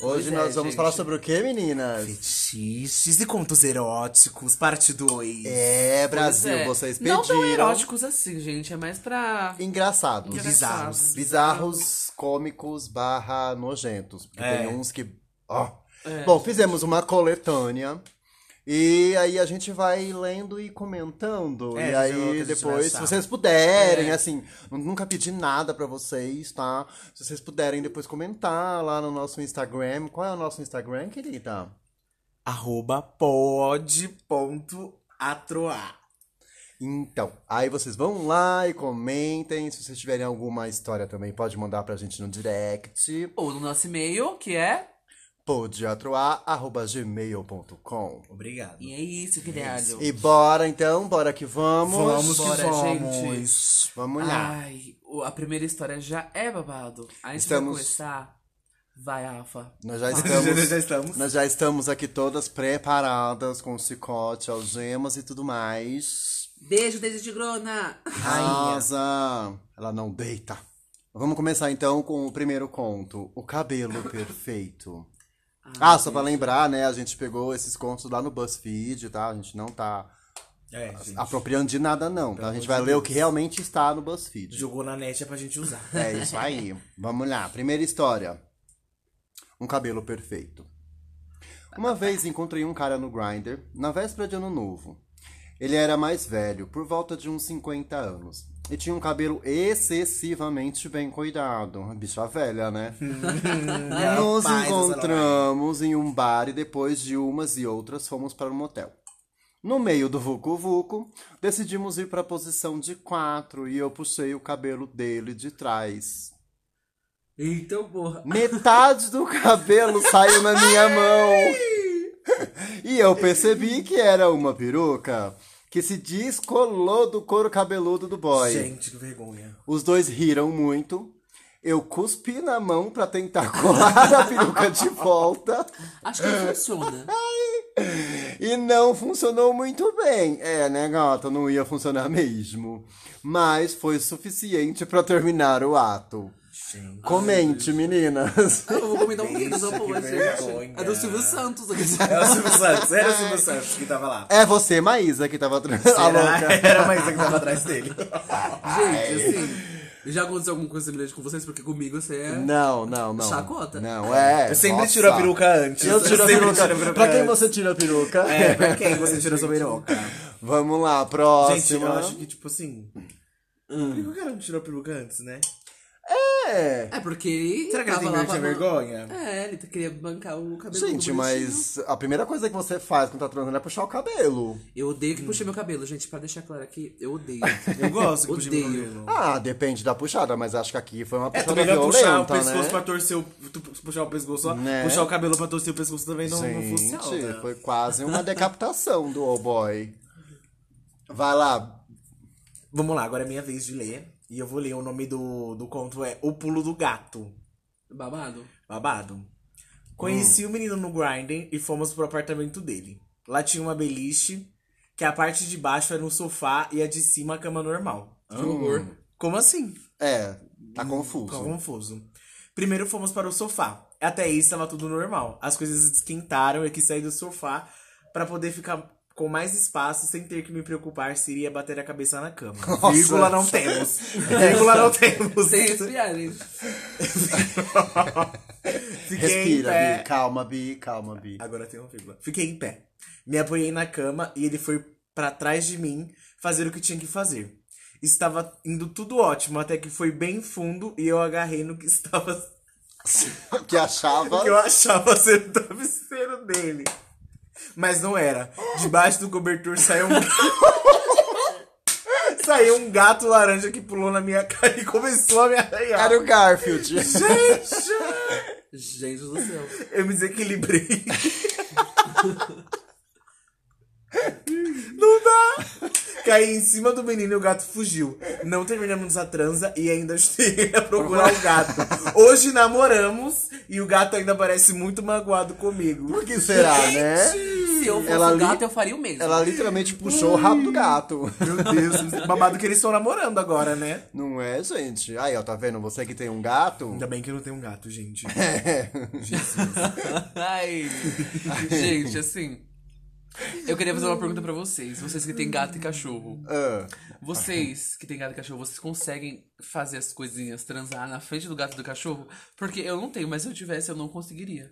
C: Hoje
A: Pois
C: nós
A: é,
C: vamos
A: gente.
C: falar sobre o que, meninas?
B: Fetiches e contos eróticos, parte 2.
C: É,
A: Pois
C: Brasil,
A: é.
C: vocês pediram.
A: Não tão eróticos assim, gente, é mais pra...
C: Engraçados.
A: engraçados.
B: bizarros.
C: bizarros, cômicos barra nojentos. Porque
B: É.
C: tem uns que. ó.
A: É.
C: Bom, fizemos uma coletânea. E aí a gente vai lendo e comentando.
B: É,
C: e
B: a gente vai
C: aí
B: ver o que a gente vai
C: depois, se
B: achar.
C: vocês puderem,
A: É.
C: assim, nu- nunca pedi nada pra vocês, tá? Se vocês puderem depois comentar lá no nosso Instagram. Qual é o nosso Instagram, querida?
B: Arroba pod.atroar.
C: Então, aí vocês vão lá e comentem. Se vocês tiverem alguma história também, pode mandar pra gente no direct.
A: Ou no nosso e-mail, que é...
C: podiatroar.gmail.com
B: Obrigado.
A: E é isso, Guilherme.
C: E bora então, bora que vamos.
B: Vamos que
A: Bora,
B: vamos.
C: Vamos lá.
A: Ai, o- a primeira história já é babado. Antes
C: Estamos-
A: de começar, vai, Alfa.
C: Nós já
B: Nós já
C: estamos.
B: estamos.
C: Nós já estamos aqui todas preparadas com chicote, algemas e tudo mais.
A: Beijo, desgrona!
C: Rosa! Ela não deita. Vamos começar então com o primeiro conto: O Cabelo Perfeito. Ah, só pra lembrar, né? A gente pegou esses contos lá no BuzzFeed, tá? A gente não tá
B: É, gente.
C: apropriando de nada, não. Tá? A gente vai ler o que realmente está no BuzzFeed.
B: Jogou na net é pra gente usar.
C: É isso aí. Vamos lá. Primeira história. Um cabelo perfeito. Uma vez encontrei um cara no Grindr, na véspera de ano novo. Ele era mais velho, por volta de uns 50 anos. E tinha um cabelo excessivamente bem cuidado. Uma Bicha velha, né?
B: Rapaz,
C: Nos
B: essa
C: encontramos em um bar e depois de umas e outras fomos para um motel. No meio do Vucu Vucu, decidimos ir para a posição de quatro e eu puxei o cabelo dele de trás.
A: Então, porra.
C: Metade do cabelo saiu na minha mão. E eu percebi que era uma peruca que se descolou do couro cabeludo do boy.
B: Gente, que vergonha.
C: Os dois riram muito. Eu cuspi na mão pra tentar colar a peruca de volta
A: Acho que funciona.
C: e não funcionou muito bem. É, né, gata? Não ia funcionar mesmo. Mas foi suficiente pra terminar o ato.
B: Gente.
C: Comente, meninas.
A: Eu vou comentar um pouquinho
B: Isso,
A: dessa
B: que
A: porra, gente.
B: vergonha.
A: É do Silvio Santos.
B: É o Silvio Santos, era o Silvio Santos que tava lá.
C: É você, Maísa, que tava atrás. A
B: Era,
C: louca.
B: era a Maísa que tava atrás dele.
A: Gente, assim, já aconteceu alguma coisa semelhante com vocês? Porque comigo você é.
C: Não, não, não.
A: Chacota?
C: Não, é.
B: Eu sempre
C: nossa.
B: tiro a peruca antes.
C: Eu tiro a
B: sempre
C: peruca.
B: tiro a peruca
C: Pra quem
B: antes.
C: você tira a peruca?
B: É, pra quem você tira a sua peruca?
C: Vamos lá, próxima.
B: Gente, eu acho que, tipo assim. Por que o cara não tirou a peruca antes, né?
C: É.
A: É porque ele.
B: Será que ele
A: tava
B: tem
A: lá
B: ver- tinha
A: pra...
B: vergonha?
A: É, ele queria bancar o cabelo.
C: Gente,
A: bonitinho.
C: mas a primeira coisa que você faz quando tá transando é puxar o cabelo.
A: Eu odeio que puxei meu cabelo, gente. Pra deixar claro aqui, eu odeio.
B: Eu gosto que puxa meu
A: Odeio.
B: cabelo.
C: Ah, depende da puxada, mas acho que aqui foi uma
B: É,
C: puxada
B: também não é puxar o
C: violenta,
B: pescoço pra
C: né?
B: torcer o. tu- Puxar o pescoço só.
C: Né?
B: Puxar o cabelo pra torcer o pescoço também não, não funciona.
C: Gente, foi quase uma decapitação do old boy. Vai lá.
B: Vamos lá, agora é minha vez de ler. E eu vou ler o nome do, do conto é O Pulo do Gato.
A: Babado?
B: Babado.
C: Hum.
B: Conheci o menino no Grindr e fomos pro apartamento dele. Lá tinha uma beliche, que a parte de baixo era um sofá e a de cima a cama normal. Hum.
A: Amor.
B: Como assim?
C: É,
B: Hum,
C: tá confuso.
B: Ficou confuso. Primeiro fomos para o sofá. Até aí estava tudo normal. As coisas esquentaram e eu quis sair do sofá pra poder ficar com mais espaço sem ter que me preocupar se iria bater a cabeça na cama. Vírgula não temos. Vírgula não temos.
A: Sem respirar, gente.
B: Fiquei em
C: Respira,
B: pé.
C: Bi. Calma, Bi. Calma, Bi.
B: Agora tem uma vírgula. Fiquei em pé. Me apoiei na cama e ele foi pra trás de mim fazer o que tinha que fazer. Estava indo tudo ótimo, até que foi bem fundo e eu agarrei no que estava
C: Que achava...
B: que eu achava ser o travesseiro dele. Mas não era. Debaixo do cobertor saiu um. saiu um gato laranja que pulou na minha cara e começou a me arranhar.
C: Era o Garfield.
B: Gente!
A: Gente do céu.
B: Eu me desequilibrei. Não dá! Caí em cima do menino e o gato fugiu. Não terminamos a transa e ainda cheguei a procurar o gato. Hoje namoramos e o gato ainda parece muito magoado comigo.
C: Por que será, né?
A: Se eu fosse
C: Ela
A: um
C: li-
A: gato, eu faria o mesmo.
C: Ela literalmente puxou o rabo do gato.
B: Meu Deus, babado que eles estão namorando agora, né?
C: Não é, gente? Aí, ó, tá vendo? Você que tem um gato.
B: Ainda bem que eu não tenho um gato, gente.
A: Ai. Gente, assim. Eu queria fazer uma pergunta pra vocês. Vocês que têm gato e cachorro.
C: Ah,
A: Vocês que têm gato e cachorro, vocês conseguem fazer as coisinhas, transar na frente do gato e do cachorro? Porque eu não tenho, mas se eu tivesse, eu não conseguiria.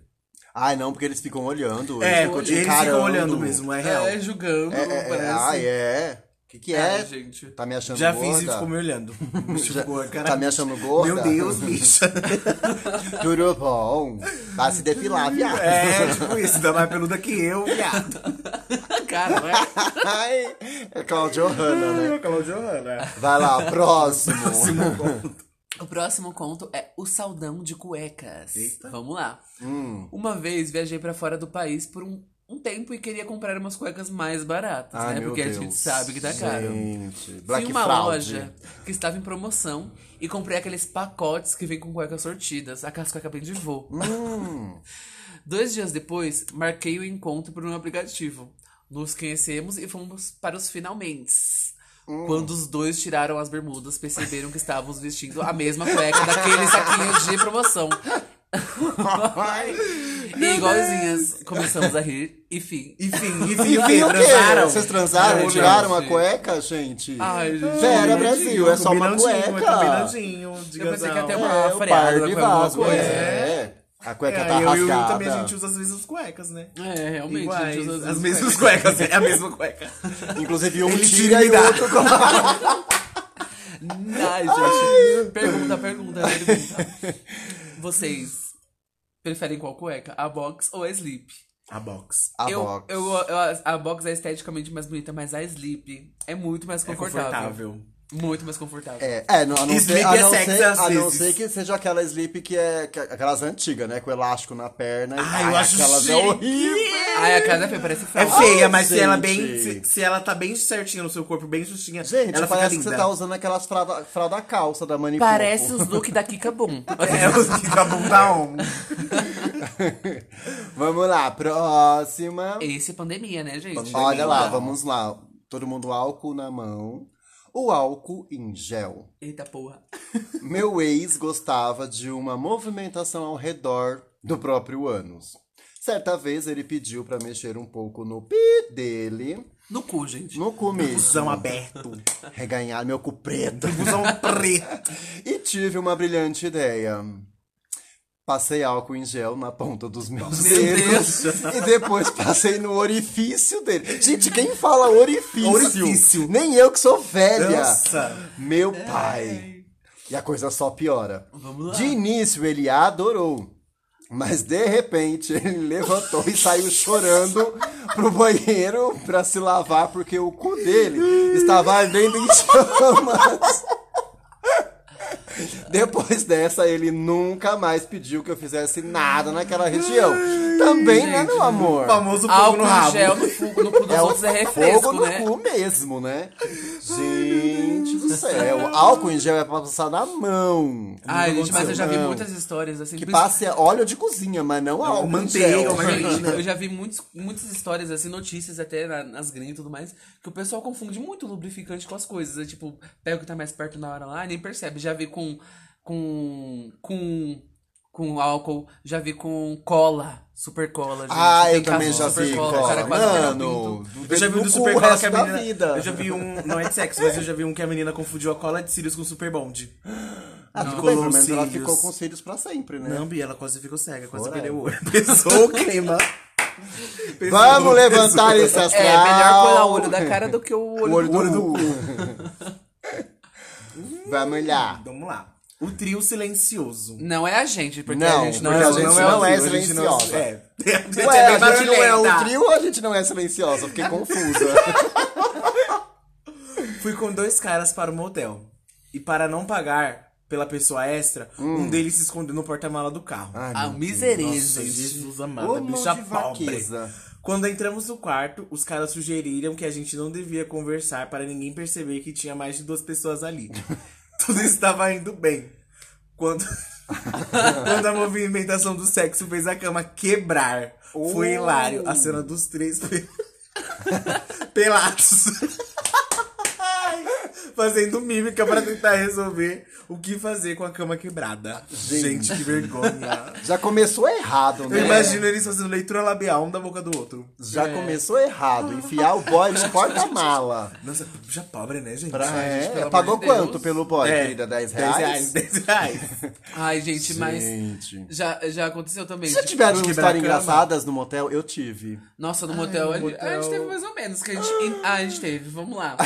C: Ai, não, porque eles ficam olhando. Eles
B: É,
C: ficam
B: eles
C: te
B: ficam
C: encarando.
B: olhando mesmo, é real.
A: É, julgando,
C: É, é, é,
A: parece.
C: ai, é. O que, que é?
A: Ai, gente.
C: Tá me achando
B: Já
C: gorda?
B: fiz e ficou me olhando. Bicho
C: Já-
B: gordo,
C: Tá me achando gorda?
B: Meu Deus, bicha.
C: Tudo bom? Vai se depilar, viado.
B: É, tipo isso, ainda mais peluda que eu, viado.
A: Cara, vai.
C: Ai, é Claudio Hanna, né?
B: Cláudio Hanna.
C: Vai lá, próximo.
A: O próximo conto é O Saldão de Cuecas.
B: Eita.
A: Vamos lá.
C: Hum.
A: Uma vez viajei pra fora do país por um, um tempo e queria comprar umas cuecas mais baratas,
C: Ai,
A: né?
C: meu
A: Porque
C: Deus.
A: a gente sabe que tá caro.
C: Gente,
A: Fui
C: Black
A: em uma
C: Fraud.
A: loja que estava em promoção e comprei aqueles pacotes que vem com cuecas sortidas, a casca bem de vô.
C: Hum.
A: Dois dias depois, marquei o encontro por um aplicativo. Nos conhecemos e fomos para os finalmente. Quando os dois tiraram as bermudas, perceberam que estávamos vestindo a mesma cueca daquele saquinho de promoção. e igualzinhas, começamos a rir, e fim.
B: Enfim,
C: E
B: enfim,
C: vi o quê?
B: transaram.
C: Vocês transaram?
A: Não,
C: tiraram a
A: gente.
C: cueca, gente?
A: Ai, gente.
C: Pera,
A: combinadinho,
C: Brasil, é só uma
B: um Combinandinho,
C: cueca.
B: Combinandinho, de
A: Eu pensei que ia ter
B: casal.
A: uma
C: É, o
A: freada
C: par
A: com
C: de
A: alguma
C: vaso.
A: coisa.
C: É. A cueca
B: É,
C: tá
B: eu e o Will
C: rasgada.
B: também, a gente usa às vezes as cuecas, né?
A: É, realmente, a
B: Iguais,
A: gente usa
B: as mesmas cuecas, é a mesma cueca.
C: Inclusive, um
B: Ele
C: tira
B: tira e
C: e o
B: dá.
C: outro coloca.
A: Ai, gente. Pergunta, pergunta, pergunta. Vocês preferem qual cueca? A box ou a sleep?
B: A box.
C: A
A: eu,
C: box.
A: eu- eu- a- a box é esteticamente mais bonita, mas a sleep é muito mais
B: É
A: confortável.
B: confortável.
A: Muito mais confortável.
C: É, é, não, a não ser,
B: Sleep
C: a
B: é
C: não,
B: sexy
C: ser,
B: às
C: a não
B: vezes.
C: ser que seja aquela sleep que é que- aquelas antigas, né? Com elástico na perna. e-
B: Ai, eu acho
C: aquelas é
B: chique.
C: horrível.
A: Ai, a casa é feia, parece
B: É
A: fralda.
B: feia,
C: Ai,
B: mas se ela, bem, se,
C: Tá gente.
B: se ela tá bem certinha no seu corpo, bem justinha,
C: Gente,
B: ela fica
C: parece que
B: linda.
C: você tá usando aquelas fralda, fralda calça da Manipur.
A: Parece os look da Kika Boom.
B: É, os que tá bom da onda.
C: Vamos lá, próxima.
A: Esse é pandemia, né, gente?
C: Olha lá, vamos lá. Todo mundo álcool na mão. O álcool em gel.
A: Eita porra.
C: Meu ex gostava de uma movimentação ao redor do próprio ânus. Certa vez ele pediu pra mexer um pouco no pi dele,
A: No cu, gente.
C: no cu
B: Busão
C: mesmo,
B: aberto.
C: reganhar meu cu preto.
B: Busão preto.
C: E tive uma brilhante ideia. Passei álcool em gel na ponta dos meus dedos e depois passei no orifício dele. Gente, quem fala orifício?
B: Orifício.
C: Nem eu que sou velha.
B: Nossa.
C: Meu pai. E a coisa só piora.
A: É. Vamos lá.
C: De início ele adorou, mas de repente ele levantou e saiu chorando pro banheiro pra se lavar porque o cu dele estava ardendo em chamas. Depois dessa, ele nunca mais pediu que eu fizesse nada naquela região. Também, né, meu amor?
B: O famoso fogo no
A: Álcool em
B: rabo.
A: gel no, cu, no cu dos
C: É o
A: outros é refresco,
C: fogo no
A: né?
C: cu mesmo, né? Gente do céu. Álcool em gel é pra passar na mão.
A: Ai,
C: Não
A: gente, mas eu já vi
C: não.
A: muitas histórias assim.
C: Que
A: principalmente-
C: passe é óleo de cozinha, mas não é álcool
B: manteiga,
C: em gel.
B: uma
A: Gente,
C: né?
A: eu já vi muitos, muitas histórias, assim, notícias até na- nas gringas e tudo mais, que o pessoal confunde muito o lubrificante com as coisas. É, tipo, pega o que tá mais perto na hora lá e nem percebe. Já vi com. com. com. com álcool, já vi com cola, super cola, gente.
C: Ah,
A: Tem
C: eu também
A: casos de
C: já
A: super
C: vi
A: cola, o
C: cola.
A: cara quase perdeu o
C: Mano,
A: pinto.
B: Eu já vi um
C: no
B: do
C: cu
B: Super
C: o
B: Cola
C: resto
B: que a
C: da
B: menina.
C: vida.
B: Eu já vi um. Não é de sexo, mas eu já vi um que a menina confundiu a cola de cílios com Super Bond.
C: Ah,
B: Não.
C: tudo
B: Colou
C: bem, pelo
B: os
C: menos ela
B: cílios.
C: ficou com os cílios pra sempre, né?
B: Não, Bia, ela quase ficou cega, quase
C: Ora.
B: perdeu o olho. Pesou o clima. Pesou,
C: Vamos
B: pesou.
C: levantar esse astral.
A: É, melhor colar o olho da cara do que o
C: O
A: olho do
C: olho do cu. Vamos lá.
B: Vamos lá. O trio silencioso.
A: Não é a gente, porque
C: Não,
A: a gente não
C: porque
A: é
C: a
A: o-
C: gente
A: não é
C: não
A: o-
C: é
B: trio, a gente não-
C: silenciosa.
B: É. Você
C: Ué,
B: é
C: a gente não é
B: barulhenta.
C: o trio ou a gente não é silenciosa? Fiquei confusa.
B: Fui com dois caras para o motel. E para não pagar pela pessoa extra, um deles se escondeu no porta-mala do carro.
A: Ah, misereza.
B: Nossa, Jesus amado,
C: Ô, mão
B: bicha
C: de
B: pobre.
C: vaqueza.
B: Quando entramos no quarto, os caras sugeriram que a gente não devia conversar para ninguém perceber que tinha mais de duas pessoas ali. Tudo estava indo bem. Quando, quando a movimentação do sexo fez a cama quebrar.
C: Oh.
B: Foi hilário. A cena dos três pe- pelados. Ai, Fazendo mímica para tentar resolver o que fazer com a cama quebrada. Gente, que vergonha.
C: Já começou errado, né?
B: Eu imagino eles fazendo leitura labial um da boca do outro.
C: Já começou errado. Enfiar o boy no porta-mala.
B: Nossa, já pobre, né, gente?
C: Pra-
B: Ai,
C: é,
B: gente, pelo
C: pagou
A: amor de Deus.
C: quanto pelo boy,
B: É,
C: querida? 10
B: 10
C: reais?
B: reais, 10 reais.
A: Ai, gente, mas
C: Gente.
A: já, já aconteceu também.
C: Já
A: de-
C: tiveram
B: de quebrar a
C: histórias
B: cama?
C: engraçadas no motel? Eu tive.
A: Nossa, no motel,
B: no
A: a, gente, a gente
B: motel.
A: teve mais ou menos. Que a, gente, ah, a gente teve, vamos lá.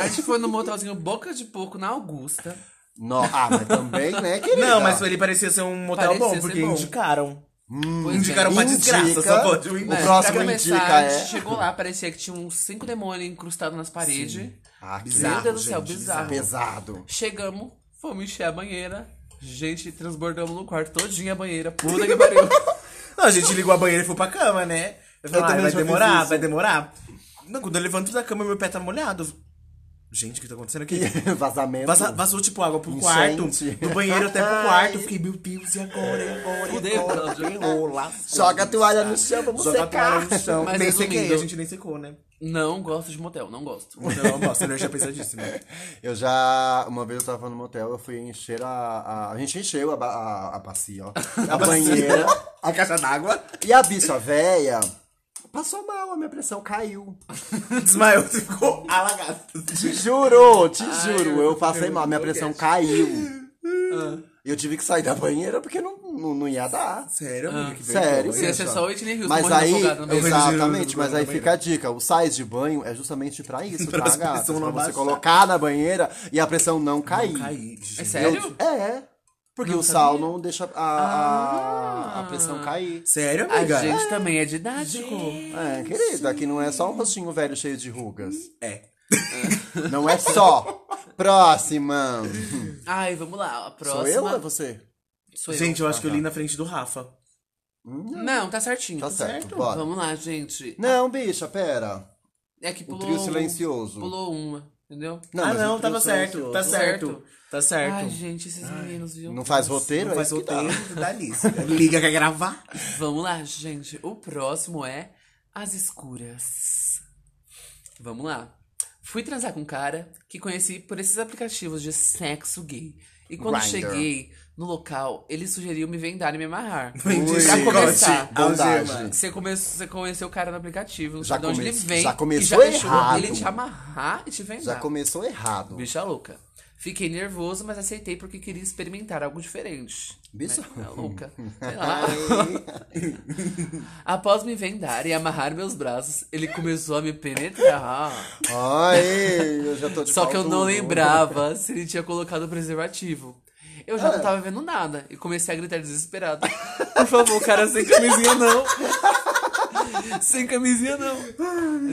A: A gente foi no motelzinho Boca de Porco, na Augusta.
C: No... Ah, mas também, né, querida?
B: Não, mas ele parecia ser um motel
A: Parecia
B: bom,
A: ser
B: porque
A: bom.
B: indicaram. é.
A: Pois
B: indicaram pra desgraça, só pode um
C: o
B: indica.
C: próximo
A: né? pra começar,
C: indica
A: a
C: é...
A: gente chegou lá, parecia que tinha uns cinco demônios encrustados nas paredes.
C: Ah, que
A: Meu Deus do
B: Bizarro,
A: céu,
B: gente,
A: bizarro.
C: pesado.
A: Chegamos, fomos encher a banheira. Gente, transbordamos no quarto todinha a banheira. Puta que pariu.
B: Não, a gente ligou a banheira e foi pra cama, né? Eu falei,
C: Eu
B: ah,
C: também
B: vai
C: já fiz
B: demorar,
C: isso.
B: vai demorar. Não, quando eu levanto da cama, meu pé tá molhado. Gente, o que tá acontecendo aqui?
C: E vazamento.
B: Vaza- vazou, tipo, água pro
C: Enchente.
B: quarto, do banheiro até pro
C: Ai.
B: quarto. Eu Fiquei, meu Deus, e agora? E agora? E
A: Fudeu,
B: agora?
A: Cláudia.
B: Ferrou, lascou.
C: Joga a toalha no chão, vamos
B: Joga a
C: secar.
B: toalha no chão.
A: Mas
B: nem
A: resumindo-
B: sequei, a gente nem secou, né?
A: Não gosto de motel, não gosto.
B: Não, nossa, energia pesadíssima.
C: Eu já, uma vez eu tava no motel, eu fui encher a. A, a gente encheu a, ba- a, a bacia, ó. A banheira.
B: A caixa d'água
C: E a bicha véia passou mal, a minha pressão caiu.
B: desmaiou, ficou alagada.
C: Te juro, te juro.
A: eu-
C: Eu passei
A: eu-
C: mal, minha
A: eu
C: pressão
A: quero.
C: caiu. Eu tive que sair da banheira porque não, não, não ia dar.
B: Sério, amiga? Que
C: Sério.
A: Você ia ser só o Whitney Houston
C: Mas
A: morrendo
C: aí,
A: afogado no meio.
B: vejo
C: exatamente,
B: giro
C: mas
B: na
C: aí
B: banheira.
C: fica a dica. Os sais de banho é justamente pra isso,
B: Pra
C: tá,
B: as
C: gata?
B: pressão
C: Pra
B: não
C: você
B: abaixar.
C: colocar na banheira e a pressão não cair.
B: Caí.
A: É sério?
C: Eu- é, é. Porque o sal não Ah. deixa a, a, a pressão cair.
B: Sério,
A: A
B: amiga?
A: gente também é didático.
C: É, querida, aqui não é só um rostinho velho cheio de rugas.
B: É.
C: Não é só. Próxima.
A: Ai, vamos lá. A próxima.
C: Sou eu ou é você?
A: Sou eu.
B: Gente, eu acho que eu li na frente do Rafa.
A: Não, tá certinho.
C: Tá certo, bora.
A: Vamos lá, gente.
C: Não, bicha, pera.
A: É que
C: O
A: pulou.
C: trio silencioso.
A: Pulou uma, entendeu?
B: ah,
C: mas o
B: não,
C: trio
B: tava certo.
C: silencioso-
B: Tá
A: Certo.
B: certo. Tá certo.
A: Ai, gente, esses meninos, viu?
C: Não faz roteiro?
B: Não faz
C: é isso que dá.
B: roteiro, dá lista. Liga, quer gravar?
A: Vamos lá, gente. O próximo é As Escuras. Vamos lá. Fui transar com um cara que conheci por esses aplicativos de sexo gay. E quando
C: Grindr.
A: cheguei no local, ele sugeriu me vendar e me amarrar.
C: Ui,
A: pra começar.
B: chicote, algema.
C: Bondade.
A: Você, come... você conheceu o cara no aplicativo, não
C: Já
A: sabe de onde ele
C: come-
A: vem.
C: já começou
A: e já deixou
C: errado.
A: ele te amarrar e te vendar.
C: Já começou errado.
A: Tá. Bicha louca. Fiquei nervoso, mas aceitei porque queria experimentar algo diferente.
C: Bicha.
A: Né? É louca. Sei lá. Após me vendar e amarrar meus braços, ele começou a me penetrar.
C: Ai, eu já tô de
A: Só
C: pau
A: que eu não
C: duro.
A: lembrava se ele tinha colocado preservativo. Eu
C: Ah.
A: já não tava vendo nada e comecei a gritar desesperado. Por favor, cara, sem camisinha não. Sem camisinha não.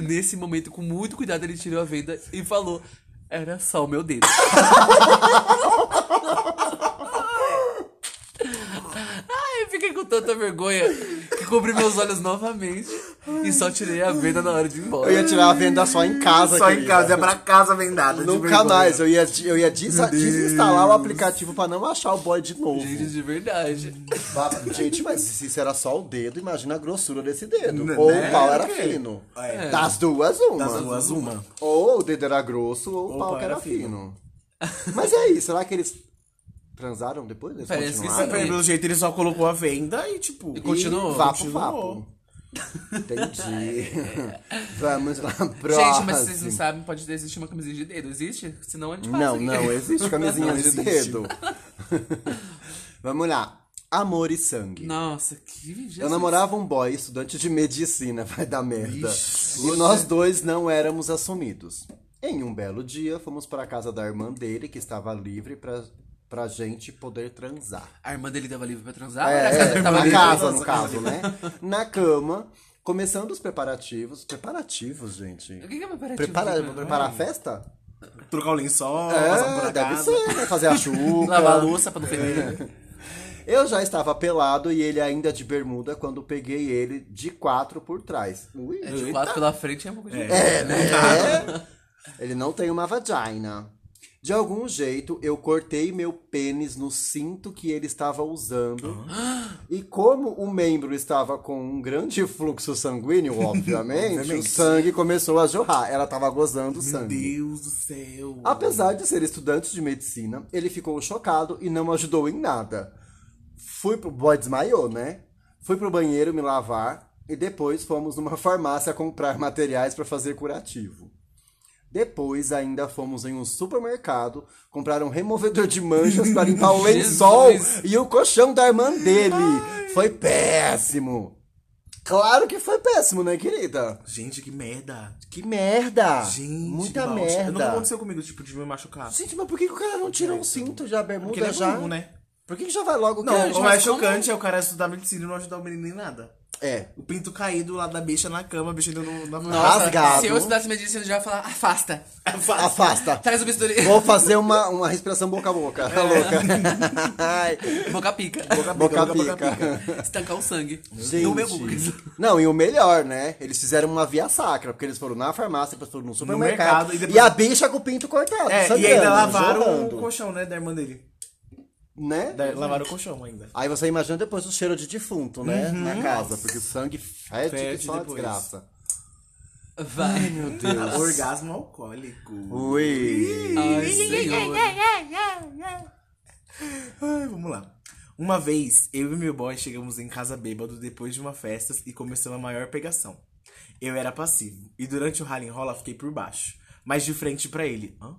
A: Nesse momento, com muito cuidado, ele tirou a venda e falou: era só o meu dedo. Ai, eu fiquei com tanta vergonha que cobri meus olhos novamente e só tirei a venda na hora de ir embora.
C: Eu ia tirar a venda só em casa,
B: Só em
C: querida.
B: casa, é pra casa vendada. de
C: Nunca
B: vergonha.
C: mais. Eu ia, eu ia desa-
B: Deus.
C: desinstalar o aplicativo pra não achar o boy de novo.
A: Gente, de verdade.
C: Baba- Gente, mas se isso era só o dedo, imagina a grossura desse dedo.
B: Né?
C: Ou o pau era
B: Ok.
C: fino.
B: É.
C: Das duas, uma.
B: Das duas, uma.
C: Ou o dedo era grosso, ou o pau que era fino. Mas é isso, será que eles transaram depois? Eles
A: Parece que
C: continuaram?
A: sim.
B: Pelo jeito, ele só colocou a venda e, tipo...
A: E continuou.
C: E Vapo,
B: Continuou.
C: vapo. Entendi. Vamos lá, próximo.
A: É. Gente, mas vocês não sabem, pode existir uma camisinha de dedo. Existe? Senão a gente passa
C: Não,
A: aqui.
C: não, é- existe camisinha
B: Não
C: de
B: existe.
C: dedo. Vamos lá. Amor e sangue.
A: Nossa, que vigia.
C: Eu namorava um boy estudante de medicina, vai dar merda. E nós dois não éramos assumidos. Em um belo dia, fomos para a casa da irmã dele, que estava livre para pra gente poder transar.
A: A irmã dele tava livre pra
B: Ah,
A: transar?
C: É,
A: Era a casa dele
C: é,
A: tava
C: na
A: livre?
C: casa,
B: Nossa,
C: no caso, né? Na cama, começando os preparativos. Preparativos, gente?
A: O que que é preparativo?
C: Prepara,
A: Tipo,
C: preparar a festa?
B: Trocar o lençol, né? passar por
C: É,
B: a
C: deve
B: casa.
C: ser, né? Fazer a chuva.
A: Lavar a louça pra não
C: É.
A: feder.
C: Eu já estava pelado e ele ainda de bermuda quando peguei ele de quatro por trás. Ui,
A: É, de quatro pela frente é um pouco de...
C: É, né? Ele não tem uma vagina. De algum jeito, eu cortei meu pênis no cinto que ele estava usando.
A: Ah.
C: E como o membro estava com um grande fluxo sanguíneo, obviamente, o
B: Obviamente.
C: sangue começou a jorrar. Ela estava gozando o
B: Meu
C: sangue.
B: Deus do céu.
C: Apesar de ser estudante de medicina, ele ficou chocado e não ajudou em nada. Fui pro boy desmaiou, né? Fui pro banheiro me lavar e depois fomos numa farmácia comprar materiais para fazer curativo. Depois ainda fomos em um supermercado comprar um removedor de manchas para limpar o lençol
A: Jesus.
C: e o colchão da irmã dele. Foi péssimo. Claro que foi péssimo, né, querida?
B: Gente, que merda.
C: Que merda!
B: Gente,
C: Ah, muita
B: nossa.
C: merda.
B: Nunca aconteceu comigo, tipo, de me machucar.
C: Gente, mas por que, que o cara não tira um cinto já, a bermuda
B: Porque ele é
C: já?
B: burro, né?
C: Por que, que já vai logo
B: Não,
C: que
B: o mais chocante é o cara estudar medicina e não ajudar o menino em nada.
C: É.
B: O pinto caído lá da bicha na cama, a bicha ainda não... Na...
C: Nossa. Rasgado.
A: Se eu estudasse medicina, eu já ia falar, afasta.
C: Afasta.
A: Traz o bisturi.
C: Vou fazer uma, uma respiração boca a boca. Tá louca? Ai,
A: Boca pica.
C: boca
B: É. boca, boca,
C: pica.
A: Estancar o sangue.
C: Gente.
A: No meu buco.
C: Não, e o melhor, né? Eles fizeram uma via sacra, porque eles foram na farmácia, depois foram no supermercado.
B: mercado, e
C: e,
B: depois-
C: a bicha com o pinto cortado.
B: É,
C: sangrando,
B: e ainda lavaram
C: jorrando,
B: o colchão, né, da irmã dele.
C: Né?
B: Da- lavaram o colchão ainda.
C: Aí você imagina depois o cheiro de defunto, né? Na casa, porque o sangue fede,
B: Uhum. Fede
C: que só uma
B: depois.
C: desgraça.
A: Vai.
C: Meu Deus.
B: Orgasmo alcoólico.
C: Ui.
A: Ai, senhor.
B: Ai, vamos lá. Uma vez, eu e meu boy chegamos em casa bêbado depois de uma festa e começou a maior pegação. Eu era passivo e durante o rally rola fiquei por baixo, mas de frente pra ele. Hã?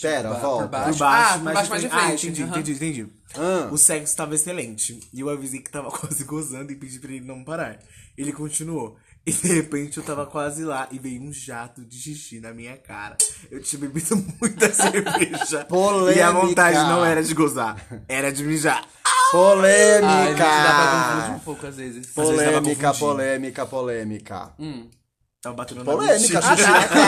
C: Pera,
A: Por
C: volta.
A: baixo.
B: Por baixo,
A: Ah, por
B: mas
A: baixo, mas de
B: Ah,
A: frente.
B: entendi,
A: Aham.
B: entendi, entendi.
C: Ah.
B: O sexo estava excelente e eu avisei que tava quase gozando e pedi pra ele não parar. Ele continuou. E de repente eu tava quase lá e veio um jato de xixi na minha cara. Eu tinha bebido muita cerveja. E
C: Polêmica.
B: a vontade não era de gozar, era de mijar.
A: Ai, gente, dá pra confundir um
C: Polêmica!
A: pouco às vezes.
B: vezes dá pra
C: Polêmica,
B: confundir.
C: polêmica, polêmica.
A: Hum,
B: Tava batendo na
C: Polêmica, Ah,
B: bochecha.
C: xixi
A: Ah, tá.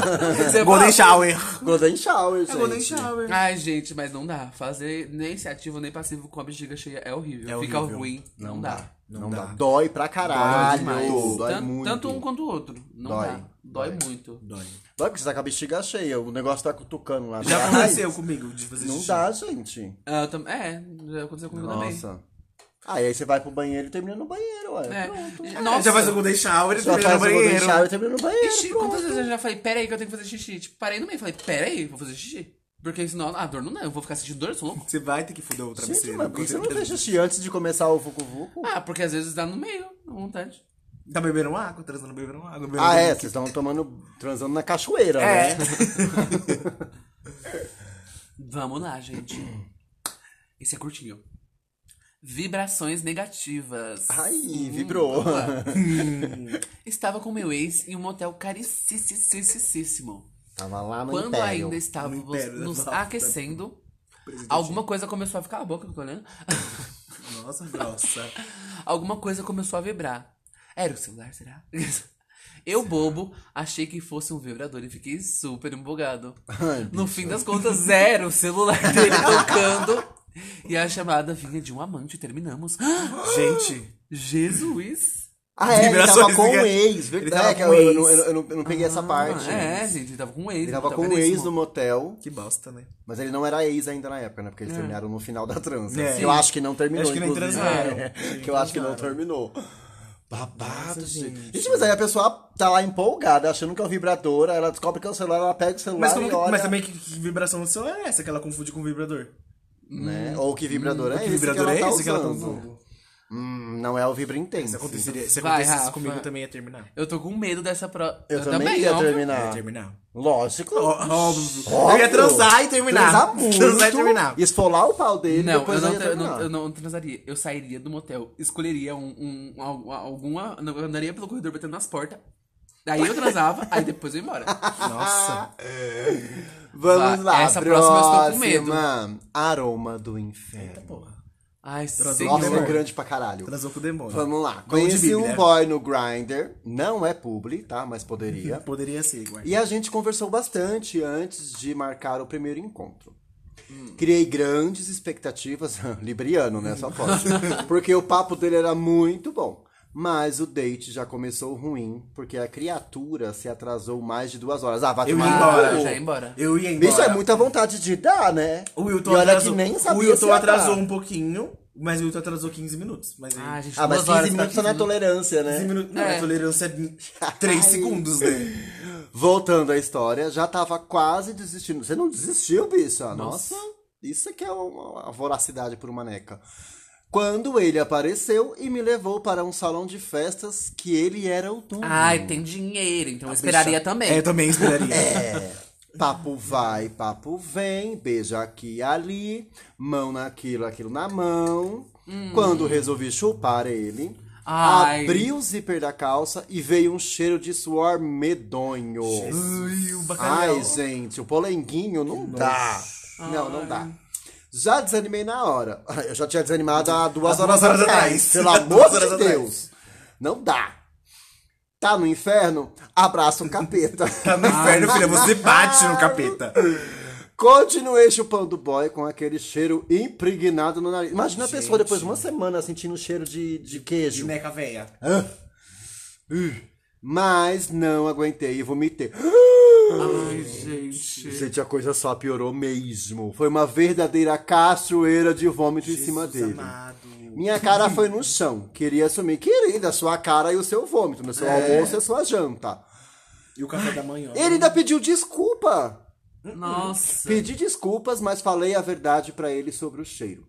C: na cara.
A: Você fala-
B: Golden Shower.
C: Golden Shower, gente.
B: É Golden Shower.
A: Ai, gente, mas não dá. Fazer nem se ativo nem passivo com a bexiga cheia é horrível.
B: É
A: Fica
B: horrível.
A: ruim. Não, dá.
C: Não, dá. Dói pra
A: Dói
C: caralho.
A: demais.
C: Dói,
A: Tan-
C: muito.
A: Tanto um quanto o outro. Não
C: Dói.
A: dá. Dói, muito.
B: Dói.
C: Dói porque você tá com a bexiga cheia, o negócio tá cutucando lá.
B: Já
C: Ai,
B: aconteceu comigo de fazer
C: Não
B: xixi.
C: dá, gente.
A: Ah, eu tam- É, já aconteceu comigo
C: Nossa. Ah, e aí você vai pro banheiro e termina no banheiro, ué.
A: também. É.
C: Pronto.
A: Nossa.
B: Já faz o Golden Shower,
C: Já
B: já
C: faz
B: no
C: o Golden
B: banheiro.
C: Shower e termina no banheiro.
A: Ixi,
C: pronto.
A: quantas vezes eu já falei, pera aí que eu tenho que fazer xixi? Tipo, parei no meio e falei, pera aí, vou fazer xixi. Porque senão, ah, dor não dá, eu vou ficar sentindo dor, eu sou louco.
B: Você vai ter que foder o
C: Gente,
B: travesseiro.
C: mas por que você não fez xixi antes de começar o Vucu Vucu?
A: Ah, porque às vezes dá no meio, à vontade.
B: Tá bebendo água, transando, bebendo água. Bebendo
C: Ah, é,
B: água.
C: vocês estão tomando, transando na cachoeira,
B: É.
C: né?
A: Vamos lá, gente. Esse é curtinho. Vibrações negativas.
C: Ai, vibrou.
A: Estava com meu ex em um motel caricíssimo.
C: Tava lá no
A: Quando
C: Um império.
A: ainda estávamos
B: No império da
A: nos
B: nossa-
A: aquecendo,
B: Presidente.
A: alguma coisa começou a ficar a boca, eu tô olhando.
B: Nossa, grossa.
A: Alguma coisa começou a vibrar. Era o celular, será? Eu, bobo, achei que fosse um vibrador e fiquei super empolgado. no fim das contas, era o celular dele tocando. E a chamada vinha de um amante, terminamos.
B: Gente,
A: Jesus!
C: Ah, é, ele
B: Vibrações
C: tava com o
B: ligadas.
C: ex,
B: Ele
C: verdade.
B: tava
C: É, que
B: com
C: eu, eu
B: o
C: não,
B: ex. Ah,
C: eu, não- eu não peguei essa parte.
A: é, gente, ele tava com um ex.
C: Ele tava
A: então,
C: com o
A: beleza,
C: ex no
A: mano.
C: motel,
B: que bosta, né?
C: mas ele não era ex ainda na época, né? Porque eles terminaram no final da transa.
B: É.
C: Que Eu acho que não terminou,
B: Acho que nem
C: inclusive.
B: transaram.
C: É,
B: Sim,
C: que eu acho que não
B: transaram.
C: terminou. Babado,
B: Nossa,
C: gente.
B: gente.
C: Gente, mas aí a pessoa tá lá empolgada, achando que é o vibrador, aí ela descobre que é o celular, ela pega o celular
B: Mas, como
C: e
B: que-
C: olha...
B: mas também que, que vibração do celular é essa que ela confunde com vibrador?
C: né? Ou que vibrador é
B: que
C: esse
B: vibrador
C: que ela
B: é
C: tá
B: esse que ela tá
C: usando?
B: usando?
C: Hum, não é o Vibra Intense.
B: Se aconteceria, se
A: Vai,
B: acontecesse
A: Rafa.
B: comigo, eu também ia terminar.
A: Eu tô com medo dessa pro...
C: Eu, também, É, tipo, ia
A: óbvio.
B: Eu ia
C: terminar.
B: terminar.
C: Lógico.
B: Óbvio. Eu
C: Óbvio.
B: ia transar e terminar.
C: Transar muito.
B: Transar e terminar.
C: Esfolar o pau dele
A: Não, eu
C: depois
A: não,
C: ia
A: tra- eu,
C: terminar.
A: não, eu não transaria. Eu sairia do motel, escolheria um, um- al- alguma. não, Eu andaria pelo corredor batendo nas portas. Daí eu transava, aí depois eu ia embora.
B: Nossa.
C: Vamos lá,
A: Essa próxima eu estou com medo.
C: próxima. Aroma do Inferno.
A: Ai,
B: Transou
A: senhor.
C: Nossa,
B: Demônio.
C: é grande pra caralho.
B: Transou com o demônio.
C: Vamos lá.
B: Vamos de
C: Conheci um
B: Bíblia.
C: boy no Grindr. Não é publi, tá? Mas poderia.
B: Poderia ser, guarda.
C: E a gente conversou bastante antes de marcar o primeiro encontro. Criei grandes expectativas, libriano, né? Só pode. porque o papo dele era muito bom. Mas o date já começou ruim, porque a criatura se atrasou mais de duas horas. Ah, vai
B: Eu ia
C: tomar no
B: embora.
C: cu.
A: já ia embora.
B: Eu ia embora.
C: Isso é muita vontade de dar, né?
B: O Wilton
C: e olha
B: atrasou.
C: que nem sabia
B: o Wilton
C: se ia dar.
B: atrasou um pouquinho, mas o Wilton atrasou 15 minutos. Mas aí...
A: Ah, gente,
C: Ah, mas
A: duas horas
C: 15
A: pra
C: minutos tá na
A: 15
C: tolerância, né?
B: 15 minutos. Não,
A: É.
B: a tolerância é 3
C: Ai.
B: segundos, né?
C: Voltando à história, já tava quase desistindo. Você não desistiu, bicha? Nossa. Isso é que é uma, uma voracidade por maneca. Quando ele apareceu e me levou para um salão de festas que ele era o dono.
A: Ai, tem dinheiro,
C: Tá
A: então eu esperaria também.
B: É, eu também esperaria.
C: É. Papo vai, papo vem, beija aqui e ali, mão naquilo, aquilo na mão. Quando resolvi chupar ele,
A: Ai.
C: abri o zíper da calça e veio um cheiro de suor medonho.
B: Ui, o bacalhau.
C: Ai, gente, o polenguinho não dá. Não, não dá. Já desanimei na hora. Eu já tinha desanimado há duas
B: Há
C: horas,
B: duas horas atrás.
C: Pelo
B: Há
C: amor
B: duas
C: de
B: horas atrás.
C: Deus. Não dá. Tá no inferno? Abraça o capeta.
B: Tá no inferno, filha. Você bate no capeta.
C: Continuei chupando o boy com aquele cheiro impregnado no nariz. Imagina a pessoa depois de uma semana sentindo o cheiro de, de queijo.
B: Gineca véia.
C: Mas não aguentei e vomitei.
A: Ai,
C: é.
A: gente.
C: Gente, a coisa só piorou mesmo. Foi uma verdadeira cachoeira de vômito em cima dele. Minha cara foi no chão. Queria assumir. Querida, sua cara e o seu vômito, no
B: É.
C: seu almoço e a sua janta.
B: E o café da manhã.
C: Ele ainda pediu desculpa.
A: Nossa.
C: Pedi desculpas, mas falei a verdade pra ele sobre o cheiro.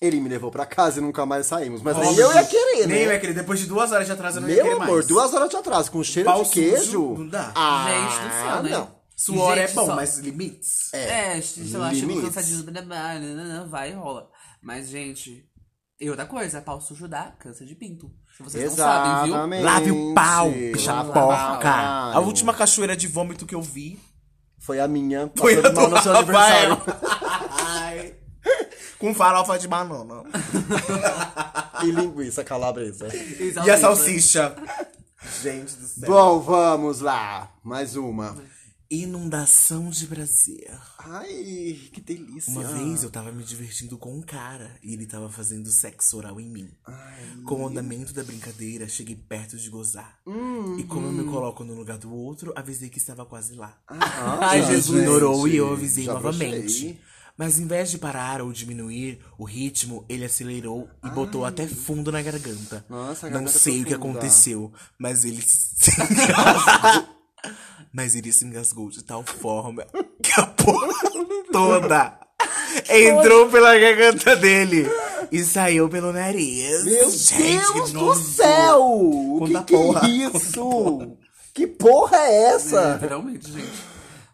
C: Ele me levou pra casa e nunca mais saímos. Mas nem
B: Óbvio.
C: eu ia querer, né?
B: Nem eu ia querer. Depois de duas horas de atraso, eu não ia
C: Meu
B: querer
C: amor,
B: mais.
C: duas horas de atraso, com cheiro
B: Pau
C: de
B: sujo,
C: queijo.
B: não dá.
C: Ah,
A: Gente do céu, né?
C: não.
B: Suor é
A: Gente,
B: bom,
A: só-
B: mas limites.
A: É, sei lá, chegou
C: limites.
A: cansadinho do trabalho, não, não, não, vai e rola. Mas, gente, e outra coisa, pau sujo dá câncer de pinto. Vocês não sabem, viu?
C: Exatamente.
B: Lave o pau, bicha
A: Lave o
B: porca.
C: pau.
B: A última cachoeira de vômito que eu vi
C: Foi a minha.
B: foi a
C: passando mal no
B: do
C: seu
B: Rafael.
C: aniversário.
B: Ai. Com farofa de banana.
C: e linguiça calabresa.
B: E a salsicha. Gente do céu.
C: Bom, vamos lá. Mais uma.
B: Inundação de prazer.
C: Ai, que delícia.
B: Uma vez eu tava me divertindo com um cara e ele tava fazendo sexo oral em mim. Com o andamento da brincadeira, cheguei perto de gozar. e como eu me coloco no lugar do outro, avisei que estava quase lá.
C: Ai,
B: Ele
C: Jesus.
B: ignorou e eu avisei
C: Ah, Já
B: novamente.
C: brochei.
B: Mas em vez de parar ou diminuir o ritmo, ele acelerou e botou até fundo na garganta.
C: Nossa, a
B: Não
C: garganta tá
B: sei o que
C: profunda.
B: aconteceu, mas ele se engasgou. mas ele se engasgou de tal forma que a porra toda entrou pela garganta dele e saiu pelo nariz.
C: Meu
B: Gente,
C: Deus
B: que
C: do
B: nojo.
C: céu! O
B: Conta
C: que, que
B: porra.
C: é isso? Que porra é essa?
A: Literalmente, gente.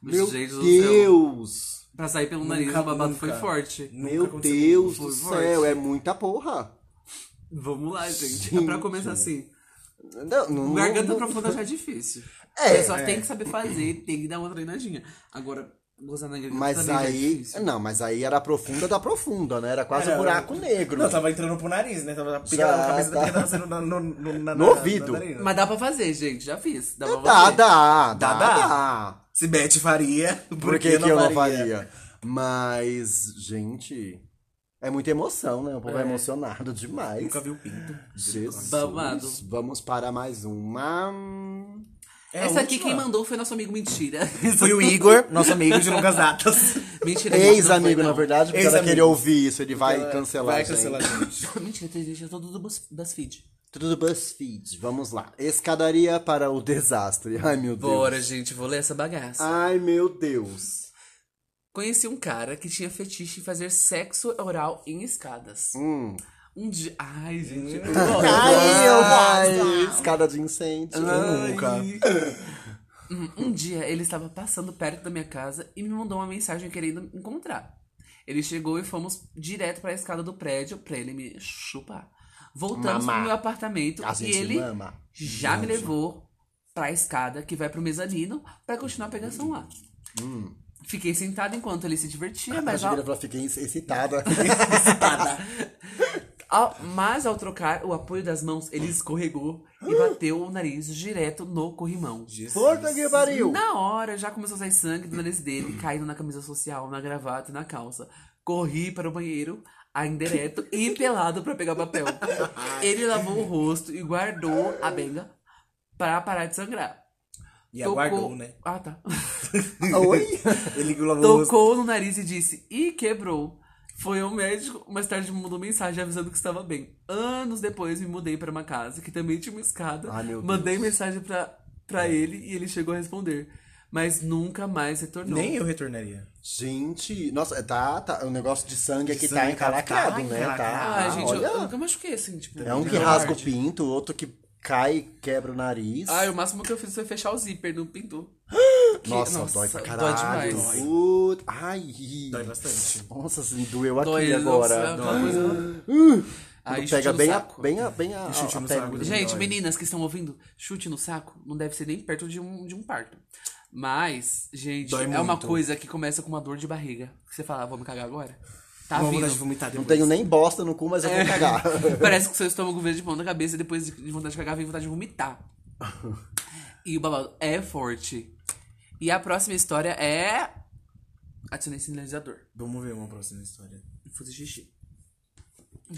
C: Meu
A: gente do céu.
C: Deus!
A: Pra sair pelo nariz,
B: Nunca,
A: o babado
B: nunca.
A: foi forte.
B: Nunca
C: Meu
B: aconteceu
C: Deus
A: comigo,
C: do
A: por favor.
C: céu, é muita porra!
A: Vamos lá, gente. É Pra começar assim.
C: Não, não,
A: Garganta
C: não-
A: profunda já é difícil.
C: É,
A: Você só tem que saber fazer, tem que dar uma treinadinha. Agora, gozar na garganta
C: Mas
A: também já é
C: aí.
A: difícil.
C: Não, mas aí era a profunda da profunda, né? Era quase
B: Era-
C: um buraco negro.
B: Não, tava entrando pro nariz, né? Tava
C: Já,
B: pegando a cabeça
C: tá.
B: da minha tava sendo na, no, no, na,
C: No
B: na-
C: ouvido.
B: na narina.
A: Mas dá pra fazer, gente. Já fiz. Dá pra
C: É, Dá,
A: fazer.
C: dá, dá,
B: dá.
C: dá.
B: Se Beth faria, por,
C: Por que, que eu não faria? Mas, gente, é muita emoção, né? O povo é, emocionado demais.
B: Nunca vi o pinto.
C: Jesus.
A: Babado.
C: Vamos para mais uma.
A: Essa
C: É
A: aqui quem mandou foi nosso amigo Mentira.
B: É Foi o Igor, nosso amigo de longas datas.
A: Mentira, gente, não foi,
C: Ex-amigo,
A: não.
C: na verdade, porque
B: Ex-amigo.
C: ela queria ouvir isso. Ele vai cancelar.
B: Vai
C: gente.
B: cancelar, gente.
A: Mentira, tem gente, eu tô do Buzz- BuzzFeed.
C: Tudo do BuzzFeed. Vamos lá. Escadaria para o desastre. Ai, meu Deus.
A: Bora, gente, vou ler essa bagaça.
C: Ai, meu Deus.
A: Conheci um cara que tinha fetiche em fazer sexo oral em escadas.
C: Hum.
A: Um dia. Ai, gente. eu
C: Ai, Escada de incêndio.
A: Hum, Um dia ele estava passando perto da minha casa e me mandou uma mensagem querendo me encontrar. Ele chegou e fomos direto para a escada do prédio para ele me chupar. Voltamos
C: Mamar.
A: pro meu apartamento
C: A
A: e
C: gente
A: ele
C: ama.
A: já me levou para a escada que vai pro mezanino para continuar a pegação lá. Fiquei sentado enquanto ele se divertia, né, mas
C: Ah, Mas
A: ao,
C: eu fiquei excitada. excitada.
A: ao- mas ao trocar o apoio das mãos, ele escorregou e bateu o nariz direto no corrimão.
C: Puta que pariu.
A: Na hora, já começou a sair sangue do nariz dele, caindo na camisa social, na gravata e na calça. Corri para o banheiro, ainda ereto e pelado para pegar papel. Ele lavou o rosto e guardou a benga para parar de sangrar.
B: E
A: Tocou-
B: aguardou, né?
A: Ah, tá.
C: Oi?
B: Ele que lavou o rosto.
A: Tocou no nariz e disse, e quebrou. Foi ao médico, mais tarde me mandou mensagem avisando que estava bem. Anos depois me mudei para uma casa que também tinha uma escada.
C: Ai, meu É.
A: Mandei mensagem para pra ele e ele chegou a responder. Mas nunca mais retornou.
B: Nem eu retornaria.
C: Gente, nossa, tá, tá. O negócio de sangue aqui tá
B: sangue tá-
C: encalacrado,
B: tá
C: né?
B: encalacrado.
C: Tá.
A: Ah, gente, eu-
C: olha.
A: eu, nunca machuquei, assim, tipo.
C: É um que
A: de
C: rasga o
A: covarde.
C: pinto, outro que cai e quebra o nariz.
A: Ah, o máximo que eu fiz foi fechar o zíper, não pintou. que-
C: nossa,
A: nossa,
C: dói pra
A: dói
C: caralho.
A: demais.
C: Puta- Ai.
B: Dói bastante.
C: Nossa, assim, doeu aqui
A: Dói,
C: agora.
A: nossa, aquela coisa- Aí
C: Quando
A: chute
C: pega
A: no
C: bem a,
A: saco.
C: bem a, bem a,
B: Chute
C: a
B: no
C: pele.
B: saco do-
A: Gente,
B: Dói.
A: meninas que estão ouvindo, chute no saco não deve ser nem perto de um, de um parto. Mas, gente,
B: Dói
A: é uma
B: muito.
A: coisa que começa com uma dor de barriga. Que você fala, ah, vou me cagar agora? Tá
B: Uma vontade de
A: vindo.
B: vomitar
C: Não
B: depois.
C: tenho nem bosta no cu, mas eu vou cagar.
A: Parece que seu estômago veio de pão na cabeça e depois de de vontade de cagar vem vontade de vomitar. E o babado é forte. E a próxima história é. Adicionei sinalizador.
B: Vamos ver uma próxima história.
A: Fazer xixi.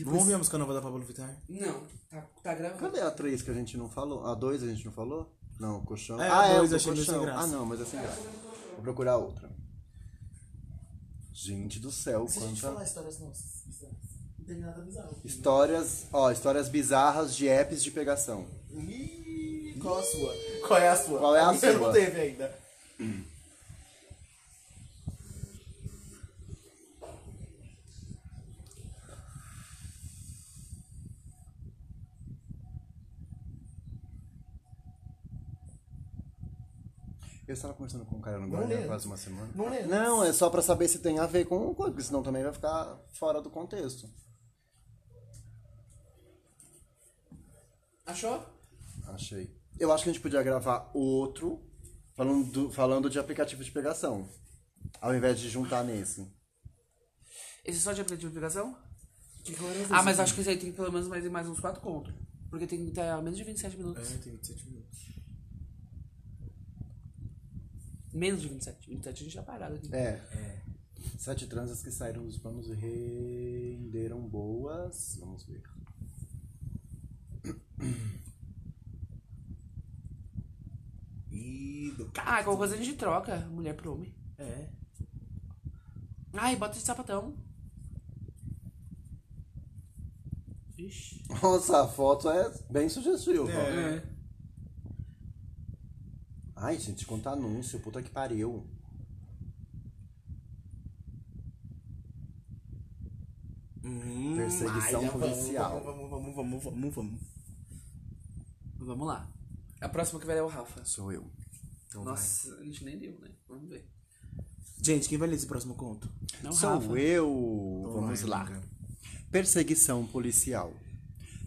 B: Vamos ver a música nova da Pablo Vittar?
A: Não, tá, tá gravando.
C: Cadê a 3 que a gente não falou? A 2 a gente não falou? Não, o colchão.
B: É,
C: ah,
B: a
C: é,
B: dois
C: o
B: eu achei meio sem
C: colchão.
B: graça.
C: Ah, não, mas é sem graça. Vou procurar outra. Gente do céu, quanta...
A: histórias nossas. Não tem nada bizarro.
C: Histórias, ó, histórias bizarras de apps de pegação.
E: Qual a sua? Qual é a sua?
C: Qual é a
E: minha
C: sua?
E: Não teve ainda.
C: Eu estava conversando com um cara no Guarani há
E: lembro.
C: quase uma semana.
E: Não lembro.
C: Não, é só pra saber se tem a ver com o porque senão também vai ficar fora do contexto.
A: Achou?
C: Achei. Eu acho que a gente podia gravar outro falando, do- falando de aplicativo de pegação. Ao invés de juntar nesse.
A: Esse é só de aplicativo de pegação?
B: é
A: Ah, mas acho que esse aí tem pelo menos mais, mais uns 4 contos. Porque tem que ter menos de 27 minutos.
B: É, tem 27 minutos.
A: Menos de 27. 27 a gente já parado aqui.
C: É. Sete transas que saíram dos planos e renderam boas. Vamos ver.
B: Ih, do ca-
A: Ah, qualquer coisa a gente troca. Mulher pro homem.
B: É.
A: Ai, bota de sapatão. Ixi.
C: Nossa, a foto é bem sugestiva.
B: É.
C: Ai, gente, quanto anúncio. Puta que pariu.
B: Hum,
C: Perseguição
E: Ai, já vamos,
C: policial.
E: Vamos, vamos, vamos, vamos, vamos, vamos.
A: Vamos lá. A próxima que vai é o Rafa.
C: Sou eu.
B: Então vai.
A: Nossa, a gente nem deu, né? Vamos ver.
B: Gente, quem vai ler esse próximo conto?
A: Não,
C: Sou
A: É Rafa.
C: eu. Vamos
B: vai,
C: lá.
B: Luca.
C: Perseguição policial.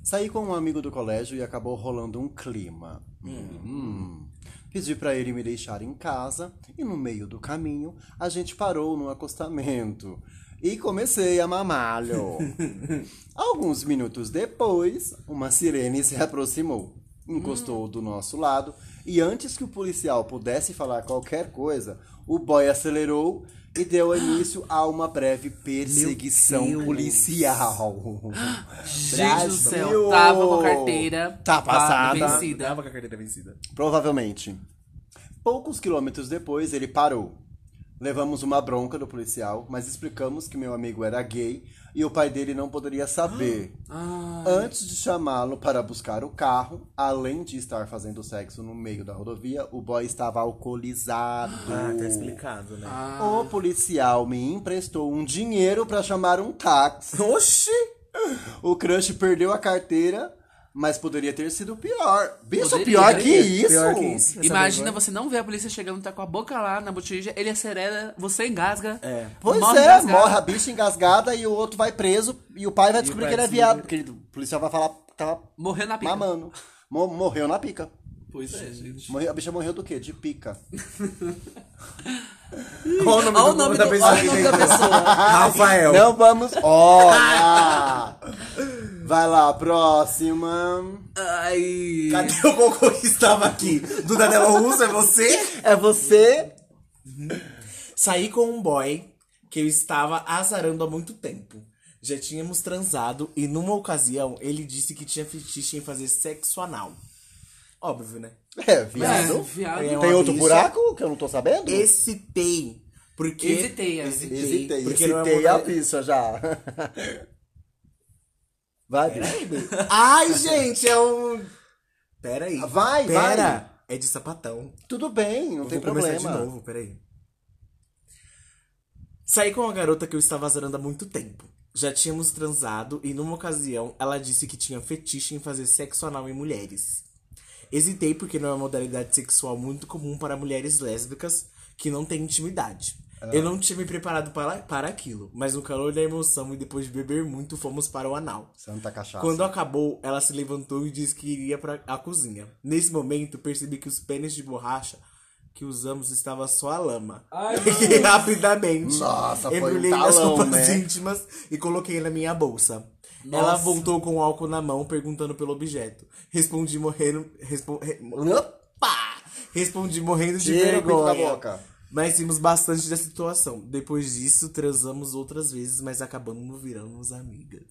C: Saí com um amigo do colégio e acabou rolando um clima. Hum. Pedi pra ele me deixar em casa e no meio do caminho a gente parou num acostamento e comecei a mamalho. Alguns minutos depois, uma sirene se aproximou, encostou do nosso lado e antes que o policial pudesse falar qualquer coisa, o boy acelerou e deu início a uma breve perseguição
B: Deus.
C: policial.
A: Gente do céu.
C: Brasil!
A: Tava com a carteira.
C: Tá
A: va-
C: passada.
A: Vencida.
B: Dava com a carteira vencida.
C: Provavelmente. Poucos quilômetros depois, ele parou. Levamos uma bronca do policial, mas explicamos que meu amigo era gay e o pai dele não poderia saber.
A: Ah.
C: Antes de chamá-lo para buscar o carro, além de estar fazendo sexo no meio da rodovia, o boy estava alcoolizado.
B: Ah, tá explicado, né?
C: O policial me emprestou um dinheiro para chamar um táxi.
B: Oxi!
C: O crush perdeu a carteira, mas poderia ter sido pior. Bicho,
A: Poderia,
C: pior,
A: poderia.
C: Que isso.
B: Pior que isso. Essa
A: Imagina
B: vergonha.
A: você não ver a polícia chegando, tá com a boca lá na botija, ele acelera, você engasga.
B: É.
C: Pois
A: morre
C: é,
A: engasgado.
C: morre a bicha engasgada e o outro vai preso e o pai vai descobrir
B: pai
C: que ele é
B: descobre.
C: viado. Porque ele- o policial vai falar que tava
A: Morreu na pica.
C: mamando. Mo- morreu na pica.
A: Pois é, gente.
C: Morreu- a bicha morreu do quê? De pica.
B: Qual o nome,
A: Olha
B: do-
A: o nome,
B: da
A: do,
B: pessoa
A: olha o
B: que
A: nome
B: inventou?
A: da pessoa.
B: Rafael.
C: Não vamos. Olha! Vai lá, próxima.
A: Ai.
B: Cadê o cocô é que estava aqui? Duda Dela Russo, é você?
C: É você?
B: Saí com um boy que eu estava azarando há muito tempo. Já tínhamos transado e numa ocasião ele disse que tinha fetiche em fazer sexo anal. Óbvio, né?
C: É,
A: É,
C: viado.
A: viado.
B: É uma
C: Tem outro
B: bicha.
C: buraco que eu não tô sabendo?
B: Excitei. Porque.
A: Hesitei, é.
C: Hesitei,
B: Porque
C: hesitei
B: não é
C: a
B: mulher-
C: bicha já. Vai,
B: É.
C: bicha.
B: Ai, gente, é um. Peraí.
C: Vai, vai.
B: Pera. É de sapatão.
C: Tudo bem, não
B: Eu
C: tem
B: vou começar
C: problema.
B: de novo, peraí. Saí com uma garota que eu estava azarando há muito tempo. Já tínhamos transado e numa ocasião ela disse que tinha fetiche em fazer sexo anal em mulheres. Hesitei porque não é uma modalidade sexual muito comum para mulheres lésbicas que não têm intimidade.
C: Ah.
B: Eu não tinha me preparado para, para aquilo, mas no calor da emoção e depois de beber muito, fomos para o anal.
C: Santa tá cachaça.
B: Quando acabou, ela se levantou e disse que iria para a cozinha. Nesse momento, percebi que os pênis de borracha que usamos estava só a lama. e rapidamente,
C: Nossa, foi um
B: embrulhei as
C: talão,
B: roupas
C: né?
B: íntimas e coloquei na minha bolsa. Ela voltou com o álcool na mão, perguntando pelo objeto. Respondi morrendo. Respo, re- opa! Respondi morrendo de
C: Tira o bico da
B: vergonha.
C: boca.
B: Mas vimos bastante da situação. Depois disso, transamos outras vezes, mas acabamos virando amigas.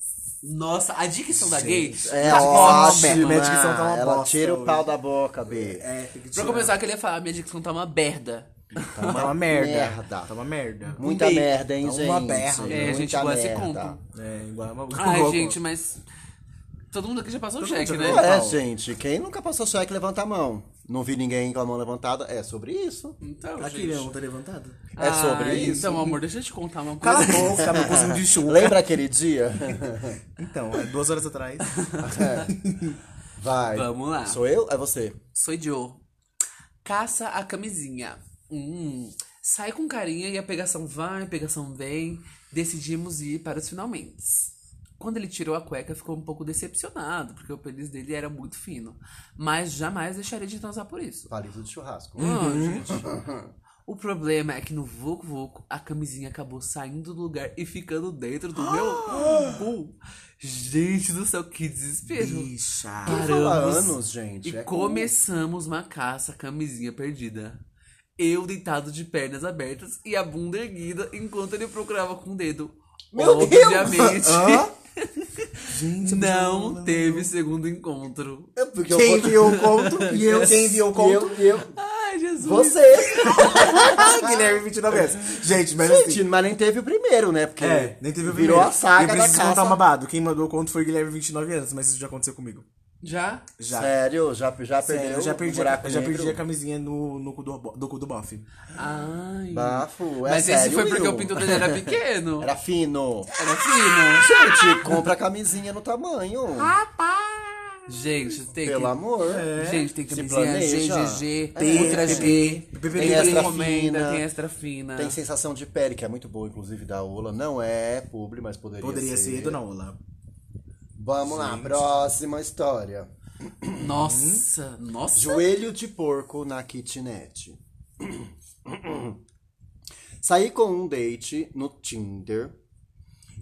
A: Nossa, a dicção da gay.
C: É
A: tá
C: ótima.
A: ótima.
B: minha dicção tá uma
C: Ela
B: bosta
C: tira o
B: hoje.
C: pau da boca, B.
B: É, tem que
A: Pra
B: tirar.
A: começar, eu queria falar, minha dicção tá uma berda.
B: Tá uma merda.
C: merda.
B: Tá uma merda.
C: Muita
A: Um beijo.
C: merda, hein,
B: Tá
C: gente?
B: uma berra. É,
A: É,
C: Muita
A: gente, agora se
C: merda.
A: conta.
B: É, igual uma
A: Ai, gente, mas. Todo mundo aqui já passou o
B: Todo mundo
A: cheque,
B: já
A: né?
B: passou.
C: É,
B: Pau.
C: gente, quem nunca passou cheque, levanta a mão. Não vi ninguém com a mão levantada. É sobre isso.
A: Então,
B: Aqui,
A: gente.
B: não, tá levantado.
C: É sobre
A: Ai,
C: isso.
A: Então, amor, deixa eu te contar uma
B: Cala a
A: coisa.
B: boca, meu cozinho de chuva.
C: Lembra aquele dia?
B: Então, é duas horas atrás.
C: É. Vai.
A: Vamos lá.
C: Sou eu? É você.
A: Sou idiota. Caça a camisinha. Hum. Sai com carinha e a pegação vai, a pegação vem. Decidimos ir para os finalmente. Quando ele tirou a cueca, ficou um pouco decepcionado, porque o pênis dele era muito fino. Mas jamais deixaria de transar por isso.
C: Palito de churrasco.
A: Ah,
B: Hum,
A: gente. O problema é que no Vucu Vucu a camisinha acabou saindo do lugar e ficando dentro do meu cu. Gente do céu, que desespero.
B: Bicha.
C: Fala anos, gente.
A: E
C: É comum.
A: começamos uma caça à camisinha perdida. Eu deitado de pernas abertas e a bunda erguida enquanto ele procurava com o dedo.
C: Meu
A: Obviamente,
B: Gente,
A: não teve segundo encontro.
C: É porque eu
B: Quem
C: vou-
B: viu o conto? E eu, quem viu o
C: E eu,
B: conto?
C: e eu,
A: Ai, Jesus.
C: você.
B: Guilherme 29 vezes. Gente, mas assim.
C: Gente, mas nem teve o primeiro, né? Porque
B: É, nem teve o primeiro.
C: virou a
B: Eu
C: saga da
B: preciso
C: caça.
B: contar um babado. Quem mandou o conto foi o Guilherme 29 anos, mas isso já aconteceu comigo.
A: Já?
B: Já.
C: Sério, já, já perdeu
B: Sério, eu já perdi,
C: o
B: a,
C: buraco
B: eu já
C: negro?
B: perdi a camisinha no, no cu do, bo- do cu do bofe.
A: Ai.
C: Bafo, é
A: Mas
C: sério,
A: esse foi porque
C: Will?
A: o pinto dele era pequeno.
C: Era fino.
A: Era fino.
C: Gente, compra a camisinha no tamanho.
B: Ah,
A: Gente, tem
C: Pelo
A: que...
C: amor.
B: É.
A: Gente, tem camisinha G,
C: né? planeja.
A: GG,
C: É.
A: ultra G,
B: Tem
A: tem
C: extra
A: encomenda,
C: fina.
A: tem extra fina.
C: Tem sensação de pele, que é muito boa, inclusive, da Ola. Não é publi, mas poderia,
B: Poderia
C: ser.
B: ser Dona Ola.
C: Vamos lá, próxima história.
A: Nossa,
C: Hum?
A: nossa.
C: Joelho de porco na kitnet. Saí com um date no Tinder.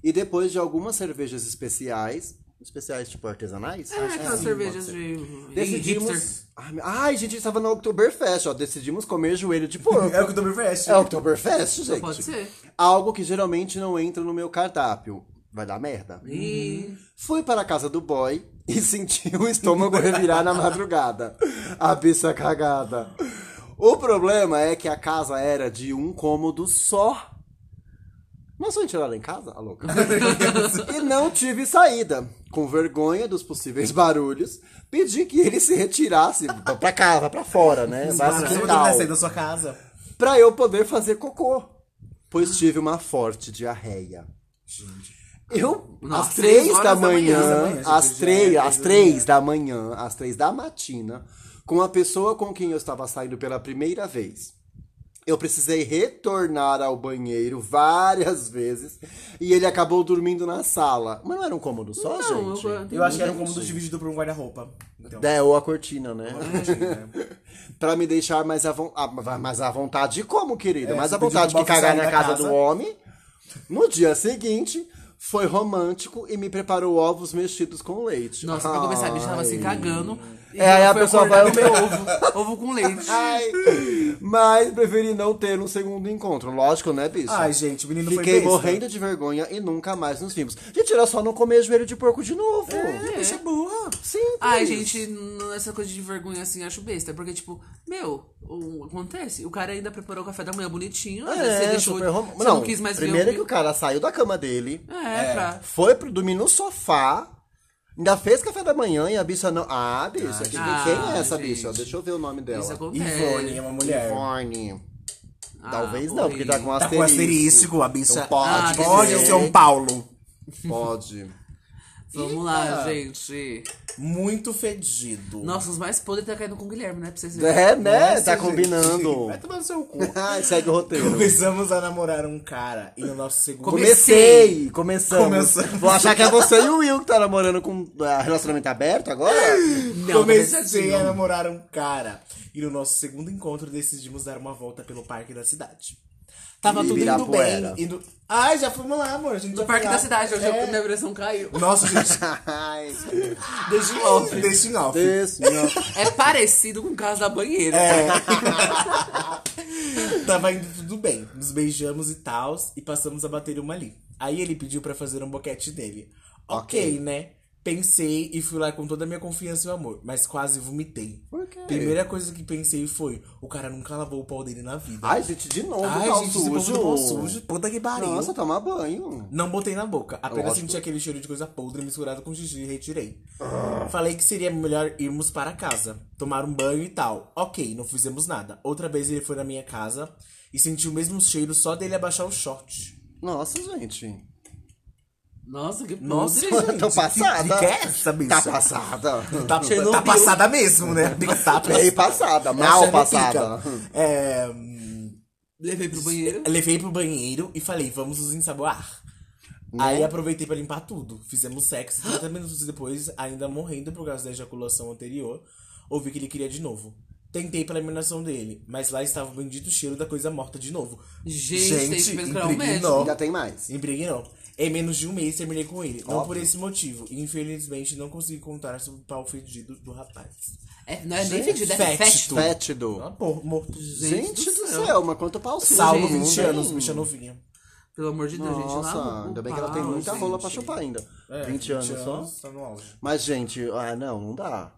C: E depois de algumas cervejas especiais... Especiais, tipo, artesanais?
A: É, aquelas cervejas
C: pode ser.
A: de hipster.
C: Decidimos... Ai, meu- Ai, gente, a gente estava no Oktoberfest, ó. Decidimos comer joelho de porco.
B: É o que eu tô me veste.
C: É Oktoberfest, gente.
A: Então Pode ser.
C: Algo que geralmente não entra no meu cardápio. Vai dar merda.
A: E...
C: Fui para a casa do boy e senti o estômago revirar na madrugada. A bicha cagada. O O problema é que a casa era de um cômodo só. Mas foi tirada em casa, a louca. e não tive saída. Com vergonha dos possíveis barulhos, pedi que ele se retirasse pra- pra casa, pra fora, né? Vai pro
B: Você
C: quintal
B: vai sair da sua casa.
C: pra eu poder fazer cocô. Pois tive uma forte diarreia. Eu,
A: Nossa,
C: às três
A: três
C: da
A: horas da manhã,
C: manhã,
A: da
B: manhã, gente,
C: às três,
B: diarreia,
C: às três da manhã, às três da matina, com a pessoa com quem eu estava saindo pela primeira vez. Eu precisei retornar ao banheiro várias vezes e ele acabou dormindo na sala. Mas não era um cômodo só,
A: Não,
C: gente?
A: eu-
B: Eu acho que era um cômodo dividido por um guarda-roupa. Então,
C: É, ou a cortina, né?
B: imagina.
C: Pra me deixar mais à, von- ah, va- mais à vontade. E como, querido?
B: É,
C: mais
B: você
C: à vontade
B: pediu
C: que
B: pro bofe
C: cagar
B: sair
C: na
B: da
C: casa,
B: casa.
C: do homem. No dia seguinte, foi romântico e me preparou ovos mexidos com leite.
A: Nossa, pra começar, a bicha tava se
C: Ai.
A: cagando. E
C: É, aí
A: ela
C: a
A: foi
C: pessoa
A: acordar
C: vai-
A: e comeu ovo. Ovo com leite.
C: Ai.
A: tá
C: Mas preferi não ter um segundo encontro. Lógico, né, bicho?
B: Ai, Ah, gente, o menino foi
C: Fiquei
B: besta.
C: morrendo de vergonha e nunca mais nos vimos. Gente, era só não comer joelho de porco de novo.
B: É, bicha burra.
C: Simples.
A: Ai, gente, não- essa coisa de vergonha assim, acho besta. Porque, tipo, meu, o- acontece. O cara ainda preparou o café da manhã bonitinho. às vezes você
C: É,
A: deixou.
C: super rom...
A: Você não,
C: não,
A: quis mais
C: primeiro
A: ver
C: é
A: um
C: que o cara saiu da cama dele.
A: É, pra.
C: Foi pro dormir no sofá. Ainda fez café da manhã e a bicha não. Ah, bicha. que-
A: gente.
C: quem é essa
A: Ah,
C: bicha?
A: gente.
C: Deixa eu ver o nome dela.
A: Isso é acontece.
B: Ivone é uma mulher.
C: Ivone.
A: Ah,
C: Talvez não, porque tá com
B: Tá com
C: asterisco.
B: asterístico, a bicha.
C: Então pode,
A: Ah,
B: pode
A: dizer.
B: ser um Paulo.
C: Pode.
A: Vamos lá, gente.
B: Muito fedido.
A: Nossa, os mais podres tá caindo com o Guilherme, né? Pra vocês verem.
C: É, né?
B: Nossa,
C: tá
B: gente.
C: combinando.
B: Vai tomar no seu cu.
C: Ai, segue o roteiro.
B: Começamos a namorar um cara e no nosso segundo.
A: Come-
C: Comecei! Começamos.
B: Começamos.
C: Vou achar que é você e o Will que tá namorando com ah, relacionamento aberto agora?
A: Não, tá assim,
B: Comecei
A: não.
B: a namorar um cara. E no nosso segundo encontro decidimos dar uma volta pelo parque da cidade. Tava tudo indo
C: Ibirapuera.
B: bem. Indo... Ai, já fomos lá, amor. A gente já
A: No parque
B: foi
A: da
B: lá.
A: cidade, hoje
B: É.
A: a minha pressão caiu.
B: Nossa, gente,
C: Ai,
B: deixa em off, deixa em off.
C: Deus, meu.
A: É parecido com o caso da banheira.
C: É.
B: Tava indo tudo bem. Nos beijamos e tal, e passamos a bater uma ali. Aí ele pediu pra fazer um boquete dele.
C: Ok.
B: ok, né? Pensei e fui lá com toda a minha confiança e o amor, mas quase vomitei.
C: Por quê?
B: Primeira coisa que pensei foi: o cara nunca lavou o pau dele na vida.
C: Ai, gente, de novo,
B: Ai,
C: pau
B: gente,
C: sujo.
B: esse povo do pau tá sujo, puta que pariu.
C: Nossa, toma banho.
B: Não botei na boca, apenas
C: Lógico.
B: senti aquele cheiro de coisa podre misturado com xixi e retirei. Falei que seria melhor irmos para casa, tomar um banho e tal. Ok, não fizemos nada. Outra vez ele foi na minha casa e senti o mesmo cheiro só dele abaixar o short.
C: Nossa, gente.
A: Nossa, que podre.
B: Nossa,
A: gente.
C: Tô
B: que-
C: passada.
B: que é essa, bicha?
C: Tá passada.
B: Tá,
A: Chernobyl.
B: tá passada mesmo, né? Tá
C: Bem passada, mal passada.
B: É,
A: Levei pro banheiro.
B: levei pro banheiro e falei, vamos nos ensaboar. Aí aproveitei pra limpar tudo. Fizemos sexo 30 minutos depois, ainda morrendo por causa da ejaculação anterior, ouvi que ele queria de novo. Tentei pela eliminação dele, mas lá estava o bendito cheiro da coisa morta de novo.
A: Gente, tem que procurar um médico.
B: impregnou.
C: Ainda tem mais.
B: Impregnou. Em menos de um mês terminei com ele. Não
C: Óbvio.
B: por esse motivo. Infelizmente não consegui contar sobre o pau fedido do rapaz.
A: É, não é nem
B: Gente,
A: fedido, é
B: fétido.
A: fétido.
C: Fétido.
B: Ah, porra, morto.
A: Gente
C: Tá Gente
A: do
C: do
A: céu.
C: céu, mas quanto pau sujo.
B: Salvo
A: gente,
B: 20
C: não
B: anos,
C: tem.
B: bicha novinha.
A: Pelo amor de Deus, gente.
C: Nossa,
A: Lá no
C: ainda bem que ela tem
A: pau,
C: muita
A: gente.
C: rola pra chupar ainda.
B: É,
C: 20 anos só.
B: Tá no auge.
C: Mas, gente, ah, não, não dá.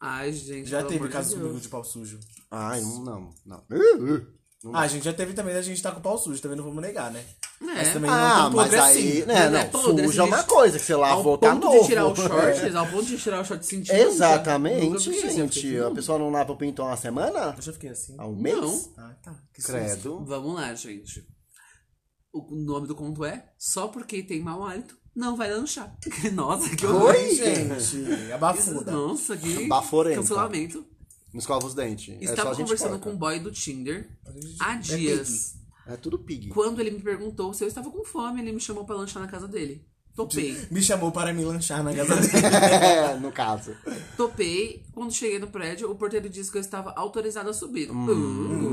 A: Ai, gente.
B: Já
A: pelo
B: teve
A: amor de
B: casos
A: Deus.
B: comigo de pau sujo.
C: Ai, não, não. não. Uh, uh.
B: Ah, a gente já teve também, a gente tá com o pau sujo, também não vamos negar, né? Mas também
C: Ah,
B: não tem
C: mas
B: podre
C: aí,
B: assim.
C: né,
A: Não
C: não,
A: é podre,
C: suja é
A: gente.
C: uma coisa que você
A: Ao
C: lavou, tá
A: ponto
C: novo.
A: de tirar o shorts, ao ponto de tirar o short um de sentido.
C: Exatamente,
A: nunca vi isso, eu
C: gente.
A: fiquei,
C: A
A: assim, não.
C: pessoa não lava o pinto há uma semana?
B: Eu já fiquei assim.
C: Há um mês?
A: Não.
B: Ah, tá. Que susto.
C: Credo.
A: Vamos lá, gente. O nome do conto é Só porque tem mau hálito, não vai lanchar. Nossa,
C: Ah,
A: que horror.
B: Oi, gente. Abafuda.
A: Nossa, que
C: Baforenta.
A: cancelamento.
C: Não escova os dentes. é só
A: Estava
C: a gente
A: conversando
C: corta.
A: com um boy do Tinder
B: gente-
A: há
B: é
A: dias.
C: É tudo pig.
A: quando ele me perguntou se eu estava com fome, ele me chamou pra lanchar na casa dele. Topei.
B: Me chamou para me lanchar na casa dele.
C: É, no caso.
A: Topei. Quando cheguei no prédio, o porteiro disse que eu estava autorizado a subir.
C: Hum.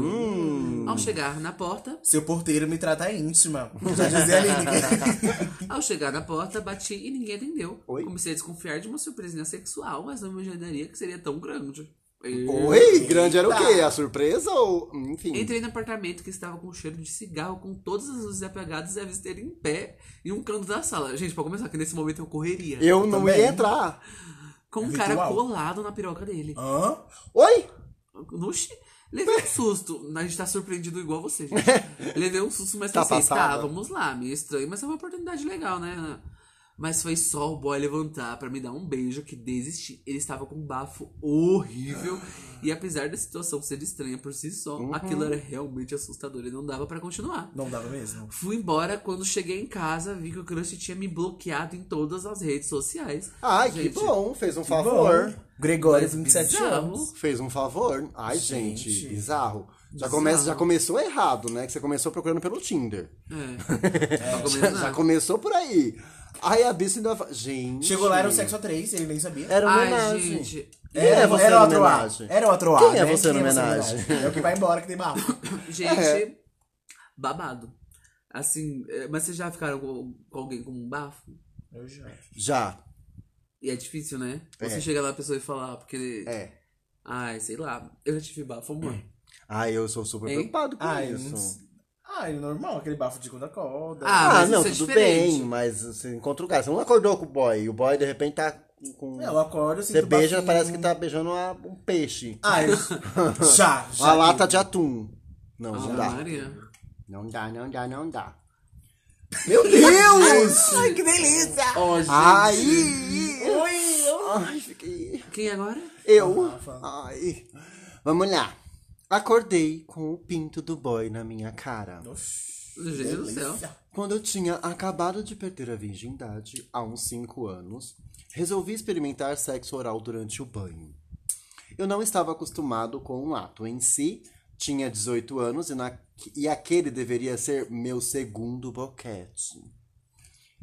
A: Uh. Ao chegar na porta,
B: Seu porteiro me trata íntima. Já dizia a Lineker.
A: Ao chegar na porta, bati e ninguém atendeu.
C: Oi?
A: Comecei a desconfiar de uma surpresinha sexual, mas não imaginaria que seria tão grande. E-
C: Oi, grande era o quê? A surpresa ou. Enfim.
A: Entrei no apartamento que estava com cheiro de cigarro, com todas as luzes apagadas e a visteira em pé em um canto da sala. Gente, pra começar, que nesse momento eu correria.
C: Eu não
B: também.
C: ia entrar.
A: Com um
C: É
B: Ritual.
A: cara colado na piroca dele.
B: Hã?
C: Oi?
A: Oxi. Levei um susto. A gente tá surpreendido igual você, gente. Levei um susto, mas
C: Tá
A: pensei, tá,
C: passada?
A: vamos lá, meio estranho, mas é uma oportunidade legal, né? Mas foi só o boy levantar pra me dar um beijo que desisti. Ele estava com um bafo horrível. E apesar da situação ser estranha por si só,
C: Uhum.
A: aquilo era realmente assustador e não dava pra continuar.
B: Não dava mesmo.
A: Fui embora quando cheguei em casa, vi que o crush tinha me bloqueado em todas as redes sociais.
C: Ai, que
A: Gente,
C: bom, fez um
B: Bom,
C: favor.
B: Gregório, 27
A: bizarro.
B: anos.
C: Fez um favor. Ai, gente,
B: Gente.
C: bizarro. Já,
A: Bizarro.
C: começa, já começou errado, né? Que você começou procurando pelo Tinder.
A: É. Pra
C: Já, já
A: começar.
C: começou por aí. Aí a bicha ainda fa- Gente.
B: Chegou lá, era um sexo a três, ele nem sabia.
A: um
C: Era uma
A: Ai,
C: homenagem.
A: gente.
C: Quem é você
B: era
C: no
B: o Atroá.
C: homenagem?
B: Era o Atroá.
C: Quem é
B: né?
C: você no homenagem?
B: homenagem? É o que vai embora, que tem mal.
A: Gente,
C: É.
A: babado. Assim, é, mas vocês já ficaram com, com alguém com um bafo?
B: Eu já.
C: Já.
A: E é difícil, né?
C: É.
A: Você chega lá a pessoa e falar, porque.
C: É.
A: Ai, sei lá. Eu já tive bafo, amor.
C: Ai, eu sou super
A: Hein?
C: preocupado com
B: Ah, eu não
C: isso.
B: sei. Ah, é normal, aquele bafo de conta coda.
A: Ah,
C: Ah,
A: mas
C: não,
A: isso é
C: tudo
A: diferente.
C: bem, mas você encontra o cara. Você não acordou com o boy. E o boy, de repente, tá com.
B: É, eu acordo, sinto
C: você beija,
B: bafinho.
C: parece que tá beijando uma- um peixe.
B: Ah, eu... já, já.
C: uma lata de atum. Não,
A: Um Ah,
C: não dá.
A: Maria.
C: Não dá, não dá, não dá. Meu Deus!
B: Ai, que delícia!
A: Ó, gente.
C: Aí! Ai, fiquei.
A: Quem agora?
C: Eu.
B: Ah, fala.
C: Ai. Vamos lá. Acordei com o pinto do boy na minha cara.
A: Gente do céu.
C: Quando eu tinha acabado de perder a virgindade, há uns 5 anos, resolvi experimentar sexo oral durante o banho. Eu não estava acostumado com o ato em si, tinha 18 anos e, na- e aquele deveria ser meu segundo boquete.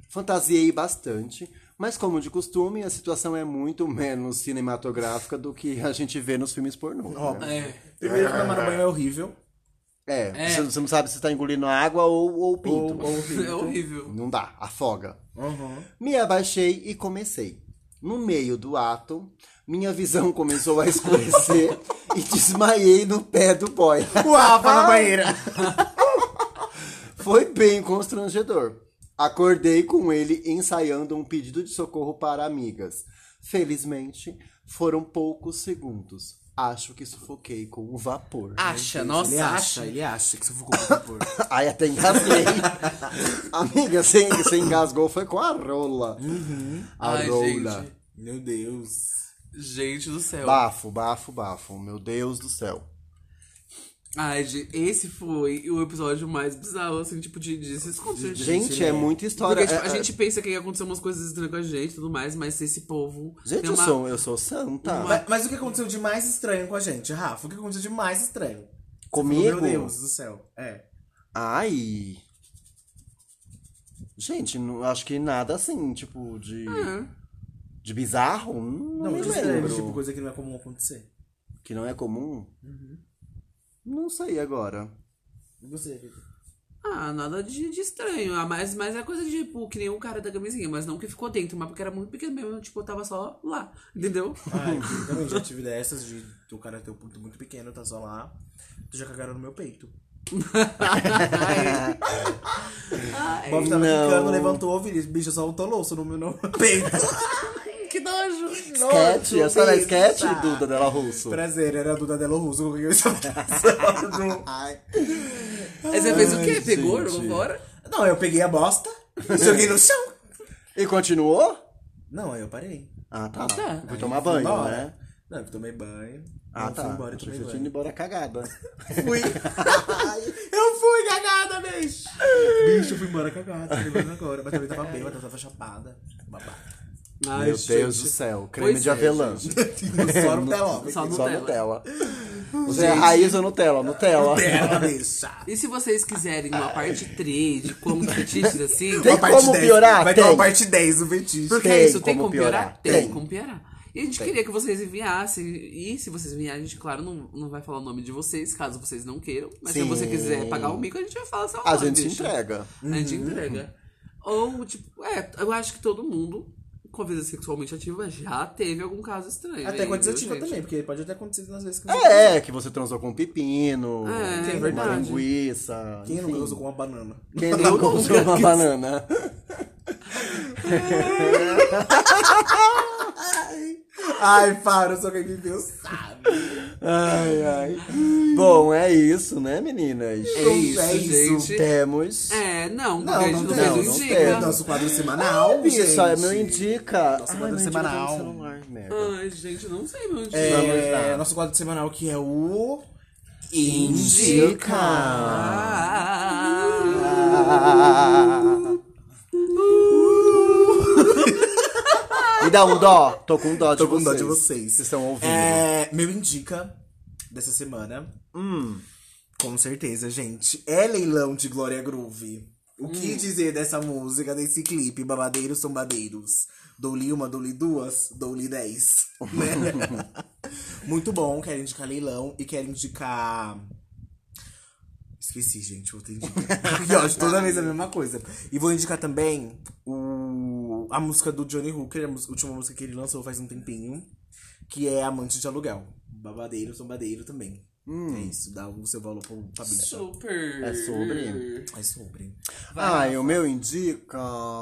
C: Fantasiei bastante, mas como de costume, a situação é muito menos cinematográfica do que a gente vê nos filmes pornô. né?
B: Óbvio.
A: É.
B: Primeiro que tomar no banho é horrível.
C: É,
A: É.
C: Você, você não sabe se tá engolindo água ou, ou pinto.
B: Ou, ou horrível.
A: É horrível.
C: Não dá, afoga.
B: Uhum.
C: Me abaixei e comecei. No meio do ato, minha visão começou a escurecer e desmaiei no pé do boy.
B: O Rafa na banheira.
C: Foi bem constrangedor. Acordei com ele ensaiando um pedido de socorro para amigas. Felizmente, foram poucos segundos. Acho que sufoquei com o vapor.
A: Acha,
B: ele
A: nossa,
B: acha,
A: acha.
B: ele acha que você ficou com o vapor.
C: Ai, até engasguei. Amiga, você, você engasgou foi com a rola. A
A: Uhum. Ai,
C: rola.
A: gente.
B: Meu Deus.
A: Gente do céu.
C: Bafo, bafo, bafo. Meu Deus do céu.
A: Ai, gente, esse foi o episódio mais bizarro, assim, tipo, de, de se esconder.
C: Gente, é muita história.
A: Porque, tipo,
C: É-
A: a
C: é-
A: gente pensa que aconteceu umas coisas estranhas com a gente e tudo mais, mas esse povo.
C: Gente,
A: tem
C: eu,
A: uma-
C: sou, eu sou santa.
B: Mas, mas o que aconteceu de mais estranho com a gente, Rafa? O que aconteceu de mais estranho?
C: Comigo?
B: Meu Deus do céu. É.
C: Ai. Gente, não, acho que nada assim, tipo, de.
A: É.
C: De bizarro? Não,
B: Não,
C: me
B: de estranho,
C: lembro.
B: tipo, coisa que não é comum acontecer.
C: Que não é comum?
B: Uhum.
C: Não sei agora.
B: E você, Vitor?
A: Ah, nada de, de estranho. Ah, mas, mas é coisa de, tipo, que nem o cara da camisinha, mas não que ficou dentro, mas porque era muito pequeno mesmo, tipo, eu tava só lá, entendeu?
B: Ai, eu também já tive dessas de o cara ter o ponto muito pequeno, tá só lá. Tu já cagaram no meu peito.
A: Ah, é.
B: O povo tava
C: Não.
B: ficando, levantou, viu? Bicho, só um louço no meu no meu peito.
A: que nojo!
C: Sketch? A senhora é sketch,
B: Nossa.
C: Duda Della Russo?
B: Ah, Prazer, era a Duda Delo Russo com quem eu estava dançando.
C: Ai.
A: Aí você fez o quê?
C: Ai,
A: Pegou?
C: gente.
A: Jogou fora?
B: Não, eu peguei a bosta e joguei no chão.
C: E continuou?
B: Não, aí eu parei.
C: Ah, tá.
A: tá.
C: Fui tomar banho,
B: Embora.
C: né?
B: Não, eu tomei banho.
C: Ah,
B: eu
C: tá.
B: Fui embora e
C: Achei que
B: tomei
C: você
B: banho.
C: tinha ido embora cagada.
B: Fui. eu fui cagada, bicho. Bicho, eu fui embora cagada. Tô lembrando agora. Mas também tava bêbada, eu tava chapada. Babá.
A: Ai,
C: Meu Deus
A: gente.
C: do céu. Creme
A: Pois
C: de
A: é,
C: avelã.
B: tá Só no teló.
A: Só no-
C: Só
A: Nutella.
C: Nutella. Você é raiz ou Nutella? Nutella.
B: Tela, bicha.
A: E se vocês quiserem uma parte 3 de como os fetiches assim,
C: Tem
B: Uma parte
C: como piorar?
B: Vai ter
C: Tem.
B: uma parte 10 do fetiche.
A: porque
C: tem
A: é isso, tem
C: como
A: como piorar?
C: piorar?
A: Tem,
C: Tem.
A: como piorar. E a gente queria que vocês enviassem, e se vocês enviarem, a gente, claro, não, não vai falar o nome de vocês, caso vocês não queiram, mas
C: Sim.
A: se você quiser pagar o mico, a gente vai falar seu
C: A
A: nome,
C: gente se
A: bicho.
C: entrega. Uhum.
A: A gente entrega. Ou, tipo, é, eu acho que todo mundo com a vida sexualmente ativa já teve algum caso estranho.
B: Até
A: aí,
B: com a desativa
A: viu, gente?
B: também, porque pode ter acontecido nas vezes que você...
C: É, que você transou com um pepino,
A: É,
C: com
A: é
C: uma
A: verdade.
C: linguiça.
B: Quem
C: enfim.
B: nunca usou com uma banana?
C: Quem nunca
A: Eu
C: usou uma banana?
B: Ai, para, só quem viveu sabe.
C: Ai, ai. Bom, é isso, né, meninas?
E: É isso,
C: É
E: gente.
C: Temos.
A: É, não,
E: Não,
A: porque a
E: não,
A: gente
E: não
A: não fez
C: tem,
A: o
C: não
A: indica.
C: tem,
E: Nosso quadro semanal,
C: Bicho, é
E: gente.
C: meu indica.
E: Nossa, quadro
C: Ai, meu indica
E: semanal.
C: tá no celular, merda.
A: Ai, gente, não sei meu indica.
E: Vamos
B: É,
E: lá.
B: nosso quadro semanal que é o.
C: Indica.
A: Ah,
C: Me dá um dó. Tô com um dó de
E: Tô
C: vocês.
E: com dó de vocês.
C: Vocês estão ouvindo.
B: É, meu indica dessa semana.
C: Hum.
B: Com certeza, gente. É leilão de Glória Groove. O que dizer dessa música, desse clipe? Babadeiros são badeiros. Dou-lhe uma, dou-lhe duas, dou-lhe dez. Né? Muito bom, quero indicar leilão e quero indicar. Esqueci, gente, vou ter indicar. que ódio, toda vez é a mesma coisa. E vou indicar também o... a música do Johnny Hooker, a mus- última música que ele lançou faz um tempinho, que é Amante de Aluguel. Babadeiro, tombadeiro também.
C: Hum.
B: É isso, dá o seu valor pro, pra bicha.
A: super.
C: É sobre.
B: É sobre.
C: Ai, o meu indica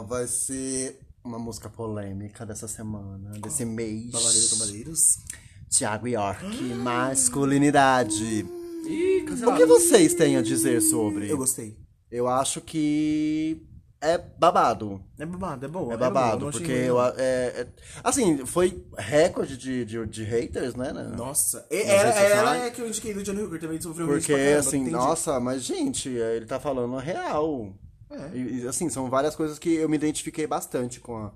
C: vai ser uma música polêmica dessa semana, desse mês.
B: Babadeiro, tombadeiros.
C: Tiago York, masculinidade.
A: Ih,
C: O que vocês têm a dizer sobre?
B: Hum. Eu gostei.
C: Eu acho que é babado.
B: É babado, é boa.
C: É
B: boa,
C: babado,
B: não achei
C: porque
B: ruim,
C: eu,
B: não.
C: a- é, é- assim, foi recorde de, de, de haters, né? né?
B: Nossa, e- ela,
C: redes
B: ela
C: sociais.
B: é que eu indiquei do Johnny Hooker também, sofreu hate
C: Porque,
B: pra caramba,
C: assim,
B: entendi.
C: nossa, mas gente, ele tá falando real.
B: É.
C: E, e, assim, são várias coisas que eu me identifiquei bastante com, a-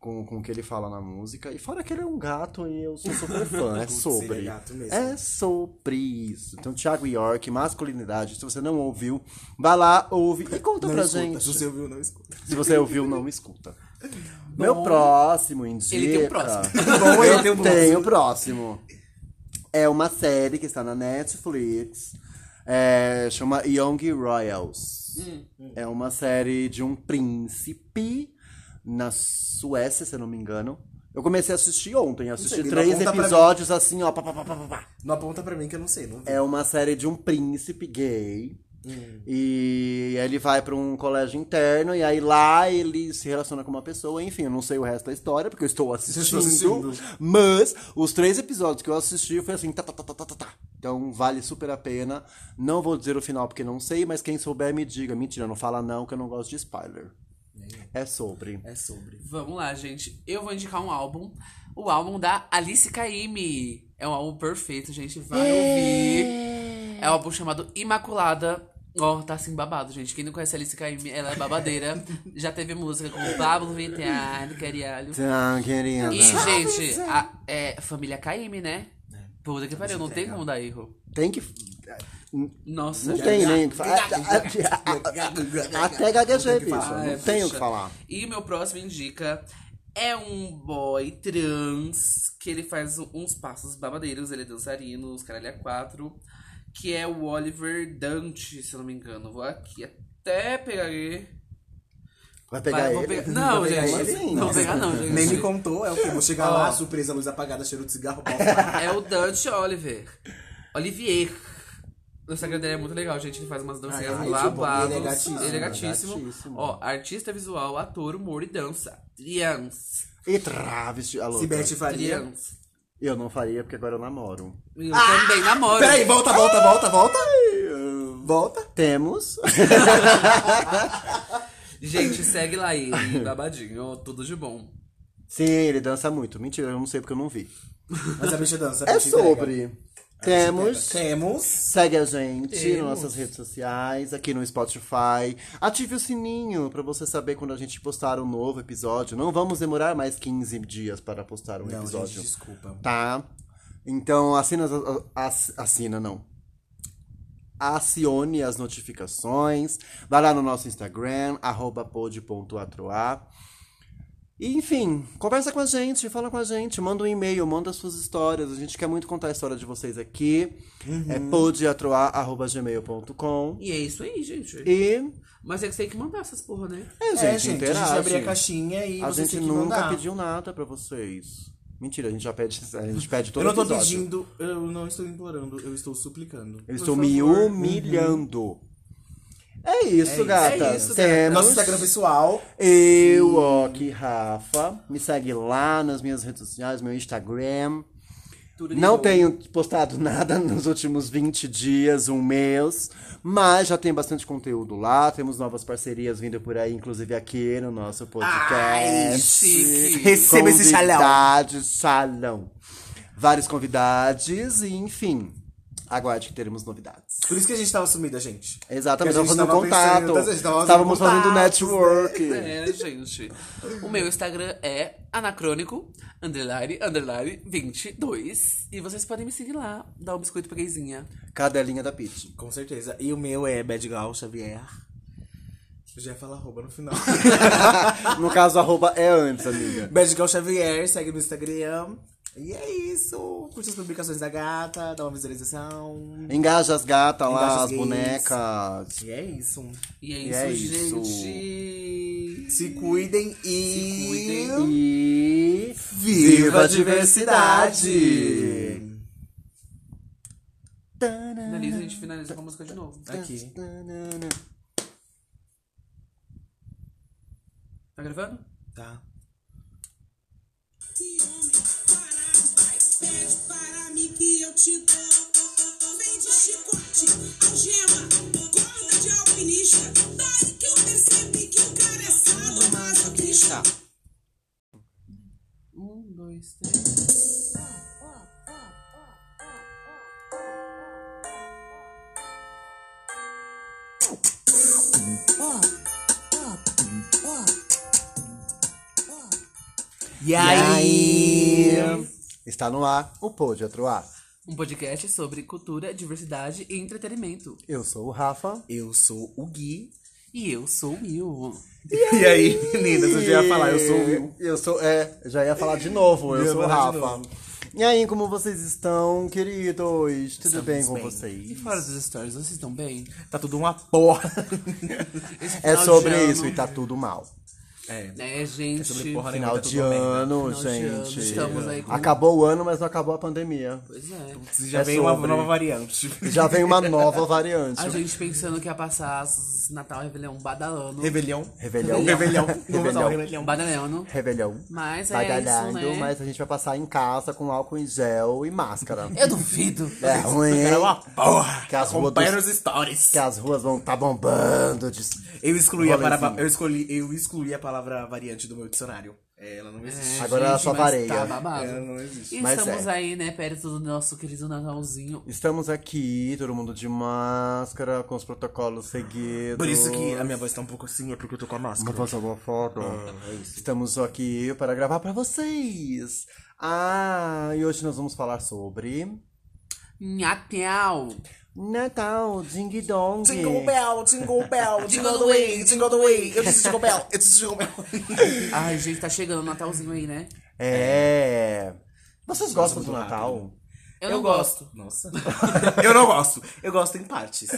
C: com, com o que ele fala na música. E fora que ele é um gato e eu sou super fã, é
B: Putz,
C: sobre.
B: ele é gato mesmo.
C: É sobre isso. Então, Thiago York, masculinidade. Se você não ouviu, vá lá, ouve e conta
B: Não
C: pra
B: escuta,
C: gente.
B: Se você ouviu, não escuta.
C: Se você ouviu, não escuta. Meu próximo indica.
A: Ele tem um próximo.
C: Bom,
B: ele
C: eu
B: tem um
C: tenho o próximo. É uma série que está na Netflix. é, chama Young Royals.
B: Hum,
C: É uma série de um príncipe na Suécia, se eu não me engano. Eu comecei a assistir ontem, assisti
B: sei, não
C: três
B: conta pra mim. Hum.
C: episódios assim, ó. Pá, pá, pá, pá, pá, pá.
B: Não aponta pra mim que eu não sei, não vi.
C: É uma série de um príncipe gay.
B: Hum.
C: E ele vai pra um colégio interno e aí lá ele se relaciona com uma pessoa. Enfim, eu não sei o resto da história porque eu estou assistindo.
B: assistindo.
C: Mas os três episódios que eu assisti foi assim, tá, tá, tá, tá, tá, tá, tá. Então vale super a pena. Não vou dizer o final porque não sei, mas quem souber me diga. Mentira, não fala não que eu não gosto de spoiler. É sobre.
B: É sobre.
A: Vamos lá, gente. Eu vou indicar um álbum. O álbum da Alice Caymmi. É um álbum perfeito, gente. Vai
C: É.
A: ouvir. É um álbum chamado Imaculada. Ó, tá assim babado, gente. Quem não conhece a Alice Caymmi, ela é babadeira. Já teve música com Pablo Vittar, Carialho.
C: Então, querida.
A: E, gente, a, é família Caymmi, né?
C: É.
A: Puta que pariu, não tem como dar erro.
C: Tem que.
A: Nossa,
C: Não
A: já-
C: tem né?
A: já-
C: nem. Até gaguejei, bicha.
A: É,
C: Não tem o
A: bicha.
C: que falar.
A: E meu próximo indica é um boy trans que ele faz um, uns passos babadeiros, ele é dançarino, os caralho a quatro, que é o Oliver Dante, se eu não me engano. Vou aqui até pegar ele.
C: Vai pegar
A: Vai, vou
C: ele?
A: pegar- Não,
B: Vai pegar
A: gente,
B: ele?
A: não vou pegar não, gente.
B: Nem me contou, é o que? Vou chegar
C: Ah.
A: Ó.
B: lá, surpresa, luz apagada, cheiro de cigarro, pau fora.
A: É o Dante Oliver. Olivier. O Instagram dele é muito legal, gente. Ele faz umas dancinhas
B: Ah,
A: lá
B: ele é
A: lavadas.
B: bom, ele é gatíssimo.
A: Ele é gatíssimo.
C: Gatíssimo.
A: Ó, artista visual, ator, humor e dança. Trians.
C: E travesti. Alô,
B: Se Beth faria.
A: Trians.
C: Eu não faria porque agora eu namoro.
A: Eu também namoro.
B: Peraí, volta, volta, volta, volta. Volta.
C: Temos.
A: Gente, segue lá ele, babadinho, tudo de bom.
C: Sim, ele dança muito. Mentira, eu não sei porque eu não vi.
B: Mas a bicha dança. a
C: É
B: bicha entrega.
C: sobre. Temos.
B: Temos.
C: Segue a gente nas
A: Temos.
C: nossas redes sociais, aqui no Spotify. Ative o sininho pra você saber quando a gente postar um novo episódio. Não vamos demorar mais 15 dias para postar um
B: Não,
C: episódio.
B: gente, desculpa.
C: Tá? Então, assina, as- as- assina não. Acione as notificações. Vai lá no nosso Instagram, arroba pod.atroa. E, Enfim, conversa com a gente, fala com a gente, manda um e-mail, manda suas histórias. A gente quer muito contar a história de vocês aqui.
B: Uhum.
C: É podatroar.gmail.com.
A: E é isso aí, gente.
C: E
A: Mas é que tem que mandar essas porra, né?
C: é,
B: é, gente,
C: gente,
B: a gente
C: interage.
B: abrir a caixinha e
C: A
B: vocês
C: gente
B: têm que
C: nunca
B: mandar.
C: pediu nada pra vocês. Mentira, a gente já pede, a gente pede todo
B: Eu não tô
C: episódio.
B: pedindo, eu não estou implorando, eu estou suplicando.
C: Eu
A: Por
C: estou me
A: favor. Uhum.
C: humilhando. É isso,
B: isso.
C: gata.
A: É isso, gata.
C: Temos
B: Uhum. Nosso Instagram pessoal.
C: eu, ó, que Rafa. Me segue lá nas minhas redes sociais, meu Instagram.
A: Tudo de
C: Não
A: bom.
C: tenho postado nada nos últimos 20 dias, um mês, mas já tem bastante conteúdo lá, temos novas parcerias vindo por aí, inclusive aqui no nosso
A: Ai,
C: podcast.
A: É chique.
B: Receba esse xalão.
C: Convidados, salão. Vários convidados e, enfim, aguarde que teremos novidades.
B: Por isso que a gente tava sumida, gente.
C: Exatamente,
B: Que a
C: tava
B: gente
C: fazendo
B: tava pensando, tá,
C: contato.
B: gente? Tava fazendo
C: Estávamos fazendo
B: contatos,
C: network.
A: É, gente. O meu Instagram é anacrônico, underline, underline, 22. E vocês podem me seguir lá, dar um biscoito pra gayzinha.
C: Cadelinha da Pitty.
B: Com certeza. E o meu é Badgal Xavier. Eu já ia falar arroba no final.
C: No caso, arroba é antes, amiga.
B: Badgal Xavier, segue no Instagram. E é isso. Curte as publicações da gata, dá uma visualização.
C: Engaja as gatas
B: Engaja
C: lá,
B: os
C: as
B: gays.
C: bonecas.
B: E é isso.
A: E é
C: E
A: isso,
C: é isso.
A: gente.
B: Se cuidem e.
A: Se cuidem.
C: E
B: Viva a diversidade!
A: Finaliza, a gente finaliza com a música de novo.
B: Aqui.
A: Tá gravando?
B: Tá.
F: Que homem parado faz, pede para mim que eu te dou. Vem de chicote, algema, corda de alpinista. Daí que eu percebi que o cara é sado, masoquista.
A: Um, dois, três.
B: E aí?
C: Está no ar o Pô de Outro Ar.
A: Um podcast sobre cultura, diversidade e entretenimento.
C: Eu sou o Rafa.
B: Eu sou o Gui.
A: E eu sou o Will.
B: E aí, meninas? Eu já ia falar, eu sou o Will.
C: Eu sou, é, já ia falar de novo, eu
B: Ia
C: sou o
B: falar de
C: Rafa.
B: novo.
C: E aí, como vocês estão, queridos? Tudo bem com
B: bem.
A: E
C: vocês?
A: fora dos stories, vocês estão bem?
B: Tá tudo uma porra.
A: Esse
C: É
A: final
C: sobre
A: de
C: isso
A: ano-
C: e tá tudo mal.
B: É.
A: É, gente.
B: sobre porra nenhuma.
C: Final
B: tá tudo
C: de
B: uma merda.
C: ano,
A: Final de ano,
C: gente.
A: estamos aí com-
C: Acabou o ano, mas não acabou a pandemia.
A: Pois é.
B: Já
C: É
B: veio uma
C: sobre.
B: nova variante.
C: Já vem uma nova variante.
A: A gente pensando que ia passar s- Natal, Réveillon, badalando.
B: Rebelião.
C: Rebelião.
B: Rebelião. Vamos ao
C: Rebelião.
B: rebelião.
A: Badalando.
C: Rebelião.
A: Mas é
C: Bagalhando,
A: isso, né?
C: mas a gente vai passar em casa com álcool em gel e máscara.
A: Eu duvido.
C: É ruim, hein?
B: Era uma porra.
C: Que as ruas
B: Acompanha
C: dos-
B: nos stories.
C: Que as ruas vão tá bombando de...
B: Eu excluí, a
C: Rolezinho.
B: palavra, eu, escolhi, eu excluí a palavra variante do meu dicionário. É, Ela não existe.
C: Agora é ela
A: Gente,
C: só
A: mas
C: vareia.
A: Tá babado.
B: Ela não existe.
A: E
C: Mas
A: estamos
C: é.
A: aí, né, perto do nosso querido Natalzinho.
C: Estamos aqui, todo mundo de máscara, com os protocolos seguidos.
B: Por isso que a minha voz tá um pouco assim, é porque eu tô com a
C: Uma
B: máscara.
C: voz abafada. Estamos aqui para gravar para vocês. Ah, e hoje nós vamos falar sobre...
A: Natal!
C: Natal, Ding Dong.
B: Jingle bell, jingle bell, jingle the way, jingle the way. Eu disse jingle bell, eu disse jingle bell.
A: Ai, gente, tá chegando o Natalzinho aí, né?
C: É... Vocês gostam do Natal?
A: Eu, não gosto.
B: Nossa. eu não gosto. Eu gosto em partes.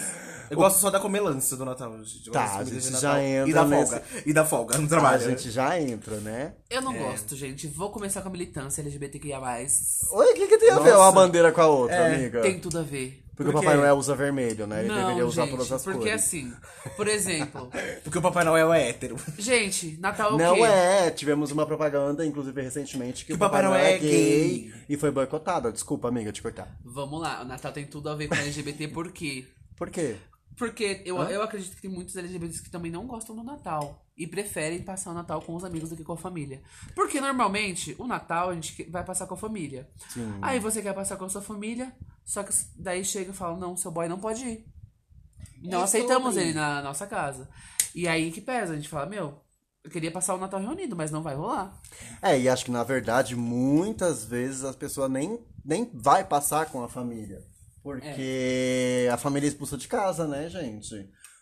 B: Eu gosto só da comelância do Natal. gente. Eu
C: Tá,
B: gosto das
C: a
B: comidas
C: gente
B: de
C: já
B: Natal. E
C: entra
B: da
C: nesse-
B: folga. E da folga né? no
C: A
B: trabalho.
C: gente já entra, né?
A: Eu não gosto, gente. Vou começar com a militância LGBTQIA.
C: Oi, o que, que tem a ver
B: Nossa.
C: uma bandeira com a outra, amiga?
A: Tem tudo a ver.
C: É, Porque
B: Por
C: o Papai
B: quê?
C: Noel usa vermelho, né? Ele
A: não,
C: deveria usar
A: gente,
C: todas as
A: porque
C: cores.
A: assim, por exemplo,
B: Porque o Papai Noel é hétero.
A: gente, Natal é o
C: Não
A: quê?
C: é, tivemos uma propaganda, inclusive recentemente, que, o Papai, Noel é gay, e foi boicotada. Desculpa, amiga, te cortar.
A: Vamos lá, o Natal tem tudo a ver com LGBT, por quê?
C: Por quê?
A: Porque eu, eu acredito que tem muitos LGBTs que também não gostam do Natal e preferem passar o Natal com os amigos do que com a família. Porque normalmente o Natal a gente que- vai passar com a família. Aí você quer passar com a sua família, só que daí chega e fala: não, seu boy não pode ir. Não aceitamos ele na nossa casa. E aí que pesa, a gente fala: meu, eu queria passar o Natal reunido, mas não vai rolar.
C: É, e acho que na verdade, muitas vezes as pessoas nem, nem vai passar com a família. Porque a família é expulsa de casa, né, gente?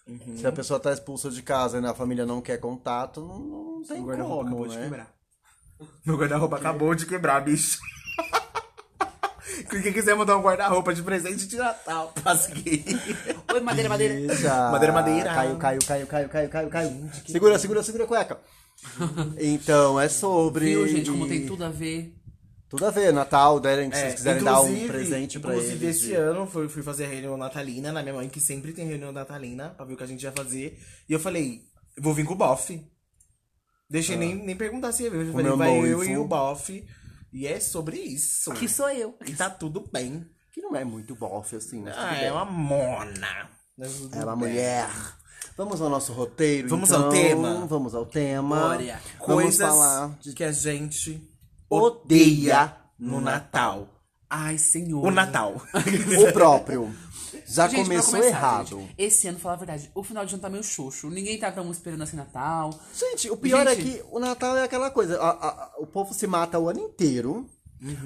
B: Uhum.
C: Se a pessoa tá expulsa de casa e a família não quer contato, não, não tem
B: Meu guarda-roupa acabou
C: como,
B: de
C: né?
B: quebrar. Meu guarda-roupa acabou de quebrar, bicho. Quem quiser mandar um guarda-roupa de presente de Natal, passa aqui.
A: Oi, madeira, madeira.
C: Eita.
B: Madeira, madeira.
C: Caiu, caiu, caiu, caiu, caiu, caiu, caiu. Segura, segura, segura a cueca. Então, é sobre.
A: Viu, gente, como tem tudo a ver.
C: Tudo a ver, Natal, derem, se vocês quiserem dar um
B: É, inclusive-
C: presente pra
B: inclusive,
C: eles.
B: esse ano fui, fui fazer a reunião natalina na minha mãe, que sempre tem reunião natalina, pra ver o que a gente ia fazer. E eu falei, eu vou vir com o bofe. Deixei nem, nem perguntar se ia vir. Eu
C: Ah. Com
B: falei,
C: meu
B: vai eu
C: noivo.
B: e o bofe. E é sobre isso.
A: Que sou eu.
B: E tá tudo bem.
C: Que não é muito bofe, assim, mas tudo
B: Ah,
C: bem.
B: é uma mona.
C: É uma mulher. Vamos ao nosso roteiro,
B: Vamos
C: então.
B: ao tema.
C: Vamos ao tema.
B: Olha,
C: Vamos
B: coisas
C: falar de
B: que a gente
C: Odeia
B: odeia no Natal.
A: Ai, senhor.
B: O Natal.
C: o próprio. Já
A: Gente, pra
C: começou
A: começar,
C: errado.
A: gente, esse ano, falar a verdade, o final de ano tá meio xoxo. Ninguém tá tão esperando assim Natal.
C: Gente, o pior é
A: Gente.
C: que o Natal é aquela coisa. a- a- a- o povo se mata o ano inteiro.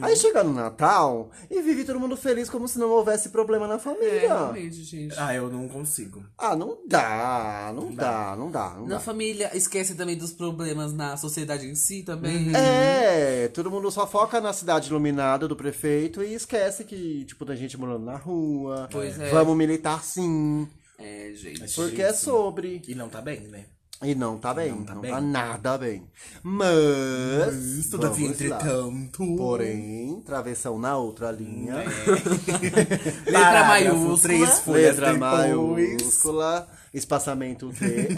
C: Aí chega no Natal e vive todo mundo feliz como se não houvesse problema na
A: É,
C: família.
A: realmente, gente.
B: ah, eu não consigo.
C: ah, não dá, não dá, não dá, não
A: Na
C: dá.
A: família, esquece também dos problemas na sociedade em si também.
C: É, todo mundo só foca na cidade iluminada do prefeito e esquece que, tipo, tem gente morando na rua.
A: Pois é.
C: Vamos militar sim.
A: É, gente.
C: Porque é sobre.
B: E não tá bem, né?
C: E não tá bem, não
B: tá
C: tá,
B: bem.
C: nada bem. Mas.
B: Isso,
C: vamos
B: todavia,
C: lá.
B: entretanto. Né?
C: Porém, né? travessão na outra linha.
B: Hum.
A: Letra
B: Parágrafo,
A: maiúscula.
B: Três folhas
C: Letra
B: depois.
C: maiúscula, espaçamento T,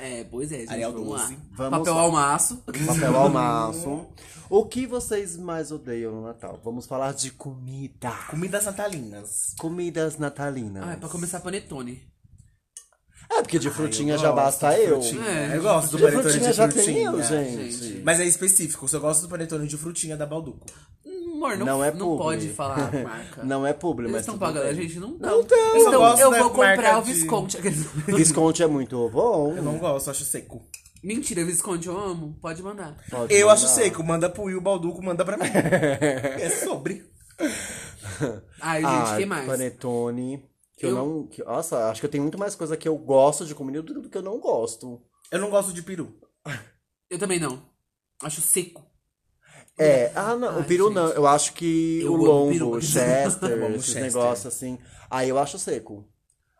A: É, pois é, gente.
B: Arial
A: vamos lá.
B: 12.
C: Vamos
A: Papel
C: lá.
A: ao maço.
C: papel ao maço. O que vocês mais odeiam no Natal? Vamos falar de comida.
B: Comidas natalinas.
C: Comidas natalinas.
A: Ah, é pra começar panetone.
C: É, porque de frutinha
B: Eu
C: já
B: gosto
C: basta
B: de
C: eu.
B: frutinha.
A: É.
B: Eu gosto do
C: De
B: panetone
C: frutinha
B: de
C: já tem eu,
B: frutinha.
C: gente.
B: Mas é específico, só gosto do panetone de frutinha da Balduco.
A: Amor, não,
C: Não é
A: não
C: publi.
A: pode falar a marca.
C: Não é público,
A: Eles
C: mas
A: estão
C: tudo
A: pagando a
C: bem.
A: gente? Não
C: Não
A: dão.
C: tem.
B: Eu só
A: Então,
B: gosto
A: eu
B: da
A: vou comprar
B: marca
A: o
B: de-
A: Visconde.
C: Visconde é muito bom.
B: Eu não gosto, acho seco.
A: Mentira, Visconde, eu amo. Pode mandar.
C: Pode
B: Eu acho
C: mandar.
B: seco, manda pro Will Balduco, manda pra mim. é sobre.
A: Ai, gente,
C: Ah,
A: quem mais?
C: panetone. Que eu,
A: Eu-
C: não. que- nossa, acho que eu tenho muito mais coisa que eu gosto de comida do do que eu não gosto.
B: Eu não gosto de peru.
A: Eu também não. Acho seco.
C: É, ah, não,
A: Ai,
C: o peru
A: gente.
C: não. Eu acho que
A: Eu
C: o
A: amo
C: lombo,
A: peru.
C: o chester,
B: Eu amo
C: esses
B: chester.
C: negócios assim. Aí eu acho seco.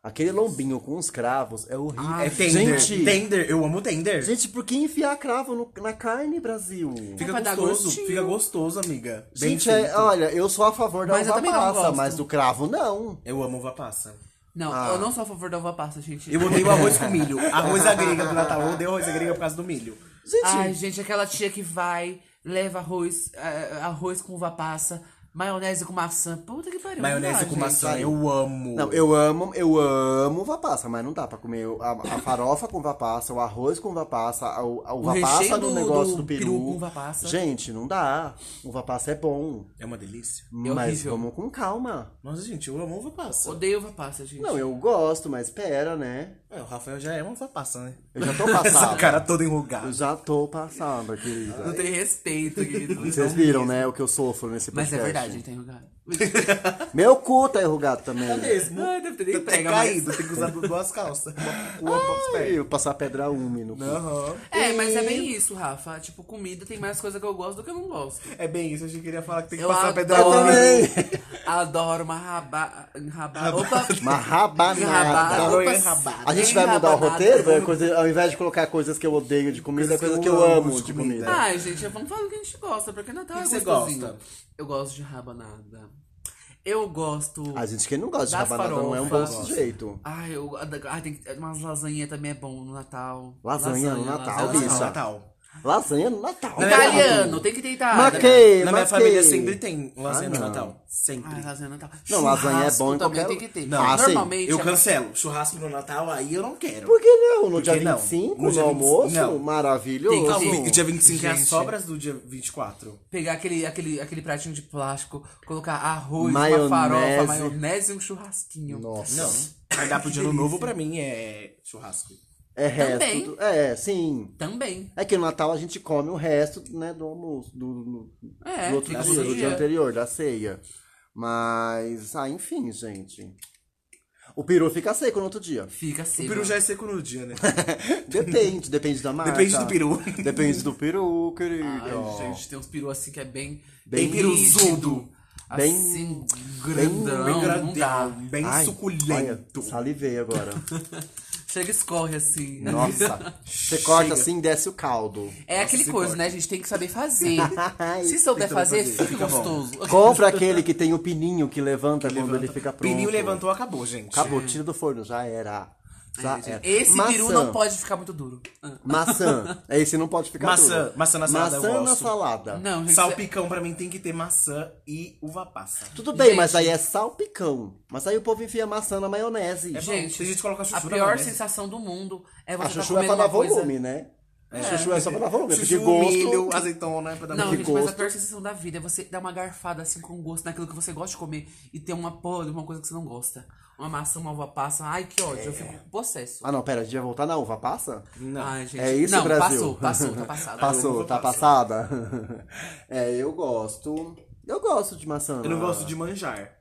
C: Aquele lombinho com os cravos é horrível.
A: Ah,
B: É tender.
C: gente,
B: Tender, eu amo tender.
C: gente, por que enfiar cravo no- na carne, Brasil?
B: Fica
A: é Pra dar
B: gostoso,
A: gostinho.
B: fica gostoso, amiga. Bem
C: Gente, é-
B: feito.
C: olha, eu sou a favor da
A: Mas eu
C: uva
A: também não
C: passa,
A: gosto.
C: mas do cravo não.
B: Eu amo uva passa.
A: Não,
C: Ah.
A: eu não sou a favor da uva passa, gente.
B: Eu odeio arroz com milho. Arroz à grega do Natal. Eu odeio arroz à grega por causa do milho.
C: Gente,
A: Ai, gente, aquela tia que vai, leva arroz, eh, arroz com uva passa, maionese com maçã. Puta que pariu. é
B: Maionese
A: não dá,
B: com
A: gente.
B: maçã, eu amo.
C: Não, eu amo, eu amo uva passa, mas não dá pra comer a, a farofa com uva passa, o arroz com uva passa, a, a uva passa
A: recheio
C: no
A: do-
C: negócio do,
A: do
C: peru.
A: peru com uva passa.
C: Gente, não dá. Uva passa é bom,
B: É uma delícia.
C: mas
A: horrível.
C: vamos com calma.
B: Nossa, gente, eu amo uva passa.
A: Odeio uva passa, gente.
C: Não, eu gosto, mas pera, né?
B: É, o Rafael já é uma uva passa, né?
C: Eu já tô
B: Essa
C: passada.
B: cara toda
C: Eu
B: enrugada.
C: já tô passada,
A: Não
C: querida.
A: tem respeito, querido.
C: Vocês viram, né, o que eu sofro nesse
A: Mas
C: podcast.
A: é verdade, gente, tem lugar.
C: Meu cu tá enrugado também.
B: mesmo. Tá
A: Ai, deve ter nem
B: Até
A: pega, mas-
B: caído, tem que usar duas calças. Uma, uma uma-
C: Ai, eu passar pedra úmida no cu.
B: Aham.
A: É, mas é bem isso, Rafa. Tipo, comida tem mais coisa que eu gosto do que eu não gosto.
B: É bem isso, a gente queria falar que tem que
A: Eu
B: passar a pedra
A: adoro.
B: também.
A: Adoro uma raba... raba... Opa!
C: Uma rabanada. Tá
A: Rabada. Opa,
B: Enrabada.
C: A gente vai mudar o
A: enrabanada.
C: roteiro? Vai coisa- ao invés de colocar coisas que eu odeio de comida, coisas que eu amo de comida.
A: Ai, gente, vamos falar do que a gente gosta, porque Natal
B: O que
A: é
B: você
A: gostosinho.
B: gosta?
A: Eu gosto de rabanada. Eu gosto...
C: A gente que não gosta de
A: Das
C: rabanada não é um bom
A: farofas.
C: sujeito.
A: Ai, eu... Ai, tem umas lasanhas também é bom no Natal.
C: Lasanha no Natal,
B: Não,
A: lasanha. É
C: bicho.
B: não, Natal.
C: Lasanha no Natal.
A: Italiano, tem que ter Itália.
C: Maquei,
B: é Na minha
C: maquei.
B: família é sempre tem lasanha
C: Ah,
B: no
C: não.
B: Natal. Sempre.
A: Ai, lasanha no Natal.
C: Não, lasanha é
A: Churrasco
C: bom em
A: também
C: qualquer...
A: tem que ter.
C: Não,
A: Ah,
C: assim,
A: Normalmente
B: Eu
A: é-
B: cancelo. Churrasco no Natal, aí eu não quero.
C: Por que não? No dia
B: que não?
C: 25,
B: No
C: no,
B: dia 25,
C: almoço?
B: não.
C: Maravilhoso.
B: Não, vi- dia 25 é as
A: Gente.
B: sobras do dia 24.
A: pegar aquele, aquele, aquele pratinho de plástico, colocar arroz,
C: Maionese.
A: uma farofa, maionese e um churrasquinho.
C: Nossa.
B: Não. Cardápio de ano novo pra mim é churrasco.
C: É resto.
A: Também.
C: do- É, sim.
A: Também.
C: É que no Natal a gente come o resto, né, do almoço, do, do-
A: É,
C: do outro
A: fica é.
C: dia,
A: pro
C: do
A: dia.
C: dia anterior, da ceia. Mas, ah, enfim, gente. O peru fica seco no outro dia.
A: Fica assim.
B: O peru já é seco no dia, né?
C: Depende, depende da marca.
B: Depende do peru.
C: Depende do peru, querido.
A: Ai, gente, tem uns peru assim que é bem.
C: Bem
B: peruzudo.
C: Bem-
A: Assim, grandão.
B: Bem
A: não dá.
B: grandão, bem
C: Ai,
B: suculento.
C: olha, salivei agora.
A: Chega e escorre assim.
C: Nossa. Você corta assim e desce o caldo.
A: É aquele
B: se
A: coisa,
B: corta.
A: né, gente? Tem que saber fazer.
C: Ai,
A: Se souber
B: tem que
A: fazer,
B: saber fazer,
A: fica
B: fica bom.
A: gostoso.
C: Compra aquele que tem o pininho que levanta quando ele fica pronto.
B: Pininho levantou, acabou, gente.
C: Acabou, tira do forno, já era. Sa- é.
A: Esse peru
C: Maçã.
A: não pode ficar muito duro. Ah.
C: Maçã. Esse não pode ficar
B: Maçã.
C: duro.
B: Maçã na salada,
C: Maçã
B: eu
C: na
B: gosto.
C: salada.
A: Não, gente.
B: Salpicão pra mim tem que ter maçã e uva passa.
C: Tudo bem,
A: Gente.
C: mas aí é salpicão. Mas aí o povo enfia maçã na
B: É
C: maionese.
B: bom.
A: Gente,
B: Tem gente que coloca chuchu
A: a
B: na
A: pior
B: maionese.
A: sensação do mundo é
C: a
A: você tá
C: chuchu é
A: comendo
C: pra dar
A: uma coisa...
C: volume, né? A chuchu é só pra dar volume. é porque
B: Chuchu,
C: gosto...
B: milho, azeitona, pra dar
A: Não,
B: uma-
A: gente, mas
C: gosto.
A: a pior sensação da vida é você dar uma garfada assim com gosto naquilo que você gosta de comer e ter uma porra de uma coisa que você não gosta. Uma maçã, uma uva passa. Ai, que ódio. Eu fico com possesso.
C: Ah, não, pera. A gente vai voltar na uva passa?
A: Ai, gente.
C: É isso,
A: não,
C: Brasil?
A: passou, passou, tá passado.
C: Passou, tá passada? é, eu gosto... Eu gosto de maçã.
B: Eu não gosto de manjar.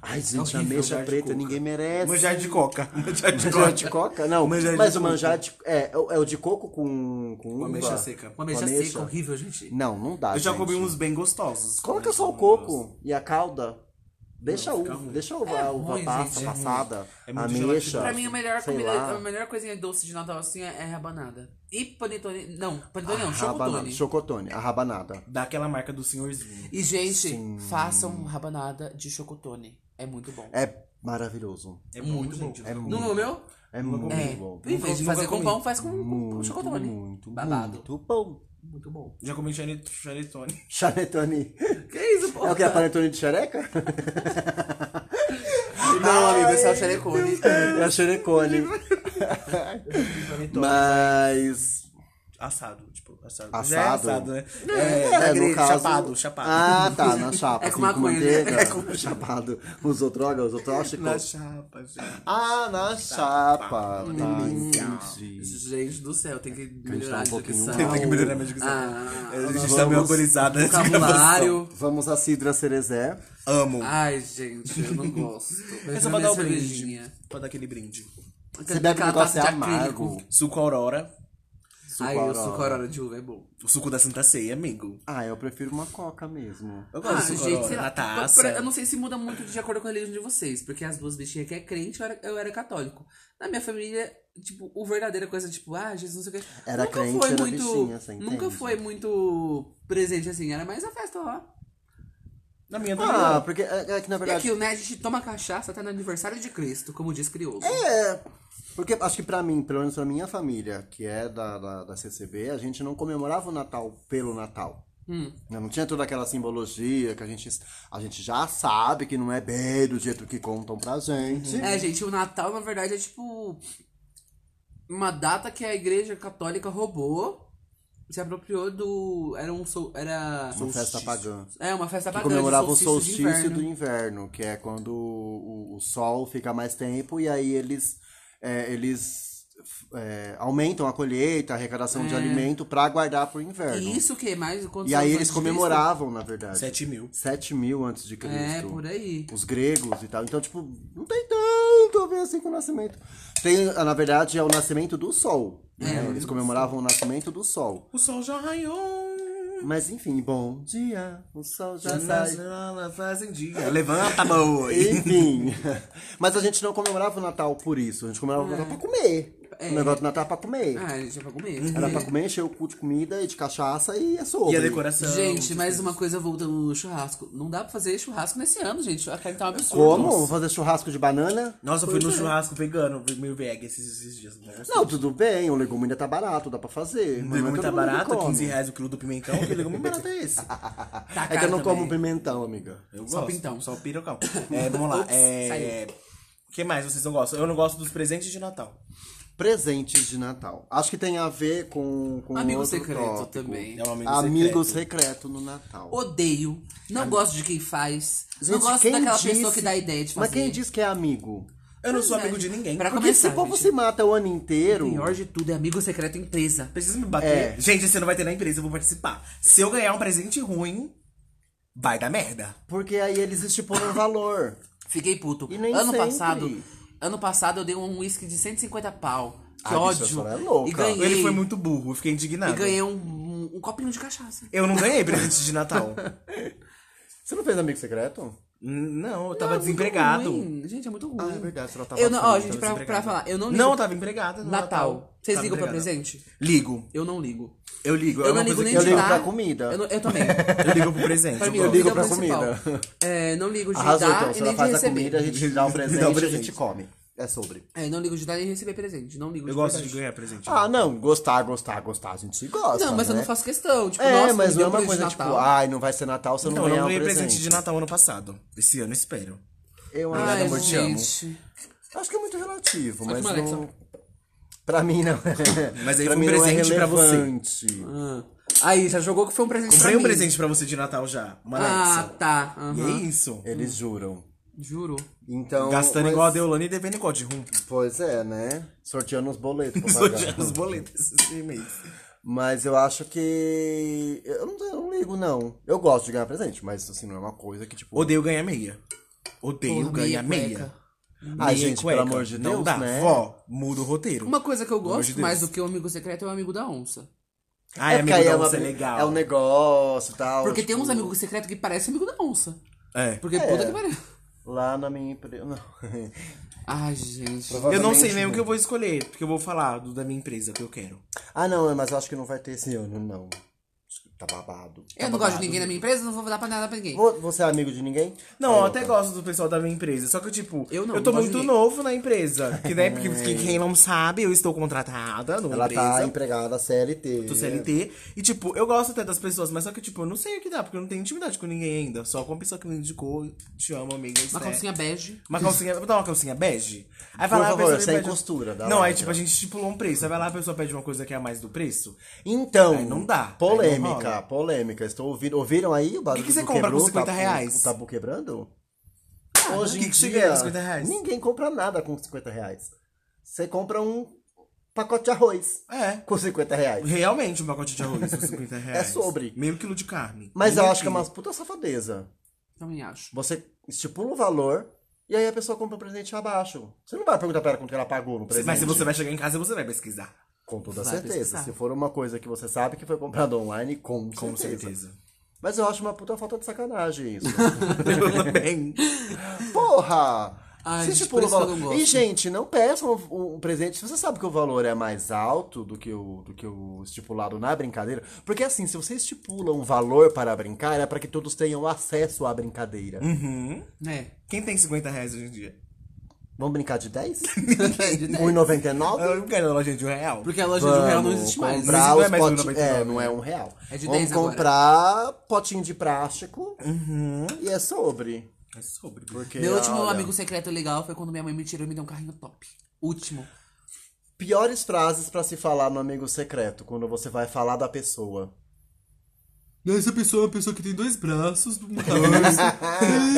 C: Ai, gente,
A: horrível,
C: ameixa
B: manjar de
C: preta,
B: coca.
C: ninguém merece.
B: Manjar de coca. Manjar de
C: É Manjar de
B: coca.
C: coca? Não,
B: Manjar de
C: mas o
B: coco.
C: manjar de... É, é o- é o de coco com... Com uva?
B: ameixa seca.
A: Uma ameixa
C: Ameixa.
A: seca, horrível, gente.
C: Não, não dá,
B: Eu já
C: gente.
B: comi um uns bem gostosos.
C: Coloca
B: mas
C: só
B: eu
C: o
B: não gosto.
C: coco e a calda. Deixa a
B: fica
C: uva,
B: ruim.
C: deixa a uva,
A: É
C: a uva
A: ruim,
C: passa,
A: gente, é ruim.
C: passada,
B: É muito
C: ameixa.
B: gelatinoso.
A: Pra mim, a melhor,
C: sei
A: comida, é
C: lá.
A: a melhor coisinha doce de Natal assim é é rabanada. E panetone. Não, panetone
C: A
A: não,
C: Ah, rabanada,
A: chocotone.
C: chocotone, a rabanada.
B: Daquela marca do senhorzinho.
A: E, gente, façam rabanada de chocotone. É muito bom.
C: É maravilhoso.
B: É muito bom.
C: É muito,
A: Não comeu?
C: é muito
A: É.
C: bom.
A: Em vez de
B: Nunca
A: fazer com
B: comi.
A: pão, faz com, com
C: Muito,
A: chocotone.
C: muito,
A: Babado.
C: muito bom.
A: Muito bom.
C: é
B: Já comi chanet- chanetone.
C: Chanetone.
A: Que isso, pô?
C: É o que? É panetone de xereca?
A: Não, amigo, esse é o xerecone.
C: É a xerecone. Mas...
B: Assado, tipo, assado.
C: Assado?
B: Já é assado, né?
C: é, no
B: grelha,
C: caso-
B: chapado, chapado.
C: Ah, tá, na chapa.
A: É com
C: assim,
A: maconha, né?
C: manteiga.
A: É com-
C: Chapado. Usou droga, usou tóxico.
B: Na chapa, gente.
C: Ah, na chapa. Tá, entendi.
A: Gente do céu, tem que
C: a gente tá
A: melhorar
C: um
A: a
C: pouquinho
A: dicção.
C: mal.
B: Tem que melhorar minha dicção.
A: Ah,
B: a gente
C: vamos-
B: tá meio alcoolizada. nessa
C: um
B: gravação.
A: vocabulário.
C: Então, Vamos à Cidra Cerezé.
B: Amo.
A: Ai, gente, eu não gosto.
B: É
A: Essa
B: só pra dar o brinde. Pra dar aquele brinde.
C: Você bebe um negócio é amargo.
B: Suco Aurora.
A: tá Ai,
C: Suco
A: o suco
C: Aurora.
A: aurora de uva é bom.
B: O suco da Santa Ceia, amigo.
C: Ah, eu prefiro uma coca mesmo.
B: Eu gosto
A: Ah,
B: de suco
A: gente,
B: Aurora.
A: sei lá,
B: na
A: pra-
B: taça.
A: pra- eu não sei se muda muito de acordo com a religião de vocês, porque as duas bichinhas que é crente, eu era, eu era católico. Na minha família, tipo, o verdadeira coisa, tipo, ah, Jesus, não sei o que.
C: Era
A: nunca
C: crente,
A: foi
C: era
A: muito,
C: bichinha, você
A: Nunca
C: entende?
A: foi muito presente assim, era mais a festa lá.
B: Na minha também.
C: Ah, porque é, é que na
A: E
C: verdade.
A: aquilo, né, a gente toma cachaça até no aniversário de Cristo, como diz Crioulo.
C: É. Porque acho que pra mim, pelo menos pra minha família, que é da, da, da CCB, a gente não comemorava o Natal pelo Natal.
A: Hum.
C: Né, Não tinha toda aquela simbologia que a gente, a gente já sabe que não é bem do jeito que contam pra gente.
A: É, gente, o Natal, na verdade, é tipo. Uma data que a igreja católica roubou, se apropriou do. Era um. sol- Era.
C: Uma festa pagã.
A: É, uma festa
C: Que
A: pagã. de
C: comemorava o
A: solstício de
C: solstício do
A: inverno.
C: inverno, que é quando o, o sol fica mais tempo e aí eles, é, eles f- é, aumentam a colheita, a arrecadação de alimento pra guardar pro inverno.
A: E É. isso o que é mais
C: E aí eles comemoravam, na verdade.
B: 7 mil.
C: 7 mil antes de Cristo.
A: É, por aí.
C: Os gregos e tal. Então, tipo, não tem tanto a ver assim com o nascimento. Tem, ah, na verdade, é o nascimento do sol.
A: É.
C: né? Eles comemoravam o nascimento do sol.
B: O sol já raiou.
C: Mas enfim, bom dia, o sol já sai.
B: Na fazendinha. Levanta, boi.
C: Enfim. Mas a gente não comemorava o Natal por isso. A gente comemorava o Natal pra comer. O negócio do Natal é pra comer.
A: É. Ah, gente, é pra comer.
C: Era pra comer, encher o cu de comida e de cachaça e é sobre.
B: E a decoração.
A: Gente, mais uma coisa voltando no churrasco. Não dá pra fazer churrasco nesse ano, gente. A carne tá um absurdo.
C: Como? Vou fazer churrasco de banana?
B: Nossa, eu fui no churrasco vegano, fui meio veg esses, esses dias. né?
C: Não, tudo bem. O legume ainda tá barato, dá pra fazer.
B: O
C: mas não é
B: legume
C: todo
B: tá
C: mundo que
B: barato,
C: come.
B: 15 reais o quilo do pimentão. Que legume barato é esse?
A: Tá
C: É que eu não
A: caro
C: como
A: também.
C: pimentão, amiga.
B: Eu
A: Só
B: gosto.
A: pintão.
B: Só pirocão. É, vamos lá. É... O que mais vocês não gostam? Eu não gosto dos presentes de Natal.
C: Presentes de Natal. Acho que tem a ver com. com
A: Amigo
C: outro
A: secreto
C: tópico.
A: também.
B: É um amigo
C: Amigo
B: secreto.
C: secreto. no Natal.
A: Odeio. Não gosto de quem faz. não
C: Gente,
A: gosto
C: quem
A: daquela
C: disse-
A: pessoa que dá a ideia de fazer.
C: Mas quem diz que é amigo?
B: Eu não sou amigo de ninguém.
A: é. Pra
C: Porque
A: começar,
C: esse povo
A: gente.
C: se mata o ano inteiro.
A: O pior de tudo é amigo secreto empresa.
B: Precisa me
C: É.
B: bater? Gente, esse ano vai ter na empresa, eu vou participar. Se eu ganhar um presente ruim, vai dar merda.
C: Porque aí eles estipulam valor.
A: Fiquei puto.
C: E nem
A: ano
C: sempre.
A: passado, ano passado eu dei um uísque de 150 pau. Que
C: Ah, bicho, a
A: ódio.
C: senhora é louca.
A: E ganhei.
B: Ele foi muito burro, eu fiquei indignado.
A: E ganhei um, um, um copinho de cachaça.
B: Eu não ganhei presente de Natal.
C: Você não fez amigo secreto?
B: N- não, eu tava
A: Ah, muito
B: desempregado.
A: ruim. Gente, é muito ruim.
C: Ah, é verdade, a senhora tava
A: Eu não, ó,
C: afim,
A: gente,
B: tava
A: pra, pra
B: desempregado.
A: falar, eu não ligo.
B: Não, eu tava empregado no
A: Natal.
B: Natal.
A: Vocês
B: Tava
A: ligam pra
B: empregado.
A: presente?
B: Ligo.
A: Eu não ligo.
B: Eu ligo.
A: Eu,
B: é
A: não
B: uma
A: ligo
B: coisa
A: nem
B: que
C: eu
A: de
C: ligo
A: dar.
C: pra comida.
A: Eu, não- eu também.
B: Eu ligo pro presente.
A: Pra mim,
B: eu
A: eu
B: gosto.
C: ligo
A: ligo
C: pra
A: pra comida.
C: comida.
A: É, não ligo de
C: Arrasou,
A: dar
C: então.
A: e
C: Se
A: nem
C: ela
A: de
C: faz a
A: receber.
C: comida, a gente dá o presente,
B: Dá o
C: a gente
B: presente.
C: come. é sobre.
A: É, não ligo de dar nem receber presente. Não ligo
B: Eu
A: de
B: gosto de
A: verdade.
B: ganhar presente.
C: Ah, não, gostar, gostar, gostar, a gente se gosta.
A: Não, mas eu
C: né?
A: não faço questão. Tipo,
C: É,
A: nossa,
C: mas
A: me
C: não é
A: deu
C: uma
A: presente
C: coisa
A: de
C: tipo,
A: Natal.
C: ai, não vai ser Natal se eu não
B: Então, eu
C: ganhar
B: não
C: um
B: ganhei
C: presente.
B: presente de Natal ano passado. Esse ano, espero.
C: Eu é ainda
A: Ai,
C: ah, amor, te amo.
A: gente.
C: Acho que é muito relativo,
A: Ótimo,
C: mas
A: Alexa.
C: não... Pra mim não
B: Mas aí foi
C: pra
B: um
C: mim não é
B: presente pra você.
C: relevante.
A: Ah. Aí, já jogou que foi um presente
B: Comprei
A: pra
B: um
A: mim.
B: presente pra você de Natal já. Uma
A: Ah,
B: Alexa.
A: tá.
B: E
A: aham.
B: é isso.
C: Eles juram.
A: Juro.
C: Então,
B: Gastando
C: mas-
B: igual a Deolane e devendo igual de rum.
C: Pois é, né? Sorteando os boletos pra pagar.
B: Sorteando os boletos esses seis meses.
C: Mas eu acho que. Eu não, eu não ligo, não. Eu gosto de ganhar presente, mas assim, não é uma coisa que, tipo.
B: Odeio ganhar meia. Odeio
A: Porra,
B: ganhar
A: meia
B: meia.
A: cueca.
C: Ai,
B: Meia
C: gente,
B: cueca.
C: pelo amor de Deus,
B: Não dá.
C: né?
B: Vó, muda o roteiro.
A: Uma coisa que eu
B: amor de
A: gosto
B: Deus.
A: mais do que o amigo secreto é o amigo da onça.
B: Ai,
C: porque
B: amigo,
C: aí
B: é,
C: uma-
B: é legal.
C: É um negócio e tal.
A: Porque tem
C: tipo,
A: uns amigos secretos que parecem amigo da onça.
B: É.
A: Porque puta que pariu.
C: Lá na minha empresa. Não.
A: Ai, gente.
B: Eu não sei
C: Provavelmente
B: nem o que
C: não.
B: eu vou escolher, porque eu vou falar do da minha empresa que eu quero.
C: Ah, não, mas eu acho que não vai ter esse ano, não. Acho que Tá babado. Tá
A: Eu não gosto de
B: né?
A: ninguém na minha empresa, não vou dar pra nada pra ninguém.
C: Vo- Você é amigo de ninguém?
B: Não, eu
C: Garota.
B: até gosto do pessoal da minha empresa. Só que, tipo,
A: Eu não,
B: eu tô
A: não gosto de
B: muito
A: ninguém.
B: novo na empresa. Que, né, porque quem- quem não sabe, eu estou contratada numa
C: É. Ela
B: empresa.
C: tá empregada CLT.
B: do CLT. E, tipo, eu gosto até das pessoas, mas só que, tipo, eu não sei o que dá, porque eu não tenho intimidade com ninguém ainda. Só com a pessoa que me indicou, te amo, amiga.
A: Uma
B: Esté.
A: calcinha bege.
B: Uma calcinha. Vou dar uma calcinha bege? Aí
C: Por
B: vai lá a
C: favor, é
B: pessoa me
C: sem
B: pede- um
C: costura, dá
B: Não,
C: lá,
B: aí,
C: dá
B: tipo,
C: lá.
B: a gente estipulou um preço. Aí vai lá, a pessoa pede uma coisa que é a mais do preço.
C: Então,
B: Aí não dá, aí não
C: Polêmica,
B: rola.
C: polêmica. Estou ouvindo. Ouviram aí o barulho
B: Que que você
C: do
B: compra com
C: quebrou, o
B: 50
C: tabu-
B: reais?
C: O tabu quebrando?
B: o
C: Hoje
B: que
C: em
B: que você ganha
C: dia,
B: com 50 reais?
C: ninguém compra nada com 50 reais. Você compra um pacote de arroz
B: É.
C: com 50 reais.
B: Realmente um pacote de arroz com 50 reais.
C: É sobre.
B: Meio quilo de carne.
C: Mas
B: Meio
C: eu acho que é
B: quilo.
C: uma puta safadeza.
A: Também acho.
C: Você estipula o valor e aí a pessoa compra o presente abaixo. Você não vai perguntar pra ela quanto que ela pagou no presente.
B: Mas se você vai chegar em casa, você vai pesquisar.
C: Com toda
A: Vai
C: certeza.
A: pesquisar.
C: Se for uma coisa que você sabe que foi comprada online, com,
B: Com
C: certeza.
B: certeza.
C: Mas eu acho uma puta falta de sacanagem isso.
B: Eu também.
C: Porra!
A: Ai,
C: Você
A: gente,
C: estipula
A: por
C: o
A: isso que eu
C: valor.
A: não gosto.
C: E, gente, não peçam um, um presente. Se você sabe que o valor é mais alto do que, o, do que o estipulado na brincadeira. Porque, assim, se você estipula um valor para brincar, é para que todos tenham acesso à brincadeira.
B: Uhum.
A: É.
B: Quem tem 50 reais hoje em dia?
C: Vamos brincar de 10?
A: De dez. É,
C: 1,99?
B: Eu não quero na loja de um real.
A: Porque a loja de um real não
C: Vamos
A: existe mais.
C: Comprar
B: Não
C: os
B: é mais
C: poti-
B: 1,99,
C: É, não é um real.
A: É de
C: Vamos
A: 10 agora.
C: comprar potinho de plástico
B: Uhum.
C: e é sobre.
B: É sobre.
C: Porque,
A: Meu último
C: olha,
A: amigo secreto legal foi quando minha mãe me tirou e me deu um carrinho top. Último.
C: Piores frases pra se falar no amigo secreto, quando você vai falar da pessoa.
A: Essa pessoa é uma pessoa que tem dois braços, uma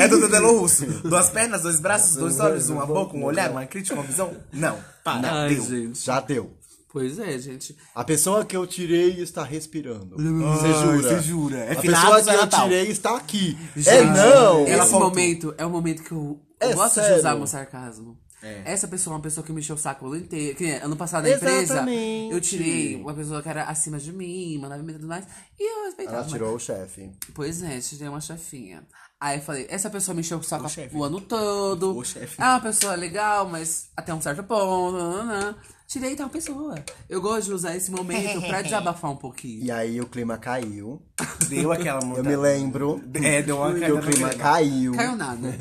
B: É do Tadelo Russo. Duas pernas, dois braços, dois olhos, uma boca, um olhar, uma crítica, uma visão. Não. Para.
A: Ai,
B: deu.
A: gente.
C: Já deu.
A: Pois é, gente.
C: A pessoa que eu tirei está respirando. Você
B: Ai,
C: jura?
B: Você jura. É
C: A
B: finados,
C: pessoa que
B: é
C: eu
B: Natal.
C: tirei está aqui. é não!
A: Esse
B: Ela faltou.
A: momento é o momento que eu, eu
C: É
A: gosto de
C: sério?
A: usar meu sarcasmo. Essa pessoa é uma pessoa que me encheu o saco o ano inteiro. Que nem ano passado na empresa,
C: Exatamente.
A: eu tirei uma pessoa que era acima de mim, mandava e tudo mais. E eu respeitava.
C: Ela tirou o chefe.
A: Pois é, tirei uma chefinha. Aí eu falei, essa pessoa me encheu o saco
B: O
A: a-
B: chefe.
A: o ano todo.
B: O chefe.
A: É uma pessoa legal, mas até um certo ponto. nananã. Tirei tal pessoa. Eu gosto de usar esse momento pra desabafar um pouquinho.
C: E aí o clima caiu.
B: Deu aquela montada.
C: Eu me lembro
B: É, deu uma
C: que
B: caída
C: o clima
B: na-
C: caiu.
A: Caiu um nada.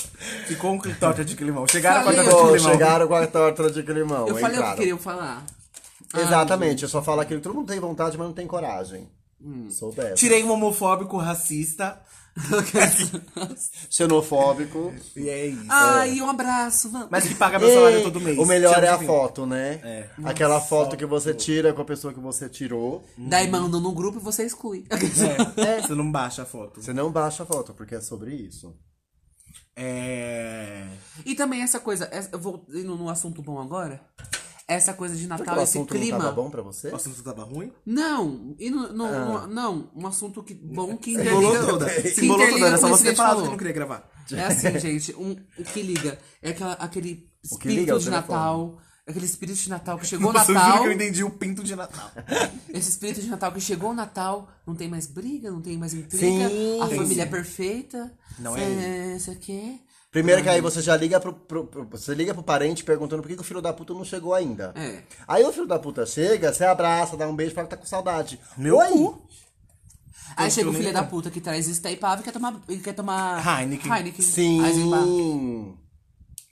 B: Ficou um torta de climão. Chegaram com a
A: Falei.
B: torta de
C: Pô,
B: climão.
C: chegaram com a torta de limão.
A: Eu
C: hein,
A: falei o que
C: cara?
A: queria falar.
C: Exatamente, eu só falo aquilo. Todo mundo tem vontade, mas não tem coragem. Sou dessa.
B: Tirei um homofóbico, racista.
C: Xenofóbico.
B: E é isso.
A: Ai, um abraço. Vamos.
B: Mas que paga meu salário
C: Ah. Ei,
B: todo mês.
C: O melhor
B: Tchau,
C: é a
B: fim.
C: foto, né?
B: É.
C: Aquela foto que você tira com a pessoa que você tirou.
A: Daí mandam num grupo e você exclui.
B: É. Você não baixa a foto.
C: Você não baixa a foto, porque é sobre isso.
B: É.
A: e também essa coisa, essa- eu vou indo num assunto bom agora. Essa coisa de
C: Será
A: Natal,
C: que o
A: esse
C: assunto não
A: clima.
C: tava bom pra você?
B: O assunto tava ruim?
A: Não, e no- no- no-
C: Ah.
A: não, um assunto que, bom que
B: Simbolou
A: interliga.
B: toda.
A: que
B: Simbolou toda.
A: interliga
B: Era só
A: com
B: você
A: isso
B: ter
A: a gente
B: falado que
A: falou.
B: eu não queria gravar.
A: É assim, gente, um, o que liga é aquela, aquele
C: O que liga é
A: espírito
C: o
A: de
C: telefone.
A: Natal. Aquele espírito de Natal que chegou o
B: Nossa, eu juro
A: Natal.
B: Tipo, que eu entendi o pinto de Natal.
A: Esse espírito de Natal que chegou o Natal, não tem mais briga, não tem mais intriga,
C: Sim.
A: a
C: Tem
A: família é perfeita.
B: Não
A: cê-
B: é
A: Isso aqui.
C: Primeiro
B: Uhum.
C: que aí você já liga pro, pro- pro- você liga pro parente perguntando por que, que o filho da puta não chegou ainda.
A: É.
C: Aí o filho da puta chega, você abraça, dá um beijo, fala que tá com saudade.
B: Meu
C: Oi!
B: cu.
A: Aí chega o
B: filme
A: filho
B: legal.
A: da puta que traz isso daí pra e quer tomar, e quer tomar
B: Heineken.
A: Heineken. Aí você fala,
C: Sim!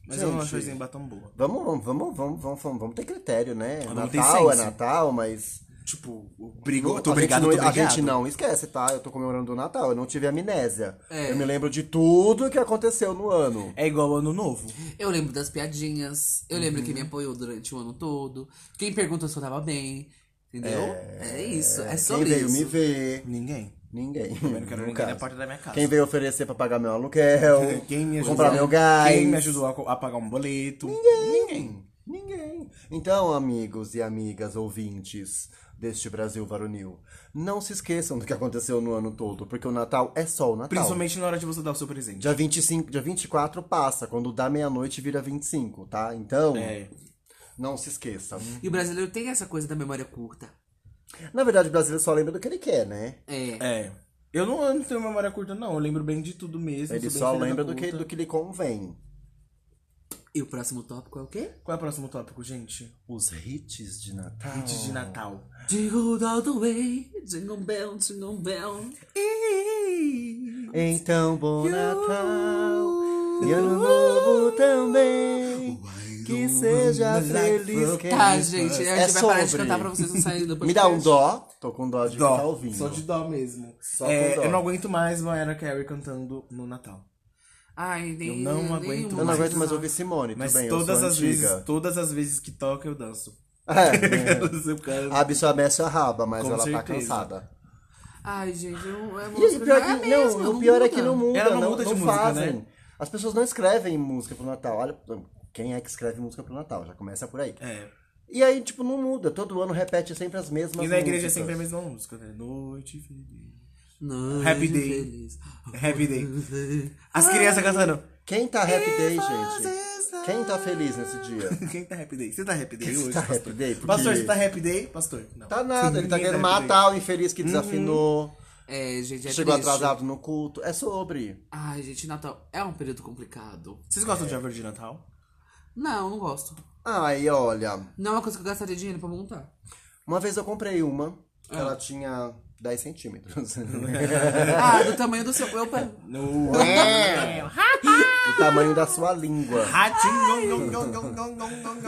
B: Mas eu não acho a
C: Gente.
B: Zemba tão boa.
C: Vamos, vamos, vamos, vamos, vamos, vamos, vamos ter critério, né?
G: Vamos ter
C: Natal é
G: senso.
C: Natal, mas.
B: Tipo, o
C: Não,
G: Brigo, tô
C: a gente
G: obrigado,
C: não-
G: tô obrigado.
C: A gente não esquece, tá? Eu tô comemorando o Natal, eu não tive amnésia.
A: É.
C: Eu me lembro de tudo que aconteceu no ano.
G: É igual ano novo.
A: Eu lembro das piadinhas, eu lembro quem me apoiou durante o ano todo, quem perguntou se eu tava bem, entendeu? É, isso, é
C: Quem
A: sobre
C: veio
A: isso.
C: me ver?
B: Ninguém.
C: Ninguém.
B: Eu não quero
C: No
B: ninguém
C: caso.
B: na porta da minha casa.
C: Quem veio oferecer pra pagar meu aluguel?
B: Quem me ajudou?
C: comprar meu gás?
B: Quem me ajudou a, co- a pagar um boleto?
C: Ninguém. Ninguém. Então, amigos e amigas ouvintes deste Brasil varonil, não se esqueçam do que aconteceu no ano todo, porque o Natal é só o Natal.
B: Principalmente na hora de você dar o seu presente.
C: Dia 25, dia 24 passa, quando dá meia-noite vira 25, tá? Então,
B: É.
C: não se esqueçam.
A: E o brasileiro tem essa coisa da memória curta.
C: Na verdade, o brasileiro só lembra do que ele quer, né?
A: É.
B: É. Eu não, eu não tenho memória curta, não. Eu lembro bem de tudo mesmo.
C: Ele
B: sou é bem
C: só
B: filha da
C: lembra do
B: puta.
C: que, do que lhe convém.
A: E o próximo tópico é o quê?
B: Qual é o próximo tópico, gente?
C: Os hits de Natal.
B: Hits de Natal.
A: Jingle all the way, jingle bell, jingle bell.
C: Então, bom Natal e ano novo também. Que seja feliz quem
A: Tá, gente, a
C: É
A: gente vai parar de
C: sobre.
A: cantar pra vocês não saírem do podcast.
C: Me dá um dó. Tô com dó de ficar ouvindo.
B: Só de dó mesmo.
C: Só
B: tá É,
C: com dó.
B: Eu não aguento mais Mariah Carey cantando no Natal.
A: Ai, nem,
B: Eu não
A: nem um uma
B: aguento
C: Eu não
B: mais.
C: aguento mais ouvir Simone,
B: Mas
C: tudo bem, eu
B: todas
C: sou
B: as
C: antiga.
B: vezes, todas as vezes que toca, eu danço.
C: É, né?
B: Eu canto.
C: A bicha mexe a raba, mas
B: Com
C: ela tá
B: certeza.
C: cansada.
A: Ai, gente, eu, é
C: E aí,
A: música.
C: pior
A: é
C: que,
A: mesmo,
C: não, o pior é
A: muda.
C: que não muda,
B: Ela não
C: não,
B: muda de
C: não
B: música,
C: fazem.
B: né?
C: As pessoas não escrevem música pro Natal. Olha, quem é que escreve música pro Natal? Já começa por aí.
B: É.
C: E aí, tipo, não muda. Todo ano repete sempre as mesmas
B: E na igreja é
C: músicas.
B: sempre a mesma música, né? Noite feliz.
A: Não,
B: Happy
A: eu
B: Day.
A: feliz.
B: Happy Day. As crianças cantando.
C: Quem tá happy day, gente? Quem tá feliz nesse dia?
B: Quem tá happy day? Você tá happy day hoje,
C: tá
B: pastor?
C: happy day? Porque-
B: Pastor, você tá happy day? Pastor, não.
C: Tá nada, ele tá
B: Ninguém
C: querendo
B: happy day. Hum,
C: matar o infeliz que desafinou,
A: É, gente, é
C: chegou
A: triste.
C: atrasado no culto. É sobre.
A: Ai, gente, Natal é um período complicado.
B: Vocês gostam de árvore de Natal?
A: Não, não gosto.
C: Ai, olha.
A: Não é uma coisa que eu gastaria dinheiro pra montar.
C: Uma vez eu comprei uma,
B: Ah.
C: ela tinha 10 centímetros.
A: Ah, do tamanho do seu. Opa.
B: No.
C: o tamanho da sua língua.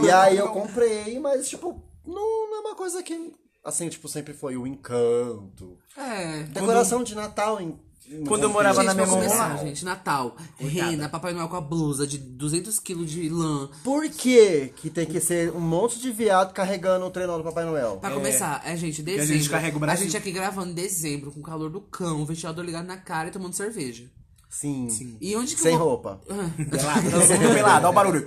C: E aí eu comprei, mas, tipo, não, não é uma coisa que. Assim, tipo, sempre foi o encanto.
A: É.
C: Decoração de Natal em.
B: Quando eu morava
A: Gente,
B: na minha
A: vamos começar,
B: mão.
A: gente. Natal, rena, Papai Noel com a blusa de 200 kg de lã.
C: Por que que tem que ser um monte de viado carregando o trenó do Papai Noel?
A: Pra começar, é gente,
B: a
A: dezembro.
B: gente carrega o
A: A
B: Brasil.
A: gente aqui gravando em dezembro, com o calor do cão, o ventilador ligado na cara e tomando cerveja.
C: Sim.
A: E onde que
C: Sem
A: eu vou-
C: roupa.
B: Pelado, todo mundo pelado, olha o barulho.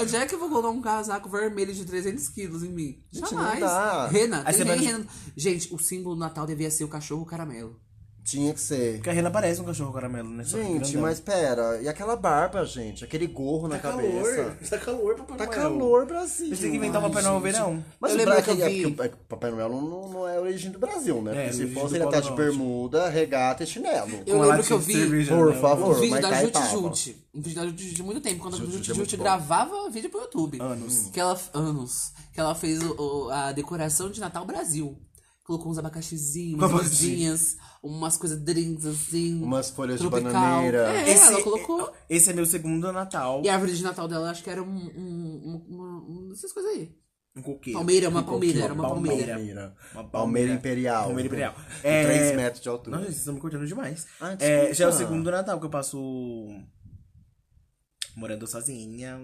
A: Onde é que eu vou colocar um casaco vermelho de 300 quilos em mim?
C: Gente, não
A: Jamais.
C: dá.
A: Rena,
B: Aí
A: tem
B: você vai-
A: rena. Gente, o símbolo do Natal devia ser o cachorro caramelo.
C: Tinha que ser.
B: Porque a Rena parece um cachorro caramelo, né? Só que
C: Gente,
B: grandão.
C: mas pera, e aquela barba, gente? Aquele gorro na cabeça.
B: Tá calor, Papai
C: Tá
B: Noel.
C: calor, Brasil.
B: Eles têm que inventar o Papai Noel no verão.
C: Mas
A: Eu
C: o
A: lembro
C: Brasil
A: que eu
C: é
A: vi-
C: porque o Papai Noel não, não- não é origem do Brasil, né?
B: É,
C: Porque se
B: origem
C: fosse
B: do
C: ele ia
B: Polo
C: estar de
B: Norte.
C: bermuda, regata e chinelo.
A: Eu
B: Uma
A: lembro que eu
B: latinha
A: vi.
B: de cerveja,
C: Por
B: né?
C: favor.
A: Um vídeo da
C: Maikai
A: Jute
C: Palma.
A: Jute. Um vídeo da Jute Jute de muito tempo, quando
C: Jute
A: a
C: Jute é
A: Jute Jute
C: muito bom.
A: gravava vídeo pro YouTube.
B: Anos.
A: Que ela, anos. Que ela fez o- o- a decoração de Natal Brasil. Colocou uns abacaxizinhos, umas
B: Abacaxi.
A: coisinhas, umas coisas drinks assim.
C: assim? Umas folhas de
A: tropical.
C: bananeira.
A: É, ela colocou.
B: Esse é meu segundo Natal.
A: E a árvore de Natal dela, acho que era um. um, um, uma- um- essas coisas aí.
B: Um coqueiro.
A: Palmeira, uma
B: Um
A: palmeira,
B: coqueiro,
A: era uma palmeira.
B: Uma
C: Palmeira imperial.
B: Palmeira imperial. É.
C: De três metros de altura.
B: Não, gente, vocês estão me cortando demais.
C: Ah,
B: É,
C: desculpa.
B: já é o segundo Natal que eu passo morando sozinha,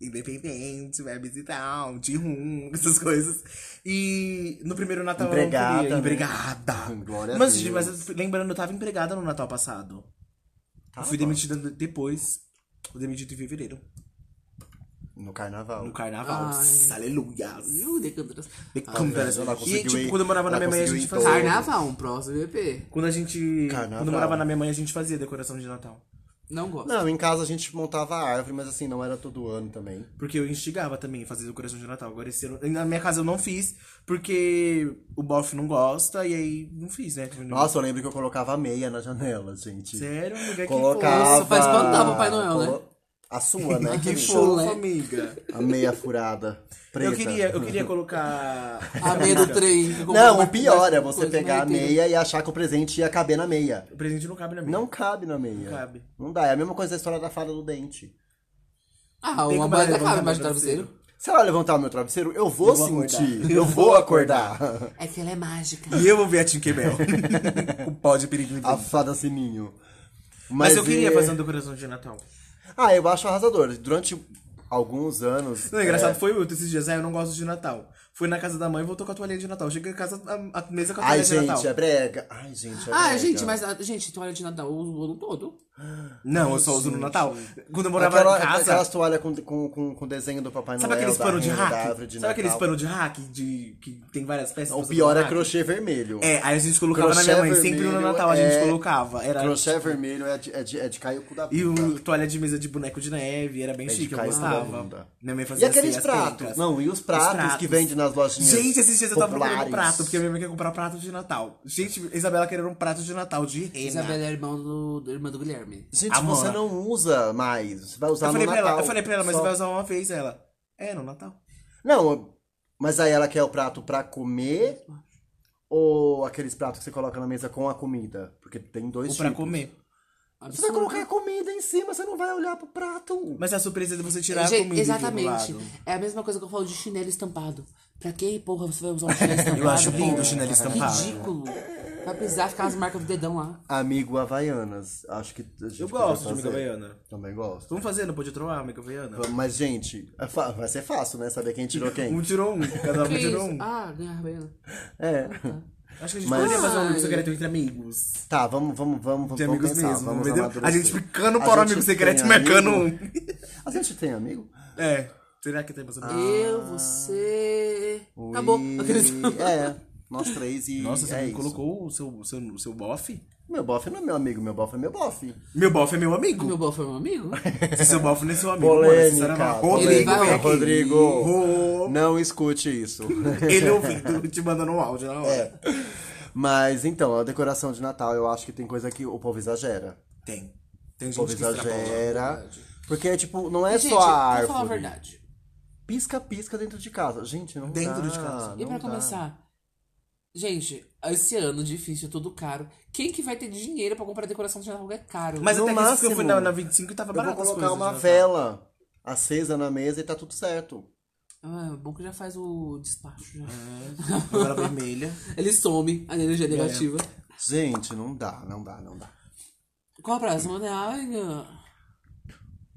B: independente, vai visitar, de rum, essas coisas. E no primeiro Natal eu não
C: Empregada,
B: queria.
C: né?
B: Empregada.
C: Glória a
B: mas,
C: Deus.
B: gente, mas eu fui- lembrando, eu tava empregada no Natal passado.
C: Ah,
B: Eu fui demitida depois. Fui demitida em fevereiro.
C: No carnaval.
B: No carnaval.
A: Ai.
B: Aleluia.
A: Viu, Decantas?
B: Decantas.
C: ela
B: E,
C: conseguiu
B: tipo,
C: ir-
B: quando eu morava na
C: ela
B: minha mãe, a
C: conseguiu
B: gente
C: ir
B: fazia.
C: todas.
A: Carnaval, um próximo EP.
B: Quando a gente.
C: Carnaval.
B: Quando eu morava na minha mãe, a gente fazia decoração de Natal.
A: Não gosto.
C: Não, em casa a gente montava a árvore, mas assim, não era todo ano também.
B: Porque eu instigava também fazer decoração de Natal. Agora esse ano. Na minha casa eu não fiz, porque o bofe não gosta, e aí não fiz, né?
C: Nossa, eu lembro que eu colocava a meia na janela, gente.
B: Sério, amiga, um que
C: Colocava.
A: Isso, pra espantar o Papai Noel, né?
C: A sua, né?
B: Que
C: querida?
B: fofo, amiga.
C: A meia furada. Preta.
B: Eu queria, eu queria colocar.
A: A meia do trem. que comprou
C: Não,
A: uma-
C: o pior é
A: uma
C: você
A: coisa
C: pegar a
A: marreteira.
C: meia e achar que o presente ia caber na meia.
B: O presente não cabe na minha.
C: Não cabe na meia. Não
B: cabe.
C: Não dá. É a mesma coisa da história da fada do dente.
A: Ah,
B: Tem
A: uma
B: como
A: moeda
B: levantar
A: cabe
B: meu
A: embaixo do
B: travesseiro?
A: travesseiro.
C: Se ela levantar o meu travesseiro, eu vou,
B: vou
C: sentir. Eu vou acordar.
A: É que ela é mágica.
B: E eu vou ver a Tinkerbell. o pó de perigo.
C: a fada sininho.
B: Mas, eu queria
C: é-
B: fazer uma decoração de Natal.
C: Ah, eu acho arrasador. Durante alguns anos.
B: Não, o
C: É.
B: engraçado foi o Wilton esses dias. Ah, eu não gosto de Natal. Fui na casa da mãe e voltou com a toalhinha de Natal. Cheguei em casa, a, a mesa com a toalhinha
C: Ai,
B: de
C: gente,
B: Natal.
C: é brega. Ai, gente, é
A: Ah,
C: brega.
A: gente, mas. ah, Gente, toalha de Natal, eu uso o ano todo.
B: Não, eu só uso no Natal. Quando eu morava
C: É Aquela,
B: em casa.
C: Aquelas toalhas com, com, com, com desenho do Papai
B: Sabe
C: Noel.
B: aqueles
C: da
B: pano de
C: renda, da
B: hack?
C: árvore de
B: Sabe aqueles
C: Natal?
B: pano de hack de, que tem várias peças?
C: O
B: pra você
C: pior é
B: colocar?
C: crochê vermelho.
B: É, aí a gente colocava
C: Crochê
B: na minha mãe. Sempre no
C: vermelho
B: Natal a gente
C: é-
B: colocava. Era
C: Crochê vermelho é de, é de, é de cair o cu da
B: E
C: bunda.
B: o toalha de mesa de boneco de neve, era bem
C: É de
B: chique, eu
C: cair na
B: gostava.
C: bunda.
B: Minha mãe fazia
C: E aqueles
B: assim, as
C: pratos?
B: pencas.
C: Não, e os pratos, que vende nas lojinhas
B: Gente, esses dias eu tava procurando um
C: populares.
B: prato, porque a minha mãe quer comprar prato de Natal. Gente, Isabela queria um prato de Natal, de rena.
A: Isabela é irmão do, do- irmã do Guilherme.
C: Gente,
B: Amora.
C: você não usa mais. Você vai usar
B: eu, falei
C: no
B: pra
C: Natal.
B: ela, eu falei pra ela, mas
C: só.
B: vai usar uma vez ela. É, no Natal.
C: Não, mas aí ela quer o prato pra comer ou aqueles pratos que você coloca na mesa com a comida? Porque tem dois
B: Ou pra
C: tipos.
B: comer.
C: Você vai colocar a comida em cima, você não vai olhar pro prato.
B: Mas é a surpresa de você tirar a
A: Gente,
B: comida
A: exatamente.
B: do lado.
A: É a mesma coisa que eu falo de chinelo estampado. Pra que, porra, você vai usar um chinelo estampado?
B: acho lindo
A: porra?
B: o chinelo estampado.
A: Ridículo. Vai precisar ficar as marcas do dedão lá.
C: Amigo Havaianas, acho que a gente
B: Eu
C: podia
B: gosto de
C: fazer.
B: amiga baiana.
C: Também gosto.
B: Vamos fazer, não pode troar amiga baiana?
C: Mas, gente, é fa- vai ser fácil, né? Saber quem tirou
B: Um
C: quem.
B: tirou um, cada um
A: Que
B: tirou
A: isso?
B: um.
A: Ah, ganhar rabelo.
C: É.
B: Acho que a gente
C: Mas-
B: poderia fazer um amigo
A: Ai.
B: secreto entre amigos.
C: Tá, vamos, vamos, vamos, vamos
B: De amigos
C: pensar,
B: mesmo.
C: vamos
B: entendeu? a
C: amadurecer.
B: gente ficando
C: A
B: para o
C: gente
B: amigo secreto e
C: tem
B: marcando um.
C: amigo? A gente tem amigo?
B: É. Será que tem mais
C: Ah,
B: amigo?
A: Eu, você.
C: Oi.
A: Acabou.
C: É, nós três e
B: Nossa, você
C: é
B: me
C: isso.
B: colocou o seu, seu, seu bofe?
C: Meu bofe não é meu amigo, meu bofe é meu bofe.
B: Meu bofe é meu amigo.
A: Meu bom foi meu amigo?
B: Se seu bofe não é seu amigo, mano, essa história é uma-
C: Polêmica.
B: Rodrigo,
A: polêmica.
B: vem
C: Polêmica,
B: aqui.
C: Rodrigo.
B: Ro-
C: Não escute isso.
B: Ele ouvindo, te mandando um áudio na hora.
C: É. Mas então, a decoração de Natal, eu acho que tem coisa que o povo exagera.
B: Tem. Tem
C: O povo
B: gente que é extrapola.
C: exagera. Porque, tipo, não é
A: Gente,
C: só a
A: vou falar a
C: árvore.
A: verdade.
C: Pisca-pisca dentro de casa. Gente, não
B: Dentro
C: dá,
B: de casa.
A: E
C: não
A: pra
C: dá.
A: começar, gente, esse ano difícil, tudo caro. Quem que vai ter dinheiro pra comprar decoração de Natal é caro?
B: Mas
C: No
B: até que eu fui
C: máximo,
B: na, na 25 e tava
C: Eu vou
B: barato as coisas
C: colocar
B: né? de
C: uma
B: Natal.
C: vela acesa na mesa e tá tudo certo.
A: Ah, bom que já faz o despacho. Já.
B: Uma vela vermelha.
A: Ele some a energia
C: É.
A: negativa.
C: Gente, não dá, não dá, não dá.
A: Qual a próxima, né? Ai, não.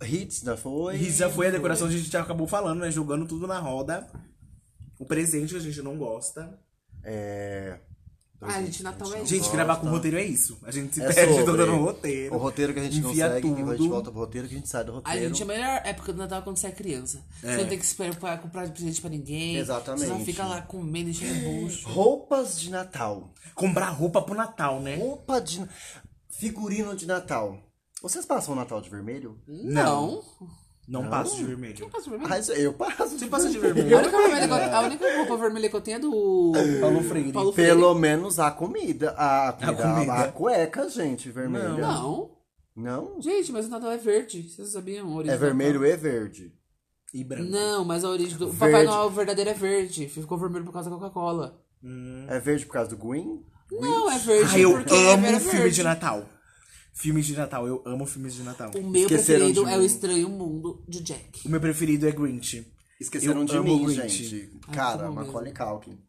C: Hits da foi.
B: E já foi a decoração, a gente já acabou falando, né? Jogando tudo na roda. O presente que a gente não gosta.
C: É.
A: Ah, gente, Natal é
B: Gente,
C: gosta.
B: gravar com roteiro é isso. A gente se
C: É
B: perde
C: sobre
B: todo no roteiro.
C: O roteiro que a gente não
B: enfia
C: segue, que a gente
B: tudo.
C: volta pro roteiro, que a gente sai do
A: Ai,
C: roteiro.
A: gente, a melhor época do Natal é quando você é criança. Você não tem que esperar pra comprar presente pra ninguém.
C: Exatamente.
A: Você só fica lá comendo, enchendo o bucho.
C: Roupas de Natal.
B: Comprar roupa pro Natal, né?
C: Roupa de. Figurino de Natal. Vocês passam o Natal de vermelho?
A: Não.
B: Não, passo de vermelho.
A: Passa pra mim.
C: Ah, isso- eu passo.
B: Você passa de
A: A
B: vermelho?
A: única, vermelha que eu- a única roupa vermelha que eu tenho é do
B: Paulo Freire.
A: Paulo Freire.
C: Pelo menos a comida. A comida. A,
B: comida.
C: a cueca, gente, vermelha.
A: Não.
C: Não?
A: Gente, mas o Natal é verde. Vocês sabiam? a origem
C: É
A: do Natal?
C: vermelho e verde.
B: E branco.
A: Não, mas a origem do. O Papai
C: Verde.
A: Noel verdadeiro é verde. Ficou vermelho por causa da Coca-Cola.
C: É verde por causa do Green?
A: Não, é verde.
B: Ah, eu
A: porque era
B: amo
C: um
A: verde.
B: filme de Natal. Filmes de Natal, eu amo filmes de Natal.
A: O meu
C: Esqueceram
A: preferido
C: de
A: é O
C: mim.
A: Estranho Mundo de
B: O
A: Jack.
B: meu preferido é Grinch.
C: Esqueceram
B: Eu
C: de
B: amo
C: mim,
B: Grinch.
C: gente.
A: Ai,
C: Cara,
A: que bom
C: Macaulay Culkin.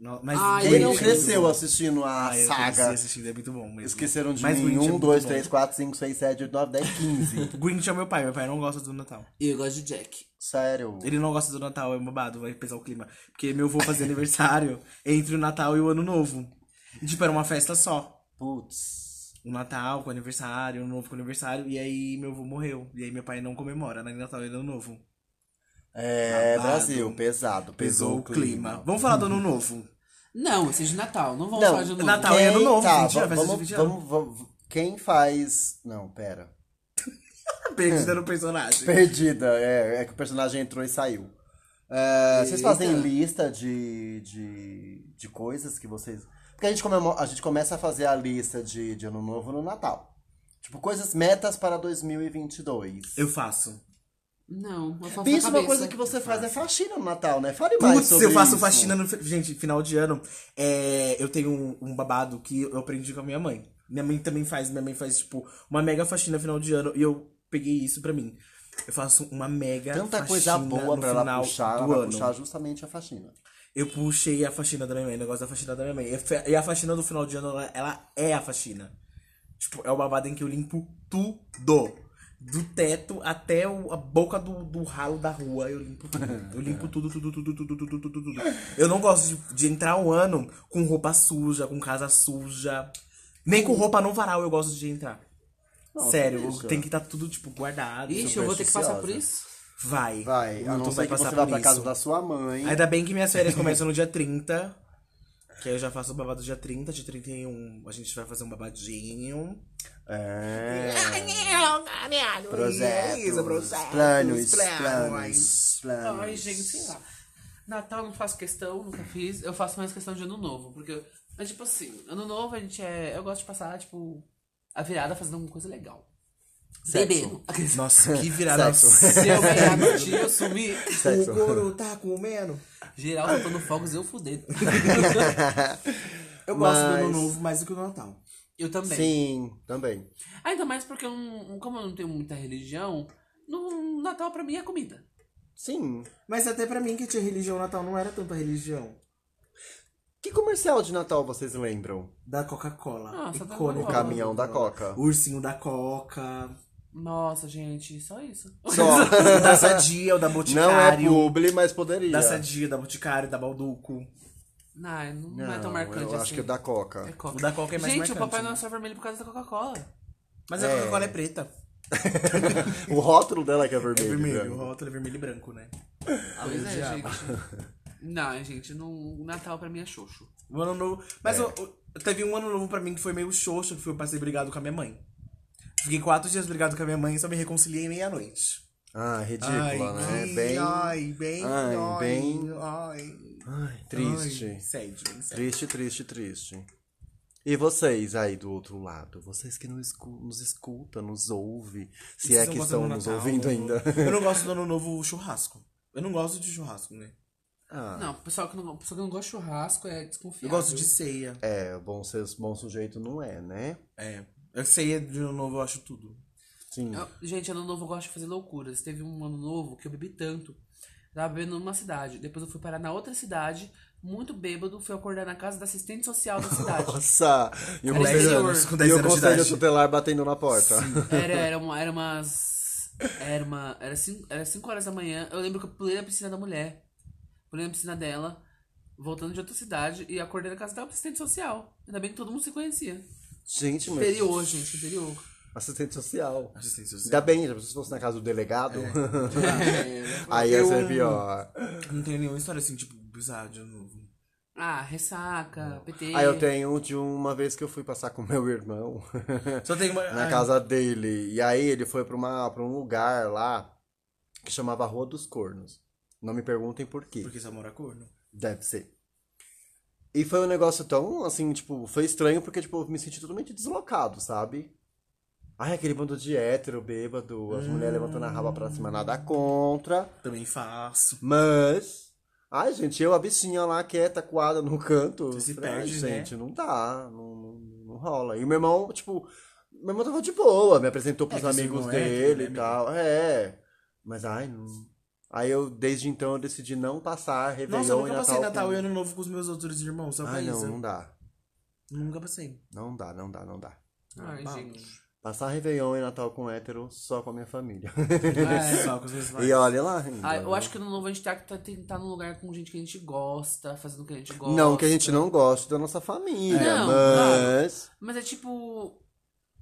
B: No- Mas
A: Ai,
B: Grinch
C: Ele não
B: é
C: cresceu
B: muito bom.
C: assistindo a
B: Ah, eu cresci
C: saga.
B: assistindo, é muito bom mesmo.
C: Esqueceram de
B: Mas
C: mim.
B: Grinch é
C: 1,
B: muito
C: 2,
B: bom.
C: 3, 4, 5, 6, 7, 8, 9, 10, 15.
B: Grinch é meu pai, meu pai não gosta do Natal.
A: E eu gosto de Jack.
C: Sério.
B: Ele não gosta do Natal, é babado, vai pesar o clima. Porque meu avô fazia aniversário entre o Natal e o Ano Novo. E, tipo, era uma festa só.
C: Putz.
B: O Natal com aniversário, o Ano Novo com aniversário. E aí meu avô morreu. E aí meu pai não comemora, né? Natal e Ano Novo.
C: É,
B: Babado.
C: Brasil, pesado.
B: Pesou o clima. Vamos falar do Ano Novo.
A: Não, esse é de Natal. Não vamos
C: Não,
A: falar de novo.
B: Natal é ano
C: Quem-
B: novo,
C: Tá,
B: gente, vai fazer
C: vamos,
B: esse ano.
C: vamos, vamos- Quem faz. Não, pera. É.
B: Perdida no personagem.
C: Perdida, é, é que o personagem entrou e saiu. É, vocês fazem
A: Eita.
C: lista de, de, de coisas que vocês. Porque a gente, comemo- a gente começa a fazer a lista de, de ano novo no Natal. Tipo, coisas, metas para 2022.
B: Eu faço.
A: Não, eu faço
C: Bicho,
A: na
C: uma
A: cabeça.
C: coisa que você faz é faxina no Natal, né? Fale mais
B: Putz,
C: sobre
B: eu faço
C: isso.
B: faxina no. fi- Gente, final de ano, é, eu tenho um, um babado que eu aprendi com a minha mãe. Minha mãe também faz, minha mãe faz, tipo, uma mega faxina final de ano e eu peguei isso pra mim. Eu faço uma mega
C: Tanta
B: faxina
C: coisa boa
B: no
C: pra
B: final
C: ela puxar, ela
B: do
C: vai
B: ano.
C: puxar justamente a faxina.
B: Eu puxei a faxina da minha mãe, o negócio da faxina da minha mãe. E a fa- E a faxina do final de ano, ela, ela é a faxina. Tipo, é o babado em que eu limpo tudo. Do teto até o- a boca do, do ralo da rua, eu limpo tudo. Eu limpo tudo, tudo, tudo, tudo, tudo, tudo, tudo, tudo. Eu não gosto de, de entrar o ano com roupa suja, com casa suja. Nem com roupa no varal eu gosto de entrar. Sério,
C: isso.
B: tem que estar tudo, tipo, guardado.
A: Ixi, eu vou ter que passar por
C: supersticiosa.
A: isso?
B: Vai.
C: Vai, a
B: Tu
C: não ser que você
B: por
C: vá pra
B: isso.
C: casa da sua mãe.
B: Ainda bem que minhas férias começam no dia 30. Que aí eu já faço o babado dia 30, dia 31 a gente vai fazer um babadinho.
C: É.
B: Caralho,
C: Projetos,
B: isso, projetos,
C: planos, planos,
A: Ai,
C: planos.
A: gente, sei lá. Natal não faço questão, nunca fiz. Eu faço mais questão de ano novo, porque. É tipo assim, ano novo a gente é. Eu gosto de passar, tipo, a virada fazendo alguma coisa legal. Bebendo. Aqueles-
B: Nossa, que virada.
A: Se eu ganhar no dia, eu sumi.
B: O couro tá comendo.
A: Geral, soltando fogos, eu fudei.
B: Eu
C: Mas-
B: gosto do ano novo mais do que do Natal.
A: Eu também. Ah,
C: Sim, também.
A: Ainda mais porque, eu não- como eu não tenho muita religião, no Natal pra mim é comida.
C: Sim.
B: Mas até pra mim que tinha religião, o Natal não era tanta religião.
C: Que comercial de Natal vocês lembram?
B: Da Coca-Cola.
A: Nossa, da
B: Icônica.
C: O caminhão da Coca.
B: Ursinho da Coca.
A: Nossa, gente, só isso.
C: Só.
B: O da Sadia, o da
C: Não é
B: Boticário.
C: publi, mas poderia.
B: da Sadia, da Boticário, da Balduco.
A: Não, não,
C: Não,
A: é tão marcante
C: eu
A: assim.
C: acho que é da Coca.
A: É Coca.
B: O da Coca é mais
A: Gente,
B: marcante,
A: o Papai
B: né?
A: Noel só é vermelho por causa da Coca-Cola.
B: Mas a Coca-Cola é preta.
C: O rótulo dela que é
B: É
C: vermelho.
B: vermelho. O
C: né?
B: rótulo é vermelho e branco, né?
A: Pois é, gente. Não, é, gente, no, o Natal pra mim é xoxo.
B: O Um ano novo. Mas
C: É.
B: eu- eu- teve um ano novo pra mim que foi meio xoxo, que foi eu passei brigado com a minha mãe. Fiquei quatro dias brigado com a minha mãe e só me reconciliei meia-noite.
C: Ah, ridícula, né?
B: que-
C: Bem
B: Ai, bem.
C: ai,
B: Ai,
C: bem-
B: ai.
C: ai, triste.
B: Ai, Sede, bem sede.
C: Triste, triste, triste. E vocês aí do outro lado? Vocês que não escu- nos escutam, nos ouvem. Se é
B: Vocês
C: que
B: não gostam
C: estão
B: do
C: nos
B: Natal,
C: ouvindo
B: eu-
C: ainda.
B: Eu não gosto do ano novo churrasco. Eu não gosto de churrasco, né?
C: Ah,
A: Não, o pessoal que não, pessoal que não gosta de churrasco é desconfiado.
B: Eu gosto de ceia.
C: é, bom, ser bom sujeito não é, né?
B: É. Eu ceia de ano novo eu acho tudo.
C: Sim.
A: Eu- gente, ano novo eu gosto de fazer loucuras. Teve um ano novo que eu bebi tanto. Tava bebendo numa cidade. Depois eu fui parar na outra cidade, muito bêbado, fui acordar na casa da assistente social da cidade.
C: Nossa! E o
A: Com dez
C: conselho,
A: anos,
B: com
C: e
B: dez
C: o
B: anos de
C: conselho
B: idade.
C: tutelar batendo na porta.
A: Era, era, uma, era umas. Era uma. Era 5 era cinco horas da manhã. Eu lembro que eu pulei na piscina da mulher. Pulei na piscina dela, voltando de outra cidade, e acordei na casa da assistente social. Ainda bem que todo mundo se conhecia.
C: Gente, mas.
A: Interior, gente, interior.
C: Assistente social.
B: Assistente social.
C: Ainda bem, já se fosse na casa do delegado. aí ia
B: Eu-
C: ser pior.
B: Não tenho nenhuma história assim, tipo, bizarra de ano novo.
A: Ah, ressaca, PT.
B: Ah,
C: Aí eu tenho de uma vez que eu fui passar com meu irmão.
B: Só tem uma.
C: na
B: ai,
C: casa dele. E aí ele foi pra, uma, pra um lugar lá que chamava Rua dos Cornos. Não me perguntem por quê.
B: Porque só mora corno.
C: Deve ser. E foi um negócio tão, assim, tipo, foi estranho porque, tipo, eu me senti totalmente deslocado, sabe? Ai, aquele bando de hétero, bêbado, as mulheres levantando a raba pra cima, nada contra.
B: Também faço.
C: Mas. Ai, gente, eu, a bichinha lá quieta, coada no canto.
B: Você se
C: Falei, ai,
B: perde, né?
C: gente, não dá. Não, não, não rola. E meu irmão, tipo, meu irmão tava de boa, me apresentou
B: que
C: pros
B: seu
C: amigos
B: irmão é hétero,
C: dele
B: né,
C: e
B: amigo?
C: tal. É. Mas ai, não. Aí eu, desde então, eu decidi não passar Réveillon
B: Nossa, eu né?
C: e
B: nunca
C: Natal.
B: passei Natal
C: com-
B: e Ano Novo com os meus outros irmãos, só pra
C: Ai, não,
B: isso.
C: não dá.
B: Nunca passei.
C: Não dá, não dá, não dá. Ah.
A: Ai,
B: Bom.
A: gente.
C: Passar Réveillon e Natal com hétero só com a minha família.
B: É, só com os meus pais.
C: e olha lá. ainda,
A: Ah, eu
C: né?
A: acho que no novo a gente tá, tá, tem que estar num lugar com gente que a gente gosta, fazendo o que a gente gosta.
C: Não que a gente não goste da nossa família,
A: Não,
C: mas.
A: Mas é tipo.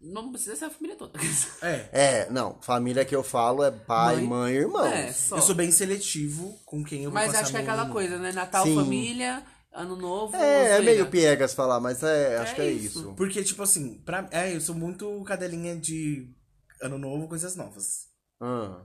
A: Não precisa ser a família toda.
B: É.
C: É, não, família que eu falo é pai, mãe,
A: Mãe.
C: e irmão.
A: É, só.
B: Eu sou bem seletivo com quem eu vou
A: Mas
B: passar
A: acho que é
B: meu
A: aquela
B: ano.
A: coisa, né? Natal,
C: Sim.
A: família, ano novo.
C: É, é
A: zoeira.
C: meio piegas falar, mas é,
A: né?
C: acho
A: É
C: que é
A: isso.
C: isso.
B: Porque, tipo assim, pra... é, eu sou muito cadelinha de Ano Novo, coisas novas.
C: Ah.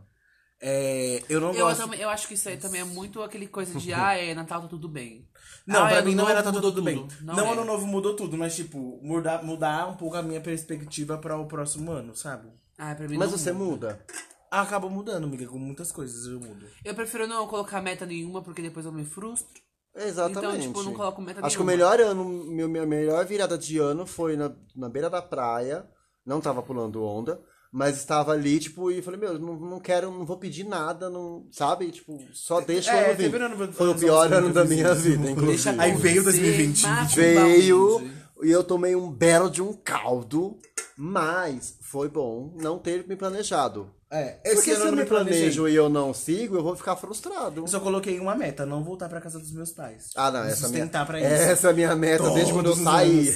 B: É, eu não
A: Eu,
B: gosto...
A: também- eu acho que isso aí também é muito aquele coisa de, ah, é Natal, tá tudo bem.
B: Não,
A: ah,
B: pra
A: ano
B: mim não
A: novo
B: era tá
A: mudou
B: tudo bem.
A: tudo.
B: Não,
A: Não é.
B: Ano Novo mudou tudo, mas, tipo, mudar, mudar um pouco a minha perspectiva pra o próximo ano, sabe?
A: Ah, pra mim
C: Mas
A: não
C: você
A: muda.
C: muda.
B: acaba mudando, amiga, com muitas coisas eu mudo.
A: Eu prefiro não colocar meta nenhuma, porque depois eu me frustro.
C: Exatamente.
A: Então, tipo, eu não coloco meta
C: Acho que o
A: nenhuma.
C: melhor ano, meu, minha melhor virada de ano foi na, na beira da praia. Não tava pulando onda, mas estava ali, tipo, e falei, meu, não, não quero, não vou pedir nada, não, sabe? Tipo, só deixa o
B: é,
C: ano vir.
B: teve ano-
C: Foi o pior
B: ano
C: ano da minha
B: difícil.
C: vida, inclusive.
B: Aí veio 2020.
A: Macumba,
B: um.
C: Veio
A: Luigi.
C: e eu tomei um belo de um caldo, mas foi bom não ter me planejado.
B: É,
C: Porque se eu me planejo e eu não sigo, eu vou ficar frustrado.
B: Eu só coloquei uma meta, não voltar pra casa dos meus pais.
C: Ah, não, essa é a minha,
B: Sustentar pra isso.
C: essa é a minha meta desde quando eu
B: Todos os
C: saí.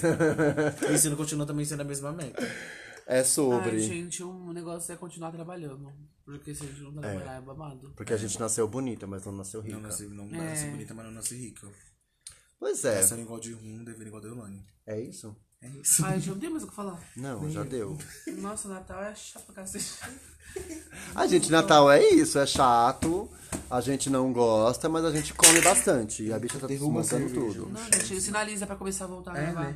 B: E se não continua também sendo a mesma meta.
C: é
A: Ai,
C: sobre.
A: gente, um negócio é continuar trabalhando. Porque se a gente não trabalhar, é, babado.
C: Porque a gente nasceu bonita, mas não nasceu rica.
B: Não nasci, não
A: É.
B: nasci bonita, mas não nasci rica.
C: Pois é,
B: Passando igual de rum, devendo igual de Eulane.
C: é isso?
B: É isso.
A: Ai, gente, não tem mais o que falar.
C: Não, já deu.
A: Nossa, o Natal é chato pra cacete.
C: A gente, Natal é isso, é chato, a gente não gosta, mas a gente come bastante. E a bicha tá desmontando tudo.
A: Não, gente, sinaliza pra começar a voltar a gravar.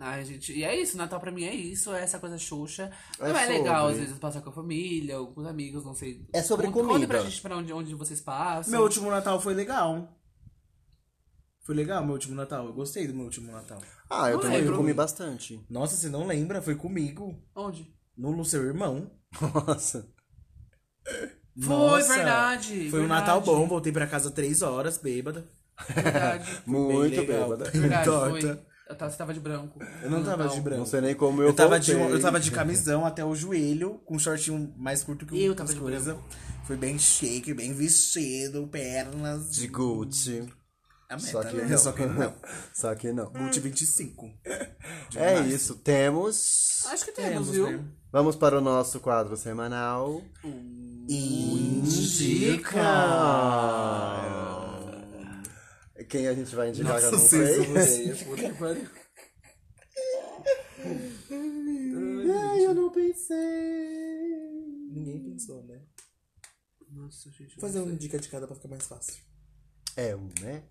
A: Ai, gente, e é isso, Natal pra mim é isso, é essa coisa xoxa.
C: É
A: não é legal,
C: sobre.
A: às vezes, passar com a família ou com os amigos, não sei.
C: É sobre
A: Conta- Conta pra
C: comida.
A: gente pra onde, onde vocês passam.
B: Meu último Natal foi legal. Foi legal meu último Natal. Eu gostei do meu último Natal.
C: Ah, eu
A: Não
C: também
A: lembro.
C: comi bastante.
B: Nossa, você não lembra? Foi comigo.
A: Onde?
B: No, no seu irmão.
C: Nossa.
A: Foi,
B: Nossa,
A: verdade,
B: Foi
A: verdade.
B: um Natal bom, voltei pra casa três horas, bêbada.
A: Verdade.
C: Muito
B: legal.
C: bêbada.
A: Verdade, foi.
B: Torta.
A: Eu tava- Você tava de branco. Então,
B: Eu não
A: No
B: tava
A: Natal.
B: de
C: Não
B: branco.
C: sei nem como eu
B: Eu tava, de, um-
C: voltei.
B: eu tava de camisão até o joelho, com um shortinho mais curto que o
A: Eu tava
B: que as
A: de
B: coisa. Foi bem chique, bem vestido, pernas.
C: de Gucci.
B: A meta,
C: Só que
B: né?
C: não.
B: Só que não. Hum,
C: Só que não.
B: Gucci 25.
C: É isso, temos.
A: Acho que temos,
B: Temos,
A: viu?
B: né?
C: Vamos para o nosso quadro semanal. Quem a gente vai indicar que eu não
B: Nossa,
C: sei? É, Ai, eu não pensei.
B: Ninguém pensou, né?
A: Nossa, gente. eu
B: Fazer
A: não
B: um
A: sei.
B: dica de cada pra ficar mais fácil.
C: É um, né?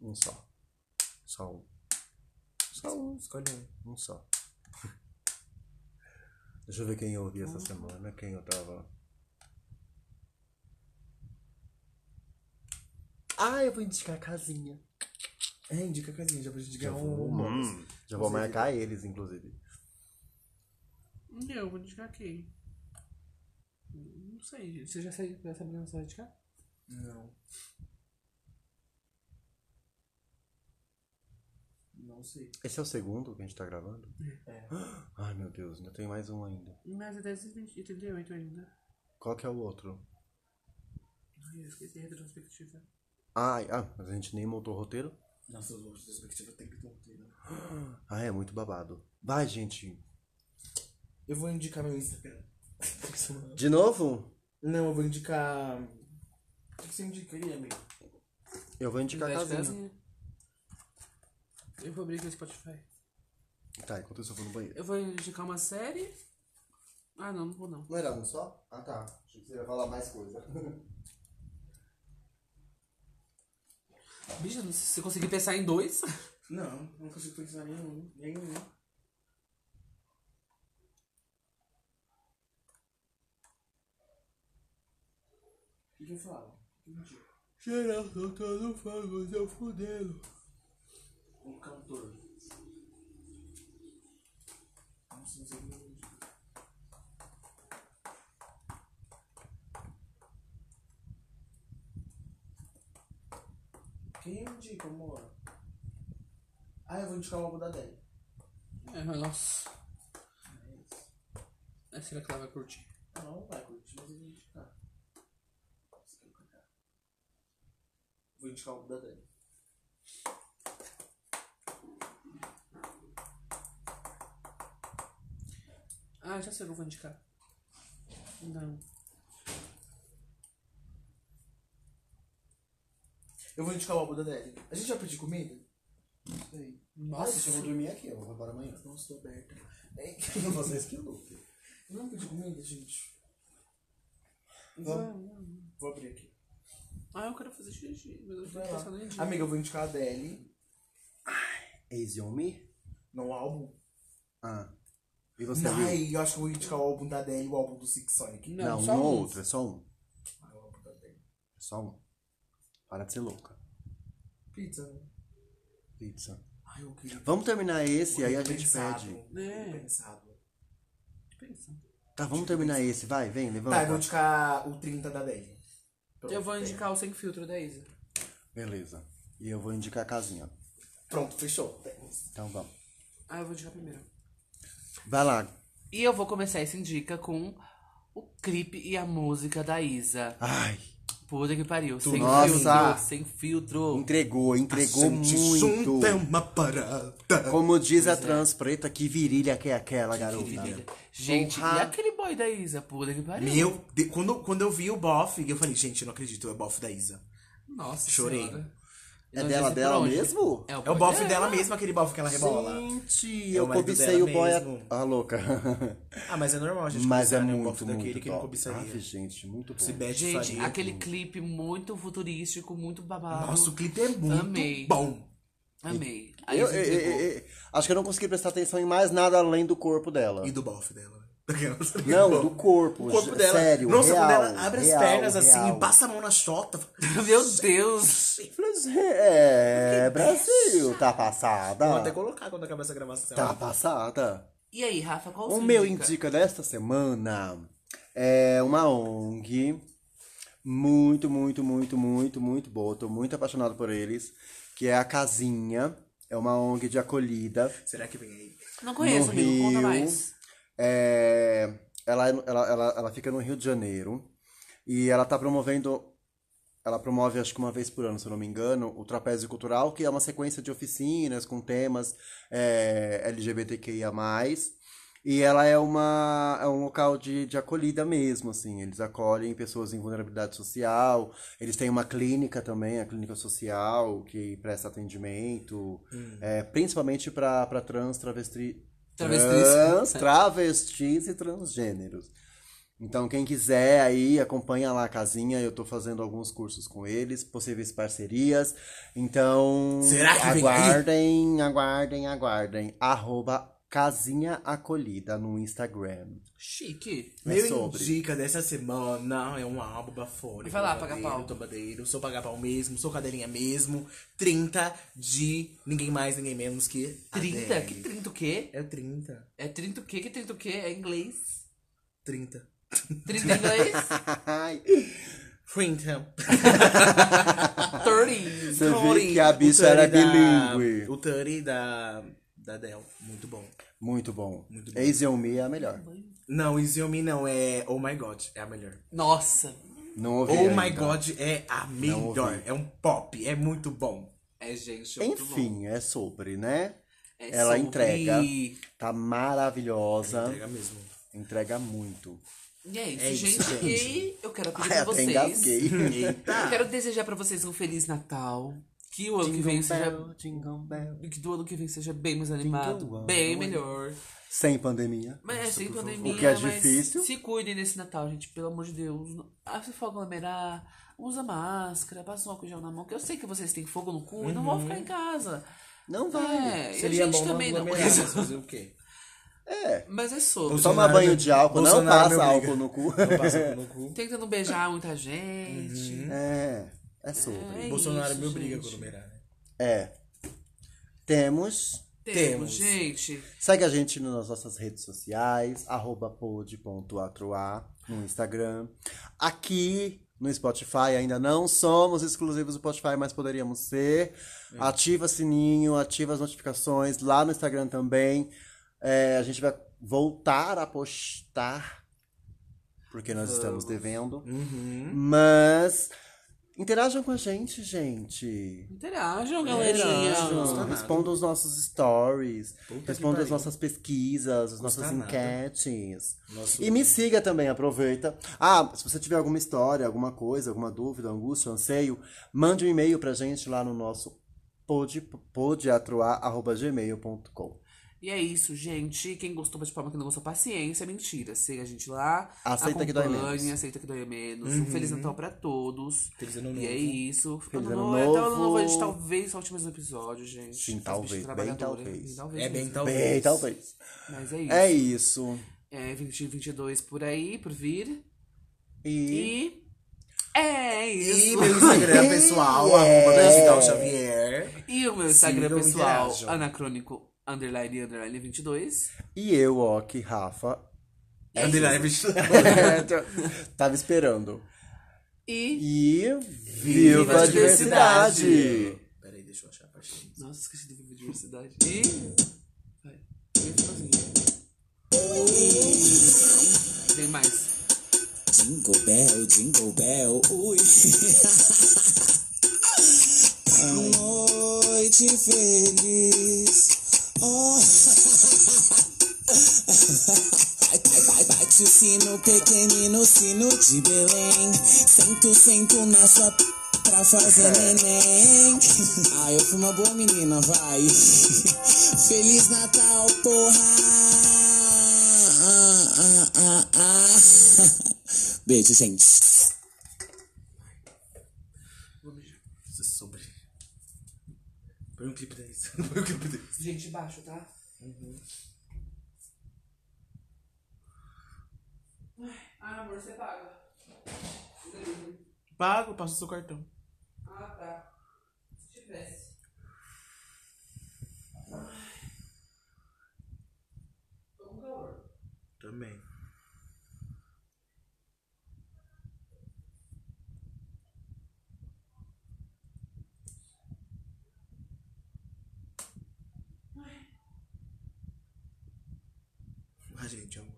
C: Um só. Só um. Só um.
B: Escolhe um.
C: Um só. Deixa eu ver quem eu ouvi essa semana, quem eu tava. Ah, eu vou indicar a casinha.
B: É, indica casinha, já pode indicar um.
C: Hum, já vou marcar eles, inclusive.
A: Um Eu vou indicar quem? Não sei, gente. Você já saiu dessa menina de cá?
B: Não. Não sei.
C: Esse é o segundo que a gente tá gravando?
B: É.
C: Ai, meu Deus, ainda tem mais um ainda.
A: Mas é 10h38 ainda.
C: Qual que é o outro?
A: Ai, eu esqueci a retrospectiva.
C: Ai, ah, mas a gente nem montou o roteiro?
B: Nossa, os outros perspectivas tem que ter um roteiro.
C: Ah, é muito babado. Vai, gente.
B: Eu vou indicar meu Instagram.
C: De novo?
B: Não, eu vou indicar. O que você indicaria, amigo?
C: Eu vou indicar a
A: Idade
C: casinha.
A: casinha. Eu vou abrir aqui o Spotify.
C: Tá, enquanto isso eu vou no banheiro.
A: Eu vou indicar uma série. Ah, não, não vou não.
C: Não era um só? Ah, tá. Achei que você ia falar mais coisa.
A: Bicho, não sei se eu consegui pensar em dois.
B: Não, não consigo pensar em nenhum. Nenhum. O que eu falava? Geração tá no fogo, seu fudendo. Um cantor. Nossa, não sei o que eu digo. Quem eu indico, amor? Ah, eu vou indicar o álbum da Dani.
A: É, mas nossa. É, será que ela vai curtir?
B: Ah, Não, vai curtir, mas eu vou indicar. Você quer cantar? Vou indicar o da Dani.
A: Ah, já sei o que eu vou indicar. Não.
B: Eu vou indicar o álbum da Dani. A gente já pediu comida? Peraí.
C: Nossa, eu vou dormir aqui, eu vou para amanhã.
B: Nossa, tô aberta. É,
C: Vocês que lutem.
B: Não pedi comida, gente. Vou abrir aqui.
A: Ah, eu quero fazer xixi, mas eu tô
B: Vai lá.
A: pensando em dia.
B: Amiga, eu vou indicar a Deli
C: Easy on me?
B: no álbum.
C: Ah. E você viu?
B: Ai, eu acho que eu vou indicar o álbum da Adele e o álbum do Six Sonic.
C: Não,
A: só
C: não
A: um.
C: outro, é só um.
B: O álbum da Adele.
C: É só um. Para de ser louca.
B: Pizza. né?
C: Pizza.
B: Ai, eu queria.
C: Vamos terminar esse, aí a gente
B: Pensado,
C: pede.
A: É.
B: Pensado.
A: Pensa.
C: Tá, vamos terminar esse, vai, vem, levanta.
B: Tá, eu vou indicar o 30 da Adele. Pronto,
A: Eu vou
B: tem.
A: indicar o sem filtro da Isa.
C: Beleza. E eu vou indicar a casinha.
B: Pronto, fechou. Temos.
C: Então vamos.
A: Ah, eu vou indicar primeiro.
C: Vai lá.
A: E eu vou começar esse indica com o clipe e a música da Isa.
C: Ai,
A: Puta que pariu. Sem
C: Nossa! Um
A: filtro, sem filtro.
C: entregou, entregou muito.
B: é uma parada.
C: Como diz
B: é.
C: a trans preta, que virilha que é aquela, garota.
A: Gente,
C: Honra.
A: e aquele boy da Isa? Puta que pariu.
B: Meu Deus, quando, quando eu vi o bofe, eu falei, gente, eu não acredito, é o bofe da Isa.
A: Nossa
B: Chorei.
A: Senhora.
C: É
A: Nós
C: dela,
A: dizemos
C: dela
A: pra onde?
C: mesmo?
A: Então, É o
B: É o
A: boy
B: bofe dela mesma, aquele bofe que ela rebola.
C: Gente,
B: É o
C: eu
B: marido
C: cobicei o
B: dela
C: boy. A...
B: mesmo.
C: Ah, louca.
B: Ah, mas é normal, a gente
C: Mas é
B: cobiçar, né, o
C: muito,
B: bofe daquele
C: muito
B: que não
C: top. Ah, Ave,
B: cobiçaria.
C: gente, muito bom.
B: Se Bad
A: Gente,
B: faria.
A: aquele clipe muito futurístico, muito babado.
B: Nossa, o clipe é muito
A: Amei.
B: bom.
A: Amei. Aí
C: Eu, eu-
B: um
C: eu- eu- acho que eu não consegui prestar atenção em mais nada além do corpo dela.
B: E do bofe dela. né? Daquelas-
C: Não, do corpo.
B: O corpo
C: ge-
B: dela.
C: Sério,
B: Nossa,
C: real,
B: quando ela abre
C: real,
B: as pernas assim
C: real.
B: e passa a mão na chota.
A: Meu Deus.
C: É, Brasil, tá passada.
B: assim, Vou até colocar quando acabar essa gravação.
C: Tá passada.
A: E aí, Rafa, qual
C: O
A: sua
C: meu
A: indica?
C: indica desta semana é uma ONG muito, muito, muito, muito, muito boa. Tô muito apaixonado por eles, que é a Casinha. É uma ONG de acolhida
B: Será que vem aí?
A: Não
C: no
A: conheço, amigo.
C: Rio.
A: Conta mais.
C: É, ela, ela, ela, ela fica no Rio de Janeiro e ela tá promovendo. Ela promove, acho que uma vez por ano, se eu não me engano, o Trapézio Cultural, que é uma sequência de oficinas com temas é, LGBTQIA. E ela é, uma, é um local de, de acolhida mesmo, assim. Eles acolhem pessoas em vulnerabilidade social. Eles têm uma clínica também, a clínica social, que presta atendimento,
B: Hum.
C: é, principalmente para trans, travesti, trans,
A: Travestis.
B: É.
C: travestis e transgêneros. Então, quem quiser aí, acompanha lá a casinha. Eu tô fazendo alguns cursos com eles, possíveis parcerias. Então,
B: Será que vem aí?
C: aguardem, aguardem, aguardem. Arroba Casinha Acolhida no Instagram.
A: Chique.
B: Meu
C: sobre.
B: indica dessa semana é um álbum bafônico.
A: Vai lá,
B: Babadeiro,
A: paga pau.
B: Tombadeiro, sou paga pau mesmo, sou cadeirinha mesmo. 30 de ninguém mais, ninguém menos que
C: Ah,
A: 30?
B: Adele.
A: Que 30 o quê?
B: É o 30.
A: É 30 o quê? Que 30 o quê? É inglês?
B: 30.
A: 30 em inglês?
B: 30.
A: 30.
C: Você vê
B: Tony,
C: que a
B: o
C: bicha
B: Tony
C: era
B: da-
C: bilíngue.
B: O Tony da, da Dell. Muito bom.
C: Muito bom.
B: Muito bom.
C: Easy on Me é a melhor.
B: Não, Easy On Me não é Oh My God. É a melhor.
A: Nossa.
C: Não ouvi
B: Oh
C: ainda.
B: My God é a melhor.
C: ouvi.
B: É um pop. É muito bom.
A: É, gente. é muito bom.
C: Enfim, é sobre, né?
A: É
C: ela
A: sobre-
C: entrega.
A: E
C: Tá maravilhosa.
B: Pega mesmo.
C: Entrega muito.
A: é isso,
B: É isso,
A: gente.
B: gente.
A: E eu quero pedir
C: Ai,
A: pra
C: Ah, até
A: vocês.
C: engasguei.
A: Eu quero desejar pra vocês um Feliz Natal. Que o ano que vem seja... Que do ano que vem seja bem mais animado,
C: Jingle
A: bem
C: bell.
A: melhor.
C: Sem pandemia.
A: Mas é sem pandemia,
C: O que é
A: mas
C: difícil.
A: se cuidem nesse Natal, gente, pelo amor de Deus. Não- Ah, se for aglomerar, usa máscara, passa um álcool gel na mão, que eu sei que vocês têm fogo no cu e não vão ficar em casa.
C: Não
A: É,
C: vai.
A: e a gente também não.
B: aglomerar, mas fazer o quê?
C: É.
A: Mas é sobre.
B: Bolsonaro
C: Toma banho
B: me-
C: de álcool, não
B: Bolsonaro me
C: passa
B: obriga.
C: álcool no cu.
B: Não passa álcool no cu.
A: Tentando beijar muita gente.
C: É. É sobre.
A: É
B: Bolsonaro
A: isso,
B: me obriga a
A: gente.
B: aglomerar, né?
C: É. Temos.
A: Temos,
B: Temos.
A: gente.
C: Segue a gente nas nossas redes sociais, arroba pod.atroa no Instagram. Aqui no Spotify ainda não somos exclusivos do Spotify, mas poderíamos ser. Ativa sininho, ativa as notificações lá no Instagram também. É, a gente vai voltar a postar, porque nós estamos devendo.
B: Uhum.
C: Mas interajam com a gente, gente.
A: Interajam, galerinha.
C: É, Interajam,
B: nada.
C: Respondam os nossos stories,
B: Puta que
C: respondam as
B: pariu.
C: nossas pesquisas, as nossas
B: nada.
C: enquetes.
B: Nosso-
C: E me siga também, aproveita. Ah, se você tiver alguma história, alguma coisa, alguma dúvida, angústia, anseio, mande um e-mail pra gente lá no nosso pod- podeatroar.gmail.com.
A: E é isso, gente. Quem gostou, bate palma. Quem não gostou, paciência. Mentira. Siga a gente lá.
C: Aceita que dói
A: acompanhe,
C: menos. Uhum.
A: Aceita que dói menos. Um Feliz Natal pra todos.
B: Feliz Ano
A: E é
B: Novo.
A: isso.
C: Feliz
A: ano
C: Ano
A: novo. Até o ano
C: Novo.
A: novo a gente talvez solte mais um episódio, gente.
C: Sim,
A: As
C: talvez,
A: bichas
C: bem
A: trabalhadoras.
C: talvez.
A: Bem, talvez
B: É bem
A: mesmo.
B: talvez.
C: Bem, talvez.
A: Mas é isso.
C: É isso.
A: É 2022 por aí, por vir.
C: E.
A: E. É isso.
B: E meu Instagram pessoal,
C: É.
B: arroba Gastão Xavier.
A: E o meu Instagram
B: Sigam e
A: pessoal,
B: interajam.
A: anacrônico, underline, underline 22.
C: E eu, ó, que Rafa. É Tava esperando.
A: E.
C: E.
A: Viva
C: Viva
A: a
C: a diversidade!
B: Peraí, deixa eu achar a parte.
A: Nossa, esqueci do vivo de diversidade. E. Vai. Eu ia sozinho. Tem mais.
F: Jingle bell, jingle bell, ui. Noite feliz. Oh. Vai, vai, vai, bate o sino, pequenino sino de Belém. Sento, sento na sua p- pra fazer neném. Ah, eu fui uma boa menina, vai. Feliz Natal, porra! Ah, ah, ah, ah. Beijo, gente.
B: Isso é sobre. Põe um clipe deles. Põe um clipe deles.
A: Gente, baixo, tá? Ah, amor, você paga.
B: Pago, passo o seu cartão.
A: Ah, tá. Se tivesse.
B: Também. Ah, gente, amor.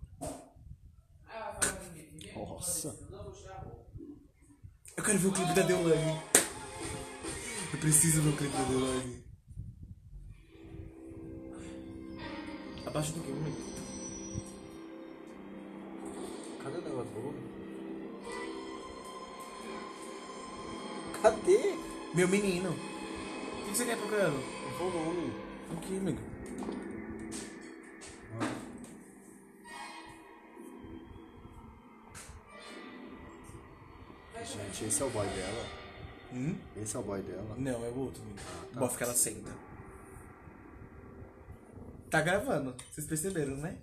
F: Nossa.
B: Eu quero ver o clipe da Deolane. Eu preciso ver o clipe da Deolane. Abaixo do que, momento?
C: Cadê o negócio do volume? Cadê
B: Meu menino. O que você quer procurando?
C: o volume?
B: Aqui, amigo.
C: Gente, esse é o boy dela. Esse é o boy dela.
B: Não, é o outro, amigo. Bof que ela senta. Tá gravando, vocês perceberam, né?